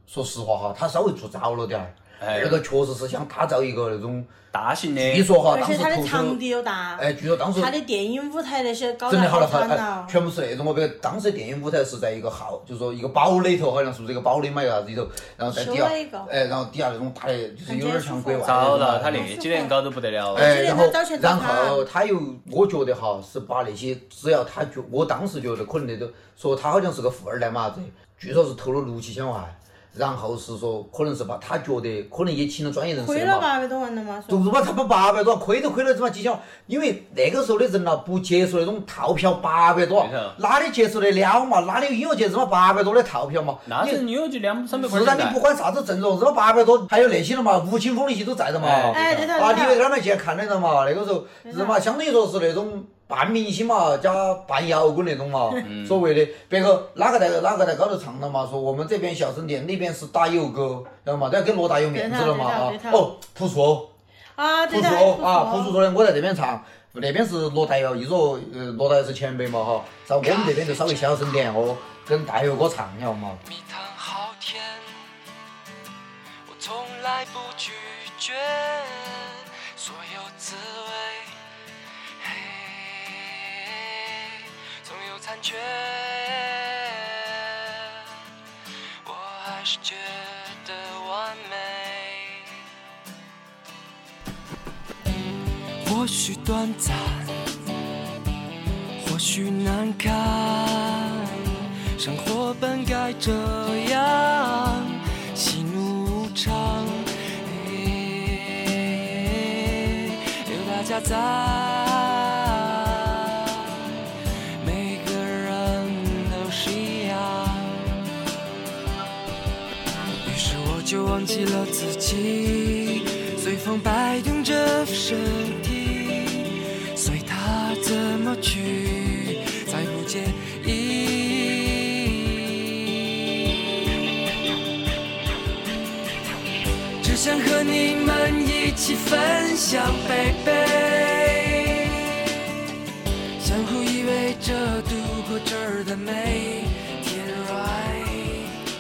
S3: 说实话哈，他稍微做早了点儿，
S2: 哎
S3: 二个确实是想打造一个那种，
S2: 大型的，
S3: 据说哈，
S4: 而
S3: 当
S4: 且
S3: 时
S4: 它的
S3: 投
S4: 场
S3: 资，
S4: 地又大，
S3: 哎，据说当时
S4: 它的电影舞台那些搞
S3: 整
S4: 得
S3: 得好了，
S4: 惨
S3: 哎
S4: 了，。
S3: 全部是那种我别当时电影舞台是在一个号，就是说一个堡垒头，好像是不是一个堡垒嘛，一个啥子里头，然后在底
S4: 修
S3: 下
S4: 了一个，
S3: 哎，然后底下那种打的，就是有点像国外的
S2: 糟
S3: 那
S2: 了，
S3: 种
S2: 他那几年搞得不得了。
S3: 哎，
S4: 我记得
S3: 然
S4: 他
S3: 后
S4: 找全
S3: 然
S4: 东华
S3: 后他又，我觉得哈，是把那些只要他觉，我当时觉得可能那种，说他好像是个富二代嘛，这据说是投了六七千万，然后是说可能是把他觉得可能也请了专业人士
S4: 亏
S3: 的
S4: 了
S3: 嘛，
S4: 八百多万的嘛，
S3: 就
S4: 说
S3: 是嘛，他妈八百多，亏都亏了这么几千万，因为那个时候的人呐、不接受那种套票八百多
S2: 对头，
S3: 哪里接受得了嘛？哪里有音乐节这么八百多的套票嘛？
S2: 那
S3: 你
S2: 是你有就两三百块
S3: 是
S2: 钱
S3: 啊，你
S2: 的，
S3: 不管啥子阵容，这么八百多，还有那些的嘛，吴青峰那些都在的嘛。
S2: 哎
S4: 哎，对头
S3: 啊，你
S4: 对
S3: 在
S4: 头。
S3: 那边去看得到嘛？那个时候是嘛，相当于说是那种半明星嘛，加半摇滚那种嘛，
S2: 嗯
S3: 所谓的别个哪个在哪个在高头唱了嘛，说我们这边小声点，那边是打油歌，知道嘛？都要给罗大佑面子了嘛啊
S4: 对头对！头
S3: 哦，朴树哦，
S4: 啊，
S3: 朴
S4: 对
S3: 树
S4: 的，
S3: 哦啊，朴
S4: 朴树
S3: 树说的我在这边唱，那边是罗大佑，一说呃罗大佑是前辈嘛哈，然后我们这边就稍微小声点哦，跟大佑哥唱一下嘛。
S1: 蜜糖好甜，我从来不拒绝所有滋味，嘿，总有残缺。我还是觉得完美，或许短暂，或许难堪。生活本该这样，喜怒无常。哎有大家在，每个人都是一样。于是我就忘记了自己，随风摆动着身体。随它怎么去，再不介意。只想和你们一起分享，baby，相互依偎着度过这儿的每天，right。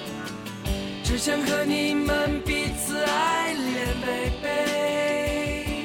S1: 只想和你们彼此爱恋，baby。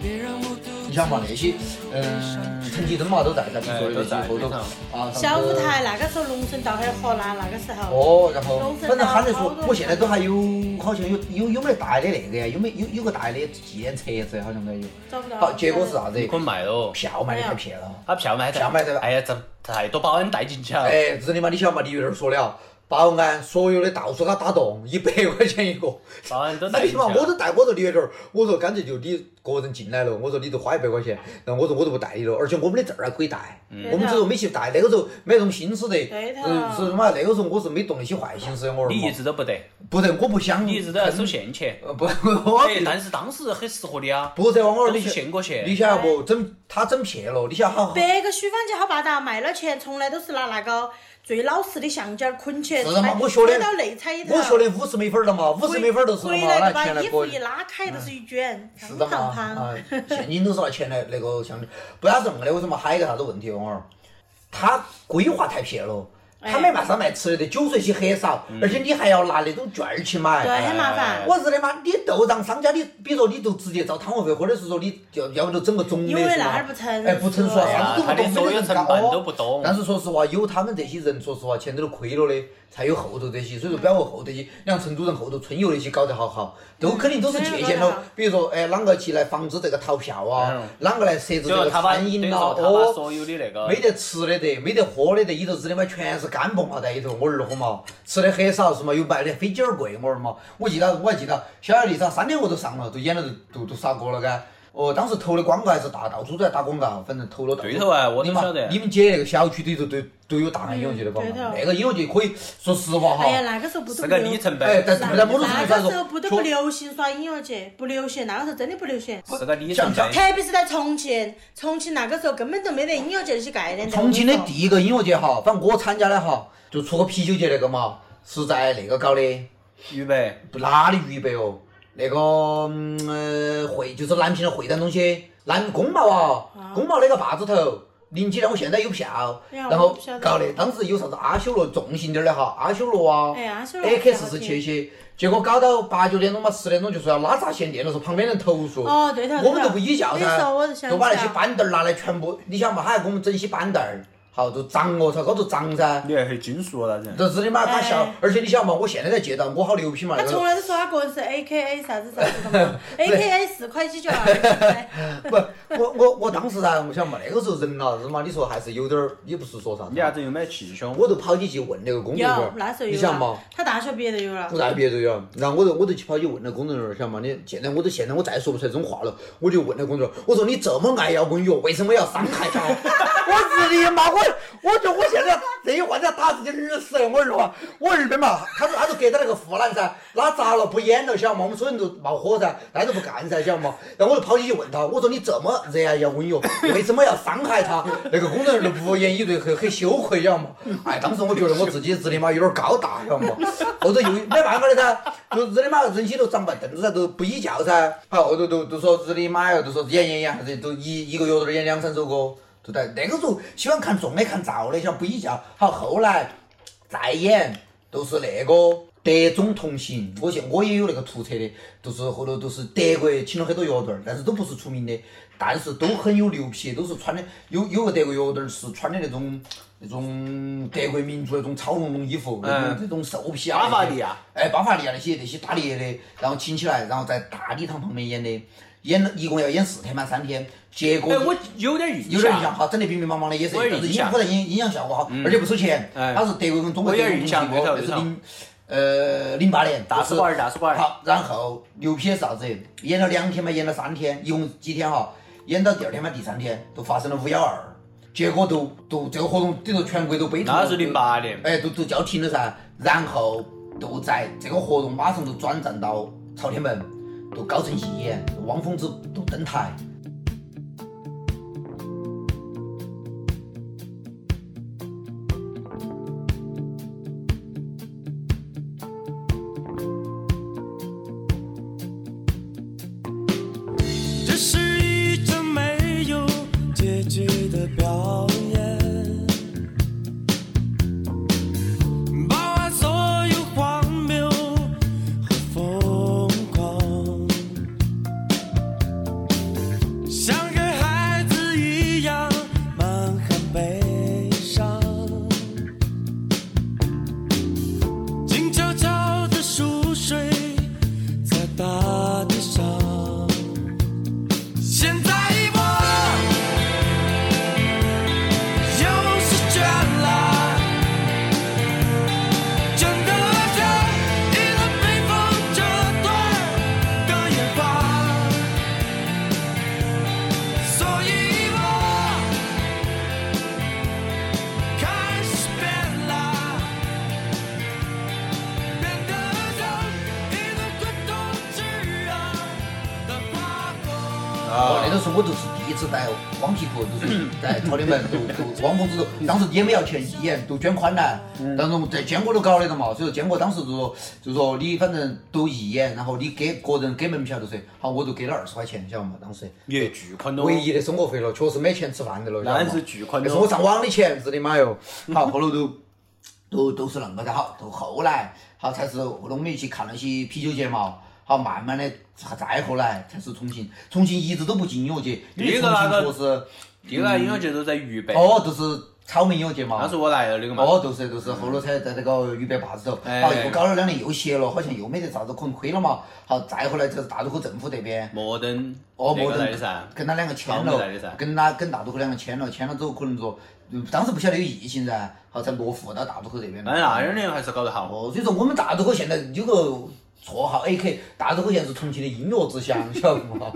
S1: 别让我
S3: 你想嘛，那些嗯，陈绮贞嘛哎都在在你说的那些后头啊，
S4: 小舞台那个时候龙城道还有河南那个时候，
S3: 哦，然后
S4: 啊
S3: 反正喊得说，我现在都还有，好像有有有没大的那个呀？有没有有个大的纪念册子？好像都有。
S4: 找不到。
S3: 好，结果是啥子
S2: 你？可以卖了。
S3: 票卖的太便宜了。
S2: 他票卖
S3: 票卖得了
S2: 哎呀，这太多保安带进去了。
S3: 哎，日你妈！你晓得嘛？李玉儿说了，保安所有的到处他打洞，一百块钱一个。
S2: 保安都
S3: 那
S2: 带啊
S3: 你
S2: 进去
S3: 妈！哎我都
S2: 了。
S3: 带，我说李月点儿，我说干脆就你个人进来了，我说你就花一百块钱，然后我说我就不带你了，而且我们的证儿还可以带，
S2: 嗯
S3: 我们只是没去带，那个时候没那种心思的，
S4: 对头
S3: 嗯，是嘛？那个时候我是没动那些坏心思的，我儿
S2: 你一
S3: 嘛，
S2: 直都不得，
S3: 不得，我不想，
S2: 你一直都要收现钱。
S3: 呃，不， 我
S2: 哎，但是当时很适合你啊，
S3: 不是我儿
S2: 都
S3: 哦你
S2: 是现过去。
S3: 你晓得不？整他整撇了，你晓得好，
S4: 别个许芳姐好霸道，卖了钱从来都是拿那个最老实的橡胶捆起，
S3: 是的嘛
S4: 揣
S3: 我学的
S4: 揣到内侧里头。
S3: 我学的五十美分儿了嘛，五十美分儿都是
S4: 回
S3: 嘛，
S4: 回来
S3: 拿
S4: 就把
S3: 钱来
S4: 衣
S3: 裹
S4: 服。一拉开就是一卷，
S3: 是
S4: 胖
S3: 的嘛，
S4: 胖
S3: 啊
S4: 胖。，
S3: 现金都是拿钱来那个相的， 不然是么的，为什么还有一个啥子问题哦？娃儿，他规划太撇了。他卖嘛啥卖吃的，酒水些很少，而且你还要拿那种券儿去买。
S4: 对，很麻烦。
S3: 我日的妈！你都让商家，你比如说你就直接招摊位费，或者是说你就要不就整个总的，
S4: 因为
S3: 是吧
S4: 那儿不成
S3: 哎，不成熟啊，
S4: 熟
S2: 他
S3: 啥子都
S2: 的
S3: 不
S2: 所
S3: 懂，没得
S2: 有
S3: 人
S2: 成
S3: 搞
S2: 本
S3: 哦
S2: 都不懂
S3: 但是说实话，有他们这些人，说实话，前头都亏了的，才有后头这些。所以说，不要说后头些，你像成都人后头春游那些搞得好
S4: 嗯
S3: 好，都肯定都是借鉴
S4: 春游搞得
S3: 了
S4: 好。
S3: 比如说，哎，啷个去来防止这个逃票啊
S2: 嗯？
S3: 啷个来设置这
S2: 最后
S3: 个
S2: 他把，
S3: 餐
S2: 等于
S3: 饮
S2: 说
S3: 啊？
S2: 他把
S3: 哦，
S2: 所有的那个
S3: 没得吃的得，没得喝的得，里头日的妈全是干蹦啊，在里头。我儿豁嘛，吃的很少是嘛，又卖的飞机儿贵，我儿嘛。我记得我还记得，小亚丽莎三天我都上了，都演了都都都杀过了该。哦，当时投的广告还是大，到处都在打广告，反正投了到处。
S2: 对头啊我都
S3: 你妈
S2: 晓得
S3: 你们姐那个小区里头都都有大汉音乐节的广告
S4: 嗯对头，
S3: 那个音乐节可以说实话哈
S4: 哎。呀，那个时候不都
S2: 是
S4: 不
S2: 个
S4: 流
S2: 里程
S3: 哎
S2: 碑，，
S3: 但是不在某种程
S4: 那
S3: 度上
S4: 个
S3: 说，
S4: 时候不都不流行耍音乐节，不流行，那个时候真的不流行。
S2: 是个里程
S3: 像
S2: 碑。
S4: 特别是在重庆，重庆那个时候根本就没得音乐节这些概念。
S3: 重庆的第一个音乐节哈，反正我参加的哈，就出个啤酒节那个嘛，是在那个搞的。
S2: 渝北，
S3: 不哪里渝北哦？那个嗯，呃会就是南平的会展中心，南工贸啊，工贸那个坝子头。零几年我现在有票，
S4: 哎呀
S3: 然后
S4: 我不晓得
S3: 搞的，当时有啥子阿修罗重型点儿的哈，阿修罗啊
S4: 哎阿修罗
S3: ，AK 四
S4: 我
S3: 四
S4: 不晓得
S3: 七些，结果搞到八九点钟嘛，十点钟就说要拉闸限电了，说旁边人投诉，
S4: 哦对头对头
S3: 我们都不依教
S4: 你
S3: 噻
S4: 说我就想，起来
S3: 就把那些板凳儿拿来全部，你想嘛，他还给我们整些板凳儿，好就涨哦，朝高头涨噻，
S2: 你还很金属那人。
S3: 这日你妈他笑
S4: 嗯哎，
S3: 而且你想嘛，我现在在街道，我好牛批嘛，
S4: 他
S3: 那个
S4: 从来都说他个人是 A K A 啥子啥子的 嘛，A K A 四块几角儿。
S3: 不，我我我当时啊噻，我想嘛，那个时候人呐，日妈，你说还是有点儿，也不是说啥子。啊
S2: 你伢子又买气胸，
S3: 我都跑起去问那个工作
S4: 有
S3: 人，
S4: 那
S3: 员
S4: 时候
S3: 儿，你
S4: 有
S3: 想嘛
S4: 了，，他大学毕业就有了
S3: 我。在别的呀，然后我就我就去跑去问那工作人员儿，想嘛，你现在我都现在我再也说不出来这种话了，我就问那工作人员儿，我说你这么爱摇滚乐，为什么要伤害他？我日你妈！我我觉得我现在这一换才打自己耳屎，我说我二本嘛，他说他就隔着那个护栏噻，拉闸了不演了，晓得嘛？我们所有人都冒火噻，大家都不干噻，晓得嘛？然后我就跑进去问他，我说你这么热爱摇滚乐，为什么要伤害他？那个工作人员都无言以对，很很羞愧，晓得嘛？哎，当时我觉得我自己日你妈有点高大，晓得嘛？或者又没办法的噻，就日你妈人些都长白凳噻，都不依教噻。好，后头都都说日你妈哟，都说演演演，这都一一个月都演两三首歌。对不对？那个时候喜欢看重的、看燥的，像不一样。好，后来再演都是那个德中同行，我现我也有那个图册的，都是后头都是德国请了很多乐队儿，但是都不是出名的，但是都很有牛皮，都是穿的有有个德国乐队儿是穿的那种那种德国民族那种草绒绒衣服，那种那种兽皮啊，
S2: 巴伐利亚。
S3: 哎，巴伐利亚那些那些打猎的，然后请起来，然后在大礼堂旁边演的，演了一共要演四天嘛，三天，结果
S2: 哎，我有点印象，
S3: 有点印象，哈，整得明明茫茫的也是，
S2: 我有
S3: 但
S2: 印
S3: 是影
S2: 象
S3: 响可能影影响效果好，而且不收钱，
S2: 哎
S3: 它是德国跟中国
S2: 我有
S3: 德
S2: 点
S3: 国同
S2: 印象
S3: 行过，
S2: 没
S3: 那
S2: 错
S3: 是
S2: 没
S3: 零呃零八年，
S2: 大
S3: 就是
S2: 官儿，大是官儿。
S3: 好，然后牛批是啥子？演了两天嘛，演了三天，一共几天哈？演到第二天嘛，第三天都发生了五幺二，结果都都这个活动等于说全国都悲痛了。
S2: 那是零八年
S3: 哎，都都叫停了噻。然后都在这个活动马上就转战到朝天门，都高层戏演，汪峰子都登台。
S5: 这是一场没有结局的表演，包含所有荒谬和疯狂，像个孩子一样满含悲伤，静悄悄地熟睡在大地上。现在我又是倦了，整个晚上依然被风折断的眼眶，所以我开始变了，变得像一朵滚动炙热的花朵。
S3: 哦，那个时候我就是第一次带汪皮裤， 就是在朝天门都都汪公子都，当时也没要钱演，都捐款来，
S2: 嗯
S3: 当时我们在坚果都搞那个嘛，所以说坚果当时就说就说你反正都义演，然后你给个人给门票就是，好我就给了二十块钱，晓得嘛？当时
S2: 也巨款咯，
S3: 唯一的生活费了，确实没钱吃饭的了，
S2: 那
S3: 晓
S2: 是
S3: 得嘛？
S2: 巨哦款
S3: 哎那是我
S2: 咯。
S3: 上网的钱，日你妈哟！好，后头都都都是恁个的，好，都后来好才是后头我们一起看那些啤酒节嘛，好慢慢的再后来才是重庆，重庆一直都不进音乐节，因为
S2: 第一个
S3: 重
S2: 那
S3: 庆
S2: 个
S3: 确实
S2: 第一个音乐节都在渝北，
S3: 哦，就是草莓音乐节嘛，
S2: 当时我来了那个嘛。
S3: 哦，就是就是，后头才在这个渝北坝子头，
S2: 哎
S3: 好又搞了两年又歇了，好像又没得啥子，可能亏了嘛。好，再后来就是大渡口政府这边，
S2: 摩登，
S3: 哦，
S2: 那
S3: 摩
S2: 个
S3: 登
S2: 来的噻，
S3: 跟他两个签
S2: 草莓来的噻
S3: 了，跟他跟大渡口两个签了，签了之后可能说，嗯当时不晓得有疫情噻，好才落户到大渡口这边
S2: 但
S3: 来。
S2: 是那二年还是搞得好。
S3: 哦，所以说我们大渡口现在有个绰号 AK，大渡口现在是重庆的音乐之乡，晓得不嘛？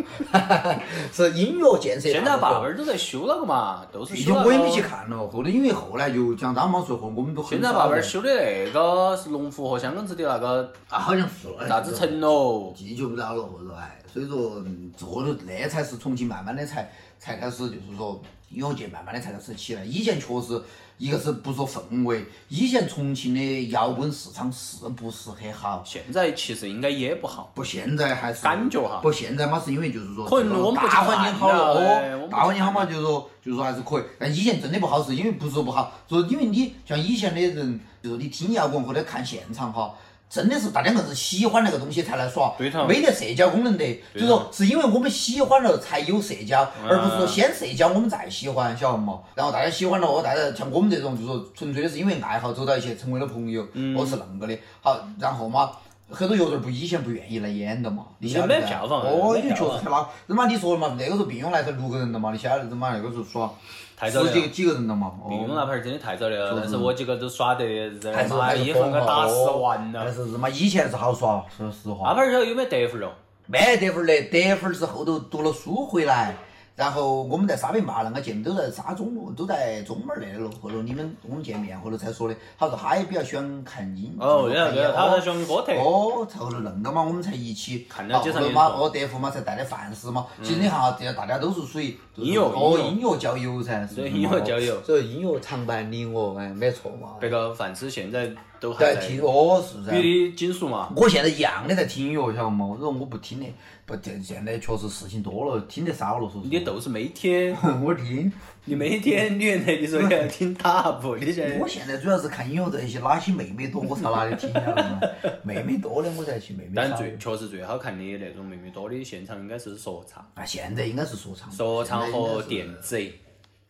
S3: 是音乐建设大渡
S2: 现
S3: 口。
S2: 在坝湾儿都在修那个嘛，都是
S3: 毕
S2: 修
S3: 竟
S2: 那
S3: 我也没去
S2: 个。
S3: 看了，后头因为后来就像张莽说后，我们都很
S2: 现在
S3: 少
S2: 坝湾儿
S3: 了
S2: 修的那个是龙湖和香港子的那个
S3: 啊，好像是了
S2: 啥子城喽，
S3: 记就不到了，后头哎，所以说嗯这后头那才是重庆慢慢的才才开始就是说音乐界慢慢的才开始起来。以前确实一个是不说氛围，以前重庆的摇滚市场是不是很好？
S2: 现在其实应该也不好。
S3: 不，现在还是
S2: 感觉哈
S3: 不，现在嘛，是因为就是说，
S2: 可能
S3: 这个
S2: 我们不去
S3: 大环境好了，
S2: 看了哎我
S3: 哦
S2: 们，不
S3: 大环境好嘛，就是说，就是说还是可以。但以前真的不好，是因为不是说不好，说因为你像以前的人，就是你听摇滚或者看现场哈。真的是大家硬是喜欢那个东西才来耍，
S2: 对头
S3: 没得社交功能的，就
S2: 头哦
S3: 是说是因为我们喜欢了才有社交，而不
S2: 嗯
S3: 是说先社交我们再喜欢，晓得嘛？然后大家喜欢了，哦，大家像我们这种，就是说纯粹的是因为爱好走到一起，成为了朋友，
S2: 嗯
S3: 我是恁个的。好，然后嘛，很多乐队儿不以前不愿意来演的嘛，你晓得
S2: 啊没
S3: 噻
S2: 票房
S3: 哦，
S2: 没
S3: 因为
S2: 票
S3: 确实
S2: 房
S3: 太拉。他妈你说了嘛，那个时候并勇来才六个人了嘛，你晓得他妈那个时候耍
S2: 太早
S3: 十
S2: 了
S3: 几。个几个人了嘛，哦
S2: 并用那盘儿真的太早了，但是我几个都耍得人
S3: 还是
S2: 妈
S3: 还
S2: 一
S3: 是
S2: 横
S3: 疯
S2: 个
S3: 了，
S2: 打死
S3: 哦
S2: 完
S3: 但
S2: 了。啊
S3: 是他妈以前是好耍，说实
S2: 那
S3: 话。
S2: 盘儿晓得有没得德芙肉？
S3: 没得分儿的，得分儿是后头读了书回来，然后我们在沙坪坝那个见面都在沙中路，都在中门儿那里了。后头你们我们见面，后头才说的，他说他也比较喜欢看鹰。
S2: 哦，
S3: 看
S2: 对了对了，
S3: 鹰
S2: 他
S3: 哦
S2: 在选歌特。
S3: 哦，后头恁个嘛，我们才一起
S2: 看到街上
S3: 后
S2: 有
S3: 头嘛，
S2: 人走嗯
S3: 哦，德芙嘛才带的范式嘛。其实你看啊，这大家都是属于都是
S2: 音乐
S3: 哦，
S2: 音
S3: 音乐交友噻，是
S2: 所以
S3: 不是
S2: 音
S3: 嘛
S2: 乐交友
S3: 哦所以音乐常伴你我，哎，没错嘛。
S2: 别个范思现在都还
S3: 在
S2: 在
S3: 听哦，是噻。
S2: 比你紧熟嘛？
S3: 我现在一样的在听音乐，晓得嘛？我说我不听的，不，这现在确实事情多了，听得少了，说实话。
S2: 你都是每天，
S3: 我听，
S2: 你每天你原来你说你要听 TOP，你现
S3: 我
S2: 在
S3: 现在主要是看音乐这些，哪些妹妹多我才哪里听，晓得吗？妹妹多的我才去妹妹少。
S2: 但最确实最好看的那种妹妹多的现场应该是说唱，
S3: 啊，现在应该是说唱，
S2: 说唱
S3: 现在应该
S2: 和
S3: 是
S2: 电，子，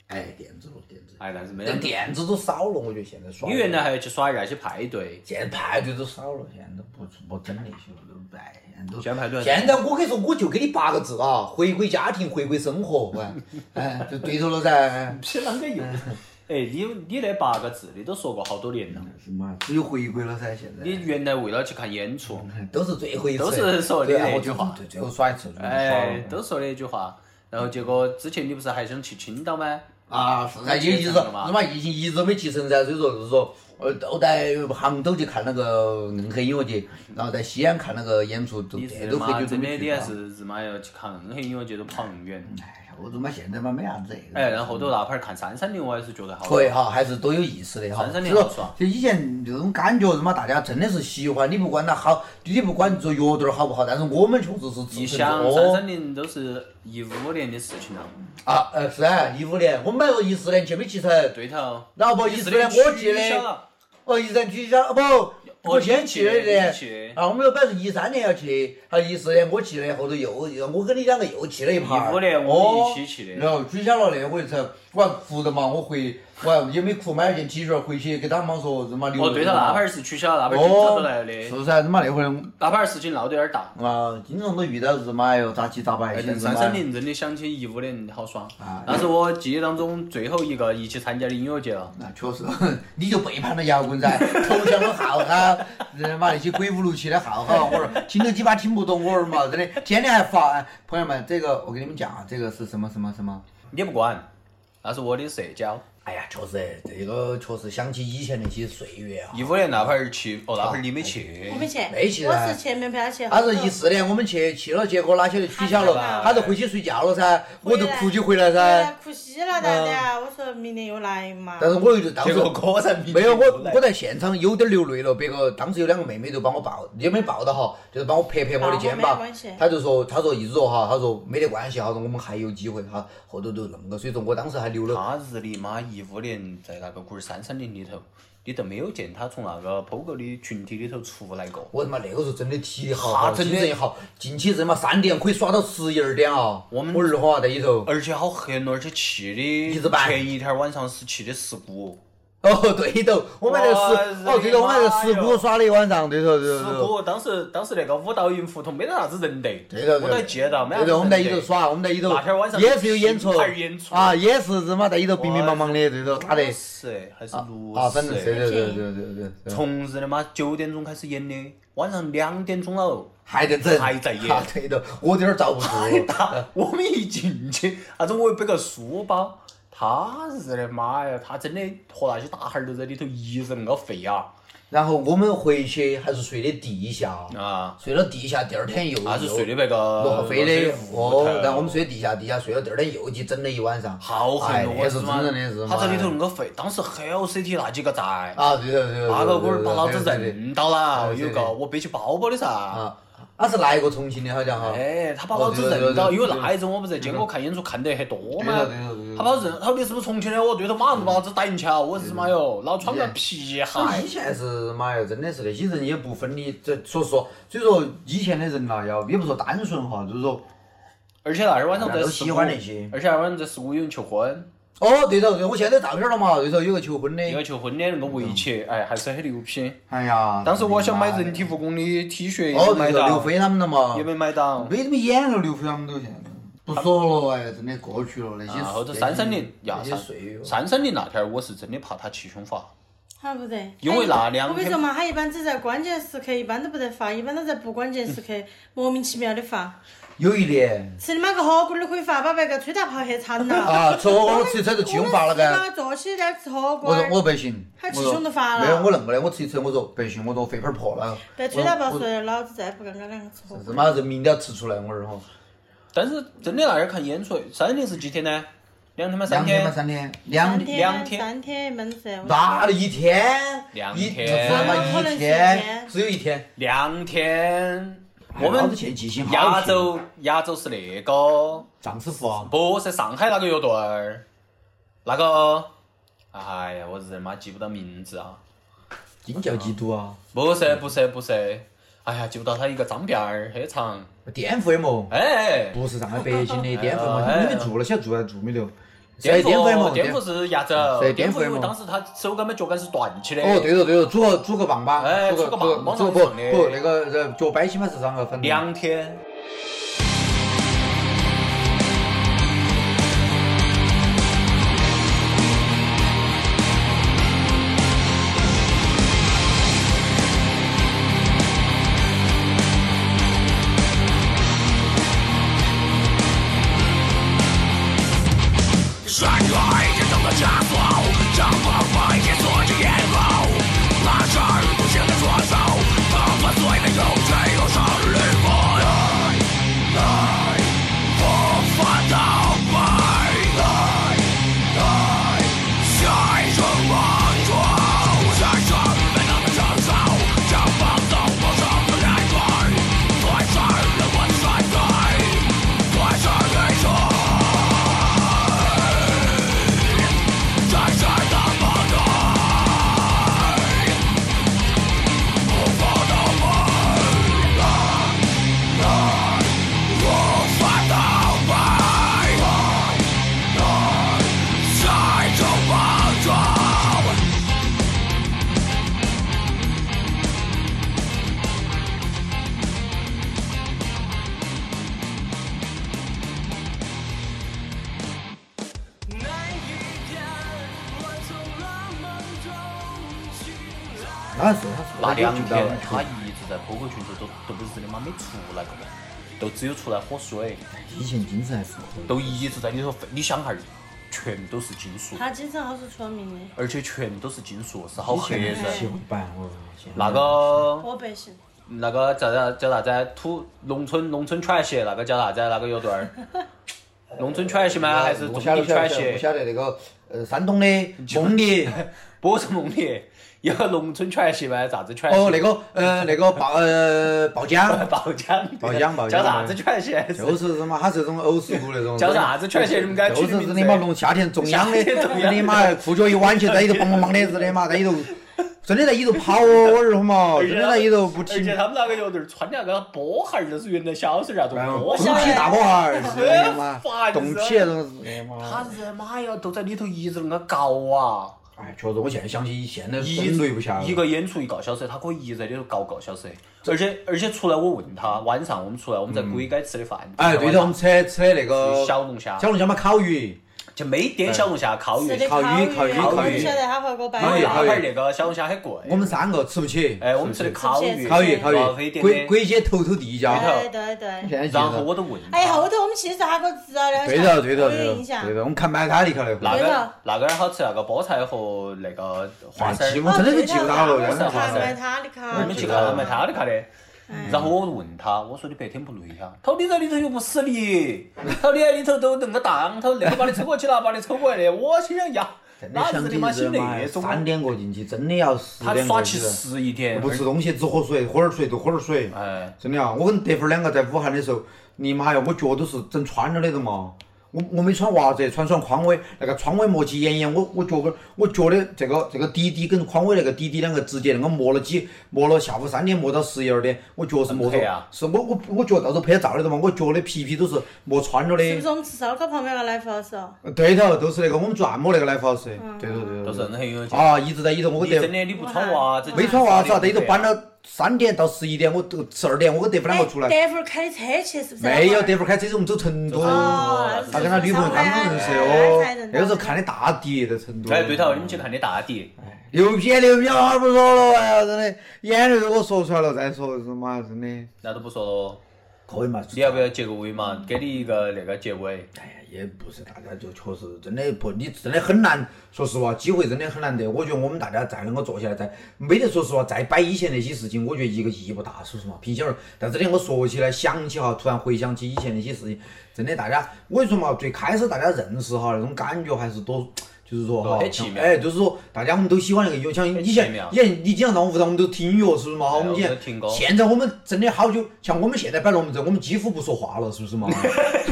S3: 哎，电子了，电子。
S2: 哎，但是没
S3: 但
S2: 得。
S3: 电子都少了，我觉得现在耍。
S2: 你原来还要去耍那些派对，
S3: 现在派对都少了，现在都不不整那些了，都不哎，都
S2: 现在派对
S3: 现在我跟你说，我就给你八个字啊：回归家庭，回归生活，哎，哎，就对头了噻。
S2: 是啷个用？哎，你你那八个字你都说过好多年了。
S3: 是嘛？只有回归了噻，现在
S2: 你原来为了去看演出，
S3: 都是最后一次，
S2: 都是说的
S3: 对啊
S2: 那
S3: 我
S2: 句话
S3: 对，最后耍一次，
S2: 哎，
S3: 耍了
S2: 都说那句话，然后结果之前你不是还想去青岛吗？
S3: 啊，是噻，也一直
S2: 了嘛
S3: 那嘛疫情一直没提升噻，所以说就是说，呃，都在杭州去看那个硬核音乐节，然后在西安看那个演出，都
S2: 你
S3: 这
S2: 日
S3: 都
S2: 妈
S3: 很久
S2: 真
S3: 都
S2: 的
S3: 没
S2: 你
S3: 去啊
S2: 还
S3: 了。
S2: 是日妈要去看任何音乐节都跑那么远。
S3: 哎呀，我他妈现在嘛没啥子。
S2: 哎，然后后头那盘儿看三三零，我还是觉得好。
S3: 可以哈，还是多有意思的哈。
S2: 三三年
S3: 所以
S2: 好爽
S3: 说，就以前这种感觉，他妈大家真的是喜欢，你不管它好，你不管说乐队儿好不好，但是我们确实是
S2: 一
S3: 支持
S2: 想
S3: 哦
S2: 三三零都是一五年的事情了，
S3: 啊，呃，是啊，一五年，我们买个一四年去没去成，
S2: 对头。
S3: 然后不一四年我记
S2: 取消啊
S3: 的，
S2: 了，
S3: 哦，一三取消，哦不，我先去的
S2: 你去
S3: 的，啊，我们本来是一三年要去的，啊，一四年我去的，后头又又我跟你两个又去了一盘儿，
S2: 15年我们一起
S3: 哦
S2: 去的
S3: 然后取消了那回才，我还哭的嘛，我回我还也没哭，买了件 T 恤回去给他们说日妈留着
S2: 哦，
S3: 嘛。
S2: 对头，那盘儿是取消了，那
S3: 哦
S2: 盘儿警察都来了的，
S3: 是噻，日妈那回儿
S2: 那盘儿事情闹得有点大。
S3: 啊，经常都遇到日妈哟，杂七杂八，
S2: 而
S3: 现
S2: 且
S3: 在日
S2: 哎三
S3: 妈
S2: 三零真的想起一五年好爽
S3: 啊，
S2: 那是我记忆当中最后一个一起参加的音乐节了。
S3: 那啊确实，你就背叛了摇滚噻，投降了浩浩，他妈那些鬼五六七的浩浩，我说听都鸡巴听不懂，我说嘛，真的，天天还发，哎朋友们，这个我跟你们讲啊，这个是什么什么什么。
S2: 你不管，那是我的社交。
S3: 哎呀，确实，这个确实想起以前那些岁月啊。
S2: 一五年那会儿去，哦，那会儿你没去
S4: 我。没去，
S3: 没去
S4: 我
S3: 噻
S4: 是前面陪他去。
S3: 他说一四年我们去去了，结果哪晓得取消了，他就回去睡觉了�噻，我就哭起回来啊
S4: 回来
S3: 噻。
S4: 哭稀了，蛋蛋，我说明年又来嘛。
S3: 嗯但是我又当时
S2: 果然
S3: 没有，我我在现场有点流泪了。别个当时有两个妹妹就帮我抱，也没抱到哈，就是帮我拍拍我的肩
S4: 抱我没
S3: 膀
S4: 关系。
S3: 她就说，她说一直说哈，她说没得关系哈，她说我们还有机会哈，后头都恁个，所以说我当时还流了。
S2: 他日你妈一五年在那个龟儿三三零里头，你都没有见他从那个 POGO 的群体里头出来过。
S3: 我他妈那个时候真的体力好，
S2: 哈
S3: 精
S2: 真的
S3: 神也好，进去他妈三点可以耍到十一二点啊。
S2: 我们呃
S3: 我二货在里头。
S2: 而且好黑了，而且去
S3: 一
S2: 的
S3: 直摆
S2: 前一天晚上是去的石鼓，
S3: 哦，对头，我们在十，
S2: 哇
S3: 哦对头，我们在
S2: 日
S3: 石
S2: 妈哟
S3: 鼓耍了一晚上，对头对
S2: 石
S3: 头对头。
S2: 鼓当时当时那个五道营胡同没得啥子人得，
S3: 对头，
S2: 我都还记得到，没啥
S3: 对
S2: 子
S3: 头，我们在
S2: 人
S3: 里头
S2: 得
S3: 耍，我们在里头
S2: 那天晚上
S3: 也是有演
S2: 是
S3: 出
S2: 拼盘演出
S3: 啊，也是日妈在里头乒乒乓乓的，对头，打得
S2: 五十还是六
S3: 啊，反正对
S2: 十？
S3: 对对对对对对，
S2: 从日的妈九点钟开始演的，晚上两点钟了。
S3: 还在整，
S2: 还在演
S3: 啊对头，我有点遭不住，
S2: 打我们一进去，啥子我又背个书包，他日的妈呀，他真的和那些大汉儿都在里头一人那个废啊！
S3: 然后我们回去还是睡的地下，
S2: 啊，
S3: 睡了地下，第二天又
S2: 他是
S3: 又
S2: 睡的那个
S3: 罗非的
S2: 屋头
S3: 哦，然后我们睡地下，地下睡了，第二天又去整了一晚上，
S2: 好狠
S3: 哎
S2: 哦，
S3: 那
S2: 日
S3: 是真
S2: 妈
S3: 正的是
S2: 他
S3: 嘛，
S2: 在里头那个废，当时 HLCT 那几个在，
S3: 啊，对头对头，
S2: 那个龟儿把老子
S3: 对头
S2: 认到了，
S3: 对对
S2: 有个我背起包包的噻。
S3: 啊，他是来过重庆的，好像哈，
S2: 哎，他把老子
S3: 啊哦对对
S2: 认到，
S3: 对
S2: 因
S3: 对
S2: 为那一阵我不在监哥看演出看得还多嘛
S3: 对的对的对，的
S2: 他把我认，他说你是不是重庆的？我对头，马上就把老子打进去了，我日妈哟，老穿个
S3: 嗯
S2: 皮
S3: 所
S2: 鞋
S3: 以以。前是妈呀，真的是那些人也不分你，这所以说，所以说以前的人呐，要也不说单纯哈，就是说，
S2: 而且那儿晚上在
S3: 大家都
S2: 十
S3: 喜
S2: 五
S3: 欢那些
S2: 而且那儿晚上在十五有人求婚，
S3: 哦，对头，对我现在照片了嘛，对头，有个求婚的，
S2: 一个求婚的那个围
S3: 嗯
S2: 棋，哎，还是很牛批。
S3: 哎呀，
S2: 当时我想买人
S3: 真的
S2: 体蜈蚣的 T 恤，也
S3: 哦，
S2: 没买
S3: 对头，刘
S2: 到，
S3: 飞他们了嘛，
S2: 也没买到。
S3: 没怎么演了，刘飞他们都现在不说了，哎，真的过去了那些
S2: 啊，后头
S3: 岁月
S2: 三三零，呀
S3: 那，些
S2: 三
S3: 岁月，啊
S2: 三三零那天儿我是真的怕他气胸发，
S4: 他不得，
S2: 因为那两
S4: 我跟你说嘛，他一般只在关键时刻，一般都不得发，一般都在不关键时刻莫名其妙的发。
S3: 有一年
S4: 吃你妈个火锅儿都可以发，把别个吹大炮吓惨了。
S3: 啊，吃火锅吃一吃就气胸发了
S4: 我们
S3: 该。
S4: 自个坐起来吃火锅
S3: 我说
S4: 儿，
S3: 我说不行，
S4: 他气
S3: 我说
S4: 胸都发了
S3: 没有，我恁个嘞，我吃一吃，我说不行，我说我肺泡破了。
S4: 别吹大炮
S3: 我
S4: 说了，老子再也不跟俺两个吃
S3: 我
S4: 火锅
S3: 他
S4: 儿。
S3: 妈人民都要吃出来，我说哦哈。
S2: 但是真的那儿看演出，三天是几天呢？两天吗？
S3: 两天
S2: 天
S3: 吗？？三天？两
S4: 天
S2: 两天
S4: 三天闷死我。
S3: 哪里一天？
S2: 两
S3: 一
S2: 天
S3: 这他妈
S4: 怎么可能
S3: 一
S4: 是一
S3: 天，
S4: 天
S3: 只有一天。
S2: 两天。我
S3: 老
S2: 们
S3: 子去记性好
S2: 亚
S3: 些
S2: 洲亚洲是那个，
S3: 张师傅啊，
S2: 不是上海那个乐队儿，那个，哎呀，我日妈记不到名字啊！
S3: 金教基督啊，
S2: 不是不是不是，哎呀，记不到他一个脏辫儿，很长，
S3: 颠覆的嘛，
S2: 哎，
S9: 不是上海北京的颠覆
S2: 哎
S9: 嘛？你们住了，晓得住还住没得？
S3: 谁颠覆的嘛？
S2: 覆颠覆是压轴
S3: 谁，
S2: 颠
S3: 颠覆
S2: 覆
S3: 的
S2: 因为
S3: 嘛
S2: 当时他手杆跟脚杆是断起的，
S3: 哦，对头对头，拄个拄个棒棒，
S2: 哎
S3: 拄
S2: 拄个
S3: 个
S2: 棒棒
S3: 拄个
S2: 上上的
S3: 不不那个呃脚掰起嘛是啷个分的？
S2: 两天。
S1: 山河已经成了枷锁，张狂把一切锁进咽喉，拉扯不行的左手，他破碎的有罪有伤灵魂，来来，无法倒败，来来，下一声莽撞，下一声被他们承受，将放纵我上的泪水，吞噬了我的身体，吞噬一生。战士的梦想，无法倒败，来来，无法倒败，来来，下一种莽撞。那一天，我从了梦中醒来。
S3: 那是他是
S2: 那两天他一直在 QQ 群组都都不是你妈没出来过，都只有出来喝水，
S3: 以前精神还是可以。
S2: 都一直在里头飞。你想哈儿，全都是金属，
S4: 他精神好是出了名的，
S2: 而且全都是金属，是好黑的噻。
S3: 版，我现在
S2: 那个
S4: 我百姓。
S2: 那个叫啥叫啥子？土农村农村犬鞋，那个叫啥子？那个乐队儿？ 农村犬鞋吗？还是
S3: 我
S2: 种
S3: 晓得
S2: 地
S3: 我晓得
S2: 犬
S3: 我晓得我
S2: 鞋？
S3: 晓得那个呃山东的梦里。
S2: 不是梦里有个农村犬鞋吗？啥子犬鞋？
S3: 哦，那个呃，那个爆呃 爆浆，
S2: 爆 浆
S3: 爆浆爆浆
S2: 叫啥子犬鞋？
S3: 就是什么，它是这种欧式股那 种。
S2: 叫啥子犬鞋？你们 给它
S3: 就
S2: 取的
S3: 是
S2: 名
S3: 日
S2: 字
S3: 你妈弄夏天中央的，
S2: 夏天中央
S3: 日你妈裤脚一挽起，在里头梆梆梆的，日 的妈在里头，真的在里头跑哦，我日他妈，
S2: 而
S3: 真
S2: 且
S3: 的在里头不
S2: 而
S3: 停
S2: 且。他们那个乐队儿穿那个波鞋儿，就是原来小时候那种波
S3: 东
S2: 鞋
S3: 西
S2: 儿。
S3: 大波儿，日的 妈
S2: 烦，死
S3: 动起那种，日的
S2: 他
S3: 妈。
S2: 日妈呀，都在里头一直恁个搞啊！
S3: 哎，确实，我现在想起现在
S2: 一
S3: 真累不下了。
S2: 一个演出一个小时，他可以一直在里头搞个小时，而且而且出来我问他，晚上我们出来我们在鬼街吃的饭，
S3: 嗯哎，对头，我们吃的吃的那个
S2: 小龙虾
S3: 小龙虾哎嘛，烤鱼，
S2: 就没点小龙虾烤
S4: 是
S2: 鱼
S4: 的，，
S3: 烤鱼烤鱼
S4: 鱼，
S2: 烤
S4: 我
S2: 鱼
S4: 不晓得他会给我摆
S2: 因为
S3: 鱼
S2: 那
S3: 烤鱼
S2: 块儿那个小龙虾很贵。
S3: 我们三个吃不起。
S2: 嗯哎，我们吃的烤
S4: 是
S2: 鱼，
S4: 不是
S3: 烤鱼，
S4: 对
S3: 烤
S2: 浪费一
S3: 鱼，
S2: 点
S3: 鬼
S2: 点
S3: 鬼街头头地家。
S4: 对对对。
S3: 现在
S2: 然后我都问他，
S4: 哎，后头我们去的时候他给我指了啊两下，
S3: 对头，对头，
S4: 我有
S3: 对
S4: 印
S3: 头，
S4: 象
S3: 对。头，我们看埋汰里头那
S2: 那
S3: 个。
S4: 对
S2: 个
S4: 了
S2: 那个儿好吃，那个菠菜和那个花生
S3: 哎
S2: 儿
S3: 起，码
S4: 哦，
S3: 真的
S4: 对
S3: 是
S4: 头
S3: 记不到了
S4: 我们
S3: 真的
S4: 去
S2: 是
S4: 看买他的卡，
S2: 我们去看卖他的看的。然后我问他，我说你白天不累呀？他说你在里头又不死你，他说你在里头都恁个荡，他说那个把你抽过去了，把你抽过来的。我心想呀，哪日你妈心那种啊
S3: 三？点过进去，真的要十
S2: 他
S3: 点
S2: 耍
S3: 过
S2: 起
S3: 去了。
S2: 十一点，
S3: 不吃东西，只喝水，喝点水就喝点水。
S2: 哎，
S3: 真的啊，我跟德芙儿两个在武汉的时候，你妈呀，我脚都是整穿了的人嘛。我我没穿袜子，穿双匡威，那个匡威磨起眼眼，我我脚跟我脚的这个这个底底跟匡威那个底底两个直接那个磨了几磨了下午三点磨到十一二点，我脚是磨
S2: 很配
S3: 着，
S2: 啊
S3: 是我我我脚到时候拍照的嘛，我脚的皮皮都是磨穿了的。
S4: 是不是我们吃烧烤旁边那个来福老师哦？
S3: 对头，都是那个我们转摩那个来福老师，对头对头。
S2: 都是很有劲。
S3: 啊，一直在里头，我
S2: 你
S3: 跟
S2: 真
S3: 德
S2: 的你不穿袜子，
S3: 没穿袜子啊，在里头搬了三点到十一点，我都十二点，我跟德芙儿两个出来。
S4: 哎待会儿开车去是不是？
S3: 没有，德芙儿开车子我们走成都，
S4: 哦
S3: 他跟他女朋友刚刚认识哦，那个时候看的大迪在成都。
S2: 哎，对头，你们去看的大迪，
S3: 牛批牛批，话不说了，哎呀，真的，眼泪都给我说出来了，再说他妈真的，
S2: 那都不说了。
S3: 可以嘛？
S2: 你要不要结个尾嘛？给你一个那个结尾。
S3: 哎呀，也不是，大家就确实真的不，你真的很难。说实话，机会真的很难得。我觉得我们大家再能够坐下来，再没得说实话，再摆以前那些事情，我觉得一个意义不大，是不是嘛？毕竟，但真的我说起来，想起哈，突然回想起以前那些事情，真的大家，我跟你说嘛，最开始大家认识哈，那种感觉还是多。就是说哈
S2: 很奇，妙
S3: 哎，就是说，大家我们都喜欢那个音乐，像以
S2: 很奇
S3: 前
S2: 妙，哎
S3: 以前你经常到我们舞台，我们都听音乐，是不是嘛？我们
S2: 我
S3: 以前
S2: 们都听歌
S3: 现在我们真的好久，像我们现在摆龙门阵，我们几乎不说话了，是不是嘛？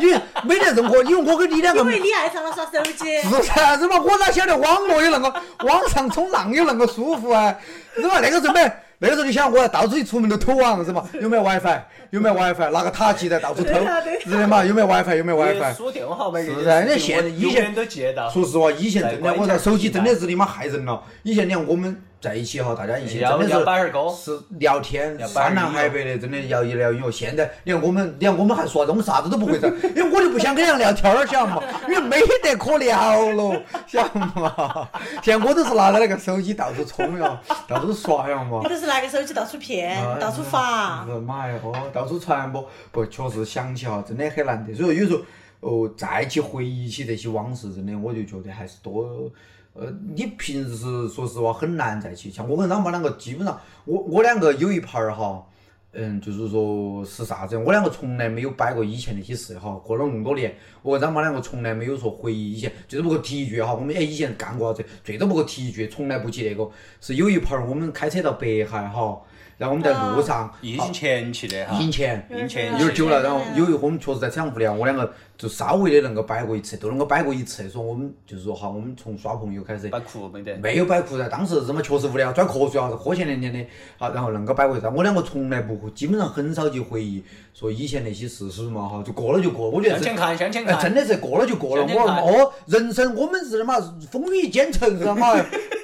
S3: 因为没得任何，因为我跟你两个
S4: 因为你爱上了耍手机。
S3: 是噻，是嘛？我哪晓得网络有那个 网上冲浪有那个舒服啊？是嘛？那个时候没，那个时候你想我到处一出门都偷网是嘛？有没有 WiFi？有没有 WiFi？拿个塔记得到处偷
S4: 对啊对啊，
S3: 是的嘛？有没有 WiFi？有没有 WiFi？
S2: 输哎电话号码给
S3: 是
S2: 你
S3: 噻，
S2: 的
S3: 那
S2: 事情，
S3: 现在
S2: 我
S3: 以
S2: 永
S3: 前
S2: 远都接到。
S3: 说实话，以前真的，我操，手机真的
S2: 是
S3: 是你妈害人了。以前你看我们在一起哈，大家一起
S2: 要
S3: 真的
S2: 要摆
S3: 是
S2: 会儿歌
S3: 是聊天，
S2: 要摆
S3: 山南海北的，真的要一聊音乐。现在你看我们，你看我们还说啥子，我们啥子都不会噻，因为我就不想跟人聊天儿，晓得嘛？因为没得可聊了，晓得嘛？ 现在我都是拿着那个手机到处冲呀，到处耍呀嘛
S4: 你。都是拿个手机到处骗
S3: 啊，
S4: 到处发
S3: 是，妈呀，哦，到处传播，不，确实想起哈，真的很难得。所以说有时候，哦，再去回忆起这些往事，真的我就觉得还是多。呃，你平时说实话很难再去，像我跟老妈两个，基本上我我两个有一盘儿哈，嗯，就是说是啥子？我两个从来没有摆过以前那些事哈，过了那么多年，我跟张妈两个从来没有说回忆以前，最多不过提一句哈，我们哎以前干过啥子，最多不过提一句，从来不记那个。是有一盘儿我们开车到北海哈，然后我们在路上，
S2: 疫情前期的哈
S3: 以，前
S2: 疫情前
S3: 有
S4: 啊
S3: 点
S2: 期
S4: 是
S3: 久了，然后
S4: 啊
S3: 有一回我们确实在车上无啊聊，我两个就稍微的能够摆过一次，都能够摆过一次，所以我们就是说哈，我们从耍朋友开始
S2: 把哭没得。
S3: 没有摆裤噻，当时日妈确实无聊，转瞌睡啊，喝前两天的，好，然后恁个摆过噻。我两个从来不会，基本上很少去回忆说以前那些事，是不是嘛？哈，就过了就过，我觉得
S2: 向前
S3: 是。
S2: 看，向前
S3: 哎，
S2: 看，
S3: 真的是过了就过了，
S2: 向前
S3: 我
S2: 看
S3: 哦，人生我们是他妈风雨兼程，是 他妈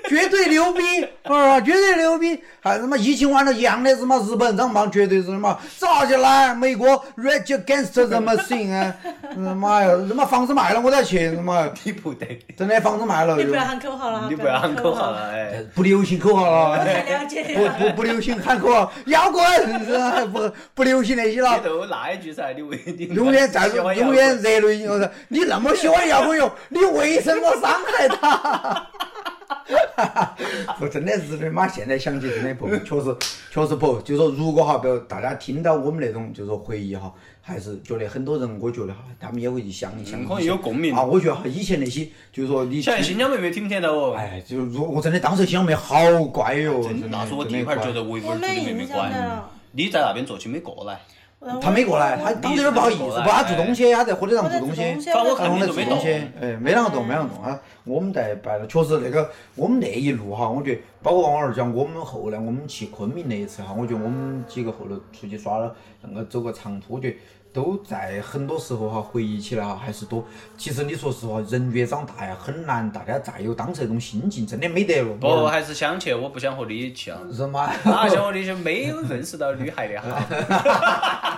S3: 绝对牛逼，啊，绝对牛逼，还他妈疫情完了一样的，是嘛日本让帮绝对是他妈咋就来美国 red against 什么 thing 啊，他妈呀，他妈房子卖了我才去，他妈
S2: 你不得，
S3: 真的房子 卖了
S4: 你不
S3: 就
S4: 要喊口号了，
S2: 你不要喊口号
S4: 了，
S2: 了，哎，
S3: 不流行口号
S4: 我
S3: 了。
S4: 太了解
S3: 不
S4: 了。
S3: 不不流行喊口号，摇滚是吧不不流行那些
S2: 你
S3: 了。
S2: 都那一句噻，你为 你
S3: 永远在
S2: 喜欢摇
S3: 永
S2: 滚
S3: 远热泪盈眶。你那么喜欢摇 滚乐，你为什么伤害他？ 不，真的是的妈，现在想起真的不， 确实确实不。就说如果哈，不要大家听到我们那种就说回忆哈，还是觉得很多人，我觉得哈，他们也会去想一想以前。
S2: 可嗯能有共鸣
S3: 啊，我觉得哈，以前那些就是说你
S2: 小新疆妹妹听不听到哦？
S3: 哎，就如我真的当时想妹好乖哟、
S2: 啊真的，那是我第一块觉得维吾尔族的妹妹
S4: 我没印象
S2: 乖
S4: 了。
S2: 你在那边坐起没过来，
S3: 他没过来，
S2: 哦
S3: 他当时有点不好意思，不，他做东西，他在火车上
S2: 哎
S3: 做东西。
S2: 反正我
S3: 他
S2: 看
S3: 们
S2: 你
S3: 在
S2: 都
S3: 做
S2: 没
S3: 东
S2: 动
S3: 西，哎，没啷个动，没啷个动啊！我们在摆了，确实那个我们那一路哈，我觉得包括王二讲，我们后来我们去昆明那一次哈，我觉得我们几个后头出去耍了，那个走个长途，我觉得都在很多时候哈回忆起来哈还是多。其实你说实话，人越长大呀，很难大家再有当时那种心境，真的没得了。
S2: 不，还是想去，我不想和你去啊。
S3: 是吗？
S2: 哪想和你去？没有认识到女孩的好。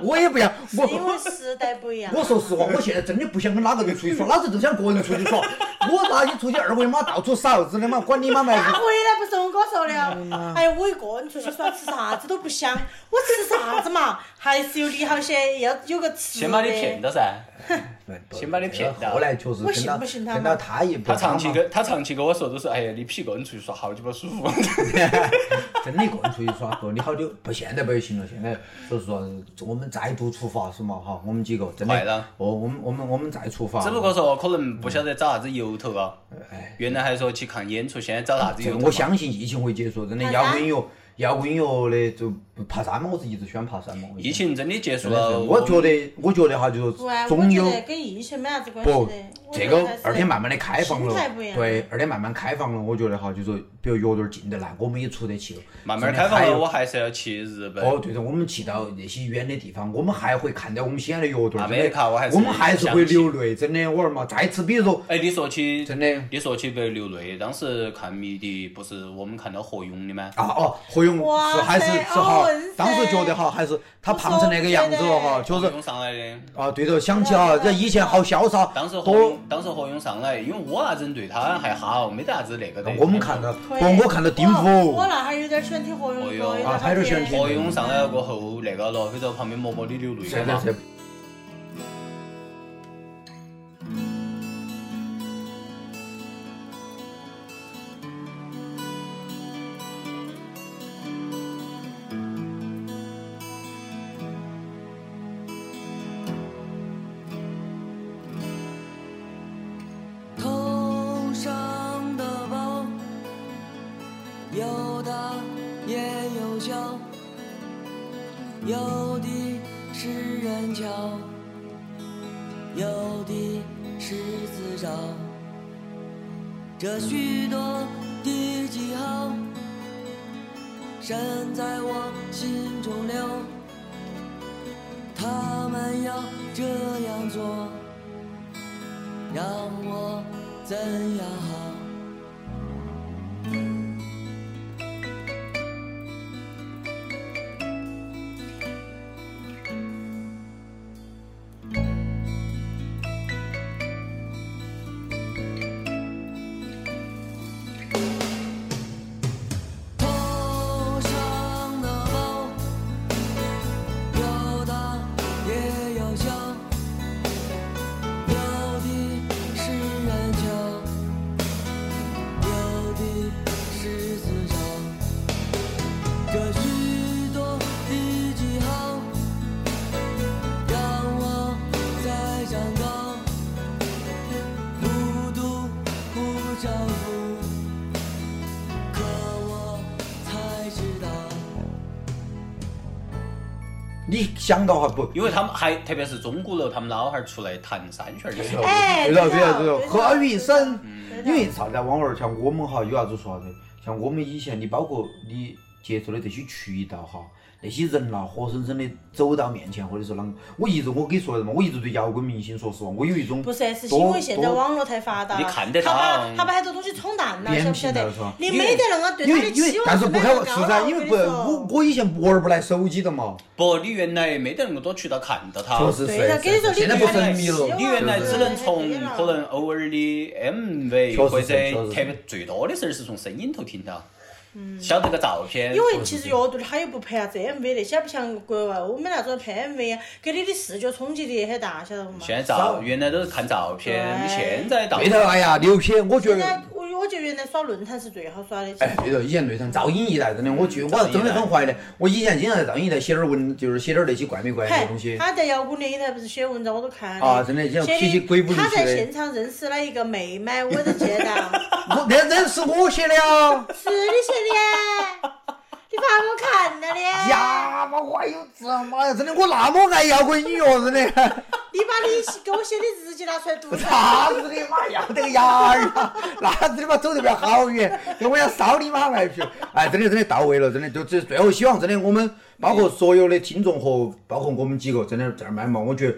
S3: 我也不要，我
S4: 因为时代不一样。
S3: 我说实话，我现在真的不想跟哪个人出去耍， 哪个都想个人出去耍。 我哪里出去二维码到处扫，真的嘛，管你妈 卖
S4: 那回来不是我哥说
S3: 嗯
S4: 的，哎，我一个人出去耍，吃啥子都不香。我吃啥子嘛，还是有你好些，要有个吃的。
S2: 先把你骗到噻。先把你骗到
S3: 哎后来确实
S4: 我
S3: 跟
S4: 信
S3: 到
S4: 不信他
S3: 跟
S4: 嘛
S3: 到他一步，
S2: 他长期跟他长期跟我说都是，哎呀，你屁个人出去耍好鸡巴舒服。
S3: 哎真的一个人出去耍过，你好久不现在不也行了？现在所以说我们再度出发是嘛哈，我们几个真
S2: 快
S3: 的
S2: 了，
S3: 哦，我们我们我们再出发，
S2: 只不过说可能不晓得找啥子由头啊。原来还说去看演出，现在找啥子
S3: 这
S2: 由
S3: 个
S2: 头嘛？
S3: 哎我相信疫情会结束，真的
S4: 爬
S3: 摇
S4: 山
S3: 滚乐摇滚乐的就不爬山嘛，我是一直喜欢爬山嘛。我
S2: 疫情真的结束
S3: 真的是，
S2: 了，
S3: 我觉
S2: 得
S3: 得我觉得哈，就
S4: 不啊，
S3: 是
S4: 我
S3: 总
S4: 觉
S3: 有。
S4: 得跟疫情没啥子关系
S3: 不
S4: 的。，
S3: 这个二天慢慢的开放了
S4: 心态不一，样
S3: 对，二天慢慢开放了，我觉得哈，就说比如乐队儿进得来，我们也出得去了。
S2: 慢慢
S3: 真的
S2: 开放
S3: 还
S2: 了，
S3: 有
S2: 我还是要去日本。
S3: 哦，对的，我们去到那些远的地方，我们还会看到我们西安的乐队儿。
S2: 啊
S3: 真的
S2: 没得看我还是
S3: 我们还是会
S2: 相信
S3: 流泪，真的，我儿嘛，再次比如说，
S2: 哎，你说起
S3: 真的
S2: 你说起被流泪，当时看迷笛不是我们看到何勇的吗？
S3: 啊哦，何勇
S4: 哇
S3: 是还是
S4: 塞哦
S3: 是好，
S4: 混噻
S3: 当时觉得哈，还是他胖成那个样子了哈，
S2: 何
S3: 就是
S2: 勇上来的。
S3: 啊，对头，想起啊，这以前好潇洒，
S2: 当时何
S3: 多
S2: 勇，当时何勇上来，因为我那阵对他还好，没得啥子那个的。
S3: 我们看到，
S4: 可以
S3: 不，我看到丁
S4: 我我
S3: 武，
S4: 那哈儿有点喜欢听何
S2: 哎
S4: 勇的歌，有点
S3: 啊还是喜欢听
S2: 何勇上来过后那个罗非洲旁边默默的流泪
S3: 这
S2: 了
S3: 这
S2: 嘛。
S3: 这，
S1: 头上的包有大也有小，有的是人敲，有的是自找。这许多的记号，深在我心中留。他们要这样做。让我怎样好？头上的包有大也有小。有的是人教，有的是自找。这许多的记号，让我在长高，忽独忽丈夫，可我才知道。
S3: 你想到哈不？
S2: 因为他们还特别是钟鼓楼他们老汉儿出来弹三弦儿的时候，
S4: 哎
S3: 对头
S4: 对
S3: 对啊
S4: 头
S3: 头对头
S4: 对，头
S3: 何雨生，
S4: 对的
S3: 因为啥子啊？王二像我们哈有啥子说啥子？像我们以前，你包括你接触的这些渠道哈，那些人呐、活生生的走到面前，或者说啷个，我一直我跟你说的嘛，我一直对摇滚明星，说实话，我有一种
S4: 不是，是因
S3: 多
S4: 为现在
S3: 多
S4: 网络太发达了，
S2: 你看得
S4: 他把
S2: 到
S4: 他把很多东西冲淡了，
S3: 扁
S4: 晓不晓
S3: 平
S4: 得
S3: 了是吧？
S4: 你
S3: 因为
S4: 没得那个对
S3: 因
S4: 他
S3: 为
S4: 的
S3: 因为
S4: 期，望
S3: 但是不
S4: 没
S3: 开玩
S4: 那么
S3: 笑，
S4: 高
S3: 是噻，
S4: 了。
S3: 因为不，
S4: 我跟你
S3: 我
S4: 说，
S3: 我以前玩不来手机的嘛，
S2: 不，你原来没得那么多渠道看到他。
S3: 确实
S4: 对
S3: 是
S4: 的，跟你说，
S3: 是，现在不
S4: 原来
S3: 沉迷了，
S2: 你原来
S3: 对
S2: 只能从可能偶尔的 MV
S3: 确实是
S2: 或者
S3: 确实
S2: 特
S3: 是
S2: 别最多的时候是从声音头听到，晓得个照片
S4: 嗯因。为其实乐队他也不啊拍啥子 MV 那些，不像国外我们那种拍 MV 啊，给你的视觉冲击力很大，晓得不嘛？
S2: 现在照原来都是看照片，
S4: 对
S2: 你现在到
S3: 对头，哎呀，牛批！我觉
S4: 现
S3: 得，
S4: 在我我觉得原来耍论坛是最好耍的，其
S3: 哎
S4: 实，
S3: 对头，以前对头，造音一代真的，我觉
S4: 嗯
S3: 得我真的很怀念。我以前经常在造音一代写点文，就是写点那些怪没怪的东
S4: 嘿，
S3: 西。
S4: 他在摇滚电影台不是写文章，我都看了。
S3: 啊真的像
S4: 写
S3: 脾气鬼不如
S4: 他
S3: 去
S4: 在
S3: 的
S4: 现场认识了一个妹妹，我都记得。
S3: 我那那是我写的啊！
S4: 是你写的，你把我看了的。
S3: 呀妈，我有这妈呀！真的，我那么爱摇滚音乐，真的，
S4: 你把你给我写的日记拿出来读读。
S3: 啥子的妈呀，这个牙儿啊， 那子的妈走得不要好远， 我要烧你妈卖皮！ 哎，真的真的到位了，真的就这最后希望真的我们包括所有的听众和包括我们几个真的这儿卖嘛，我觉得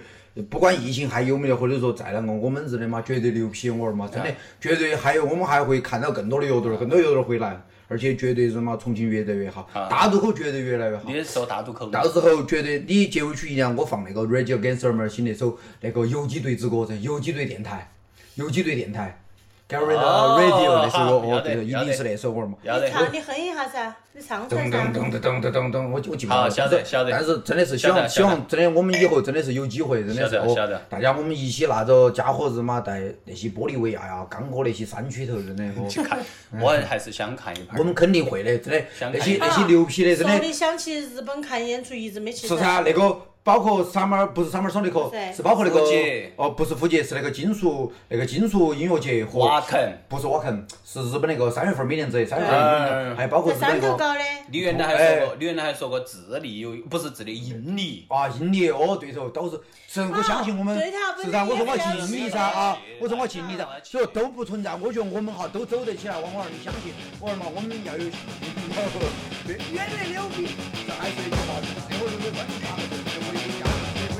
S3: 不管疫情还有没得，或者说再啷个，我们日的嘛绝对牛批我儿嘛，真的绝对还有我们还会看到更多的乐队儿，更多乐队儿会来。而且绝对是嘛，重庆越来越好，大渡口绝对越来越好。
S2: 你说大渡口，
S3: 到时候绝对你结尾曲一定要我放那个 Rage Against the Machine 那首那个游击队之歌噻，游击队电台，游击队电台 g a r y Radio 那首歌，
S2: 好
S3: 哦对，一
S2: 要得
S3: 定是那首歌嘛。
S2: 要
S4: 你
S2: 得。
S4: 唱，你哼一下噻，你唱出来
S3: 噔
S4: 噻
S3: 噔。噔噔噔噔噔噔，我我记不到
S2: 好
S3: 了。
S2: 晓得晓得
S3: 但是真的是希
S2: 晓
S3: 望
S2: 得
S3: 希
S2: 晓得
S3: 望真的我们以后真的是有机会，真的是
S2: 晓得
S3: 哦
S2: 晓得，
S3: 大家我们一起拿着家伙日嘛，在那些玻利维亚呀、刚果那些山区头，真的哦，
S2: 去看，我还是想看一盘
S3: 我。们肯定会的，真的。
S2: 想
S3: 那
S2: 看
S3: 些
S2: 一
S3: 那些牛批的，真
S4: 说
S3: 的
S4: 的想起日本看演出，一直没去。
S3: 是噻，那个包括 Summer 不是 Summer Sonic，
S4: 对
S3: 是包括那个
S2: 福杰
S3: 哦，不是福杰，是那个金属那个金属音乐节和
S2: 瓦肯，
S3: 不是瓦肯，是日本那个三月份每年子，三月份
S4: 对
S3: 每年子还包括
S4: 在
S3: 日本
S4: 山头
S3: 那个
S4: 搞的，
S2: 你原来还
S3: 哎
S2: 说过，你原来还说过智利有，不是智利，印尼。
S3: 啊，印尼哦，对头，都是，是我相信我们
S4: 对头不，是
S3: 是噻，我说我要
S4: 也
S3: 去
S4: 不
S3: 印尼
S2: 是
S3: 噻啊
S2: 也，不是
S3: 我说我要去印尼噻
S2: 啊，
S3: 所以都不存在，我觉得我们哈都走得起来，王老二，你相信，我说嘛，我们要有，对远的牛逼，这还是一句话，社会有点关系啊，社会有点社会有点。
S1: 我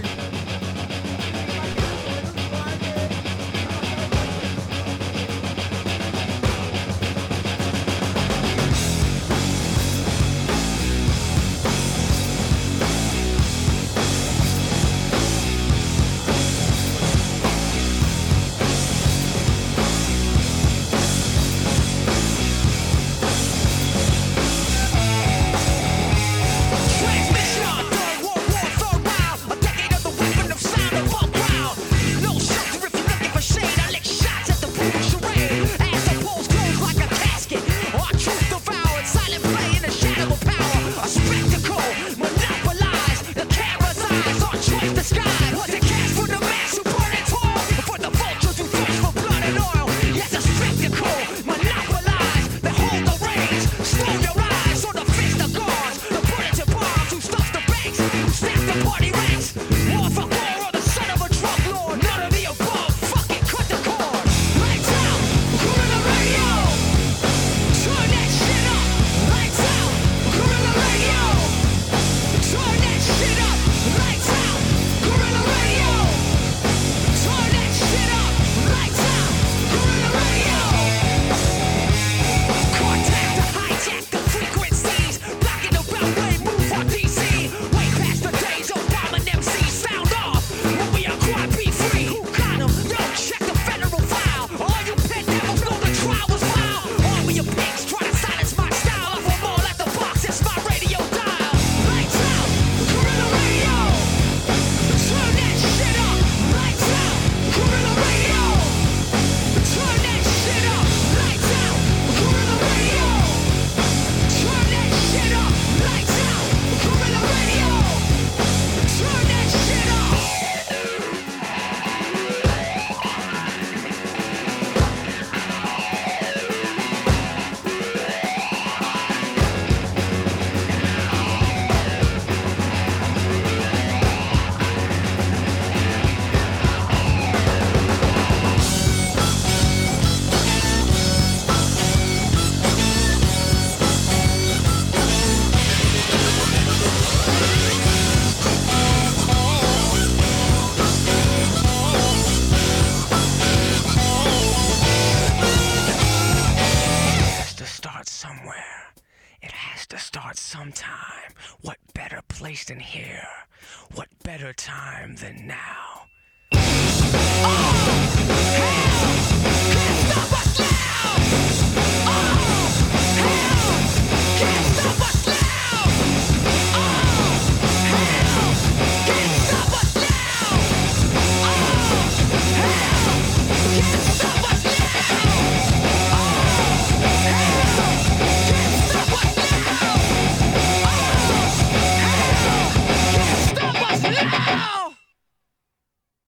S1: sometime. What better place than here? What better time than now? Oh, hell, can't stop us now!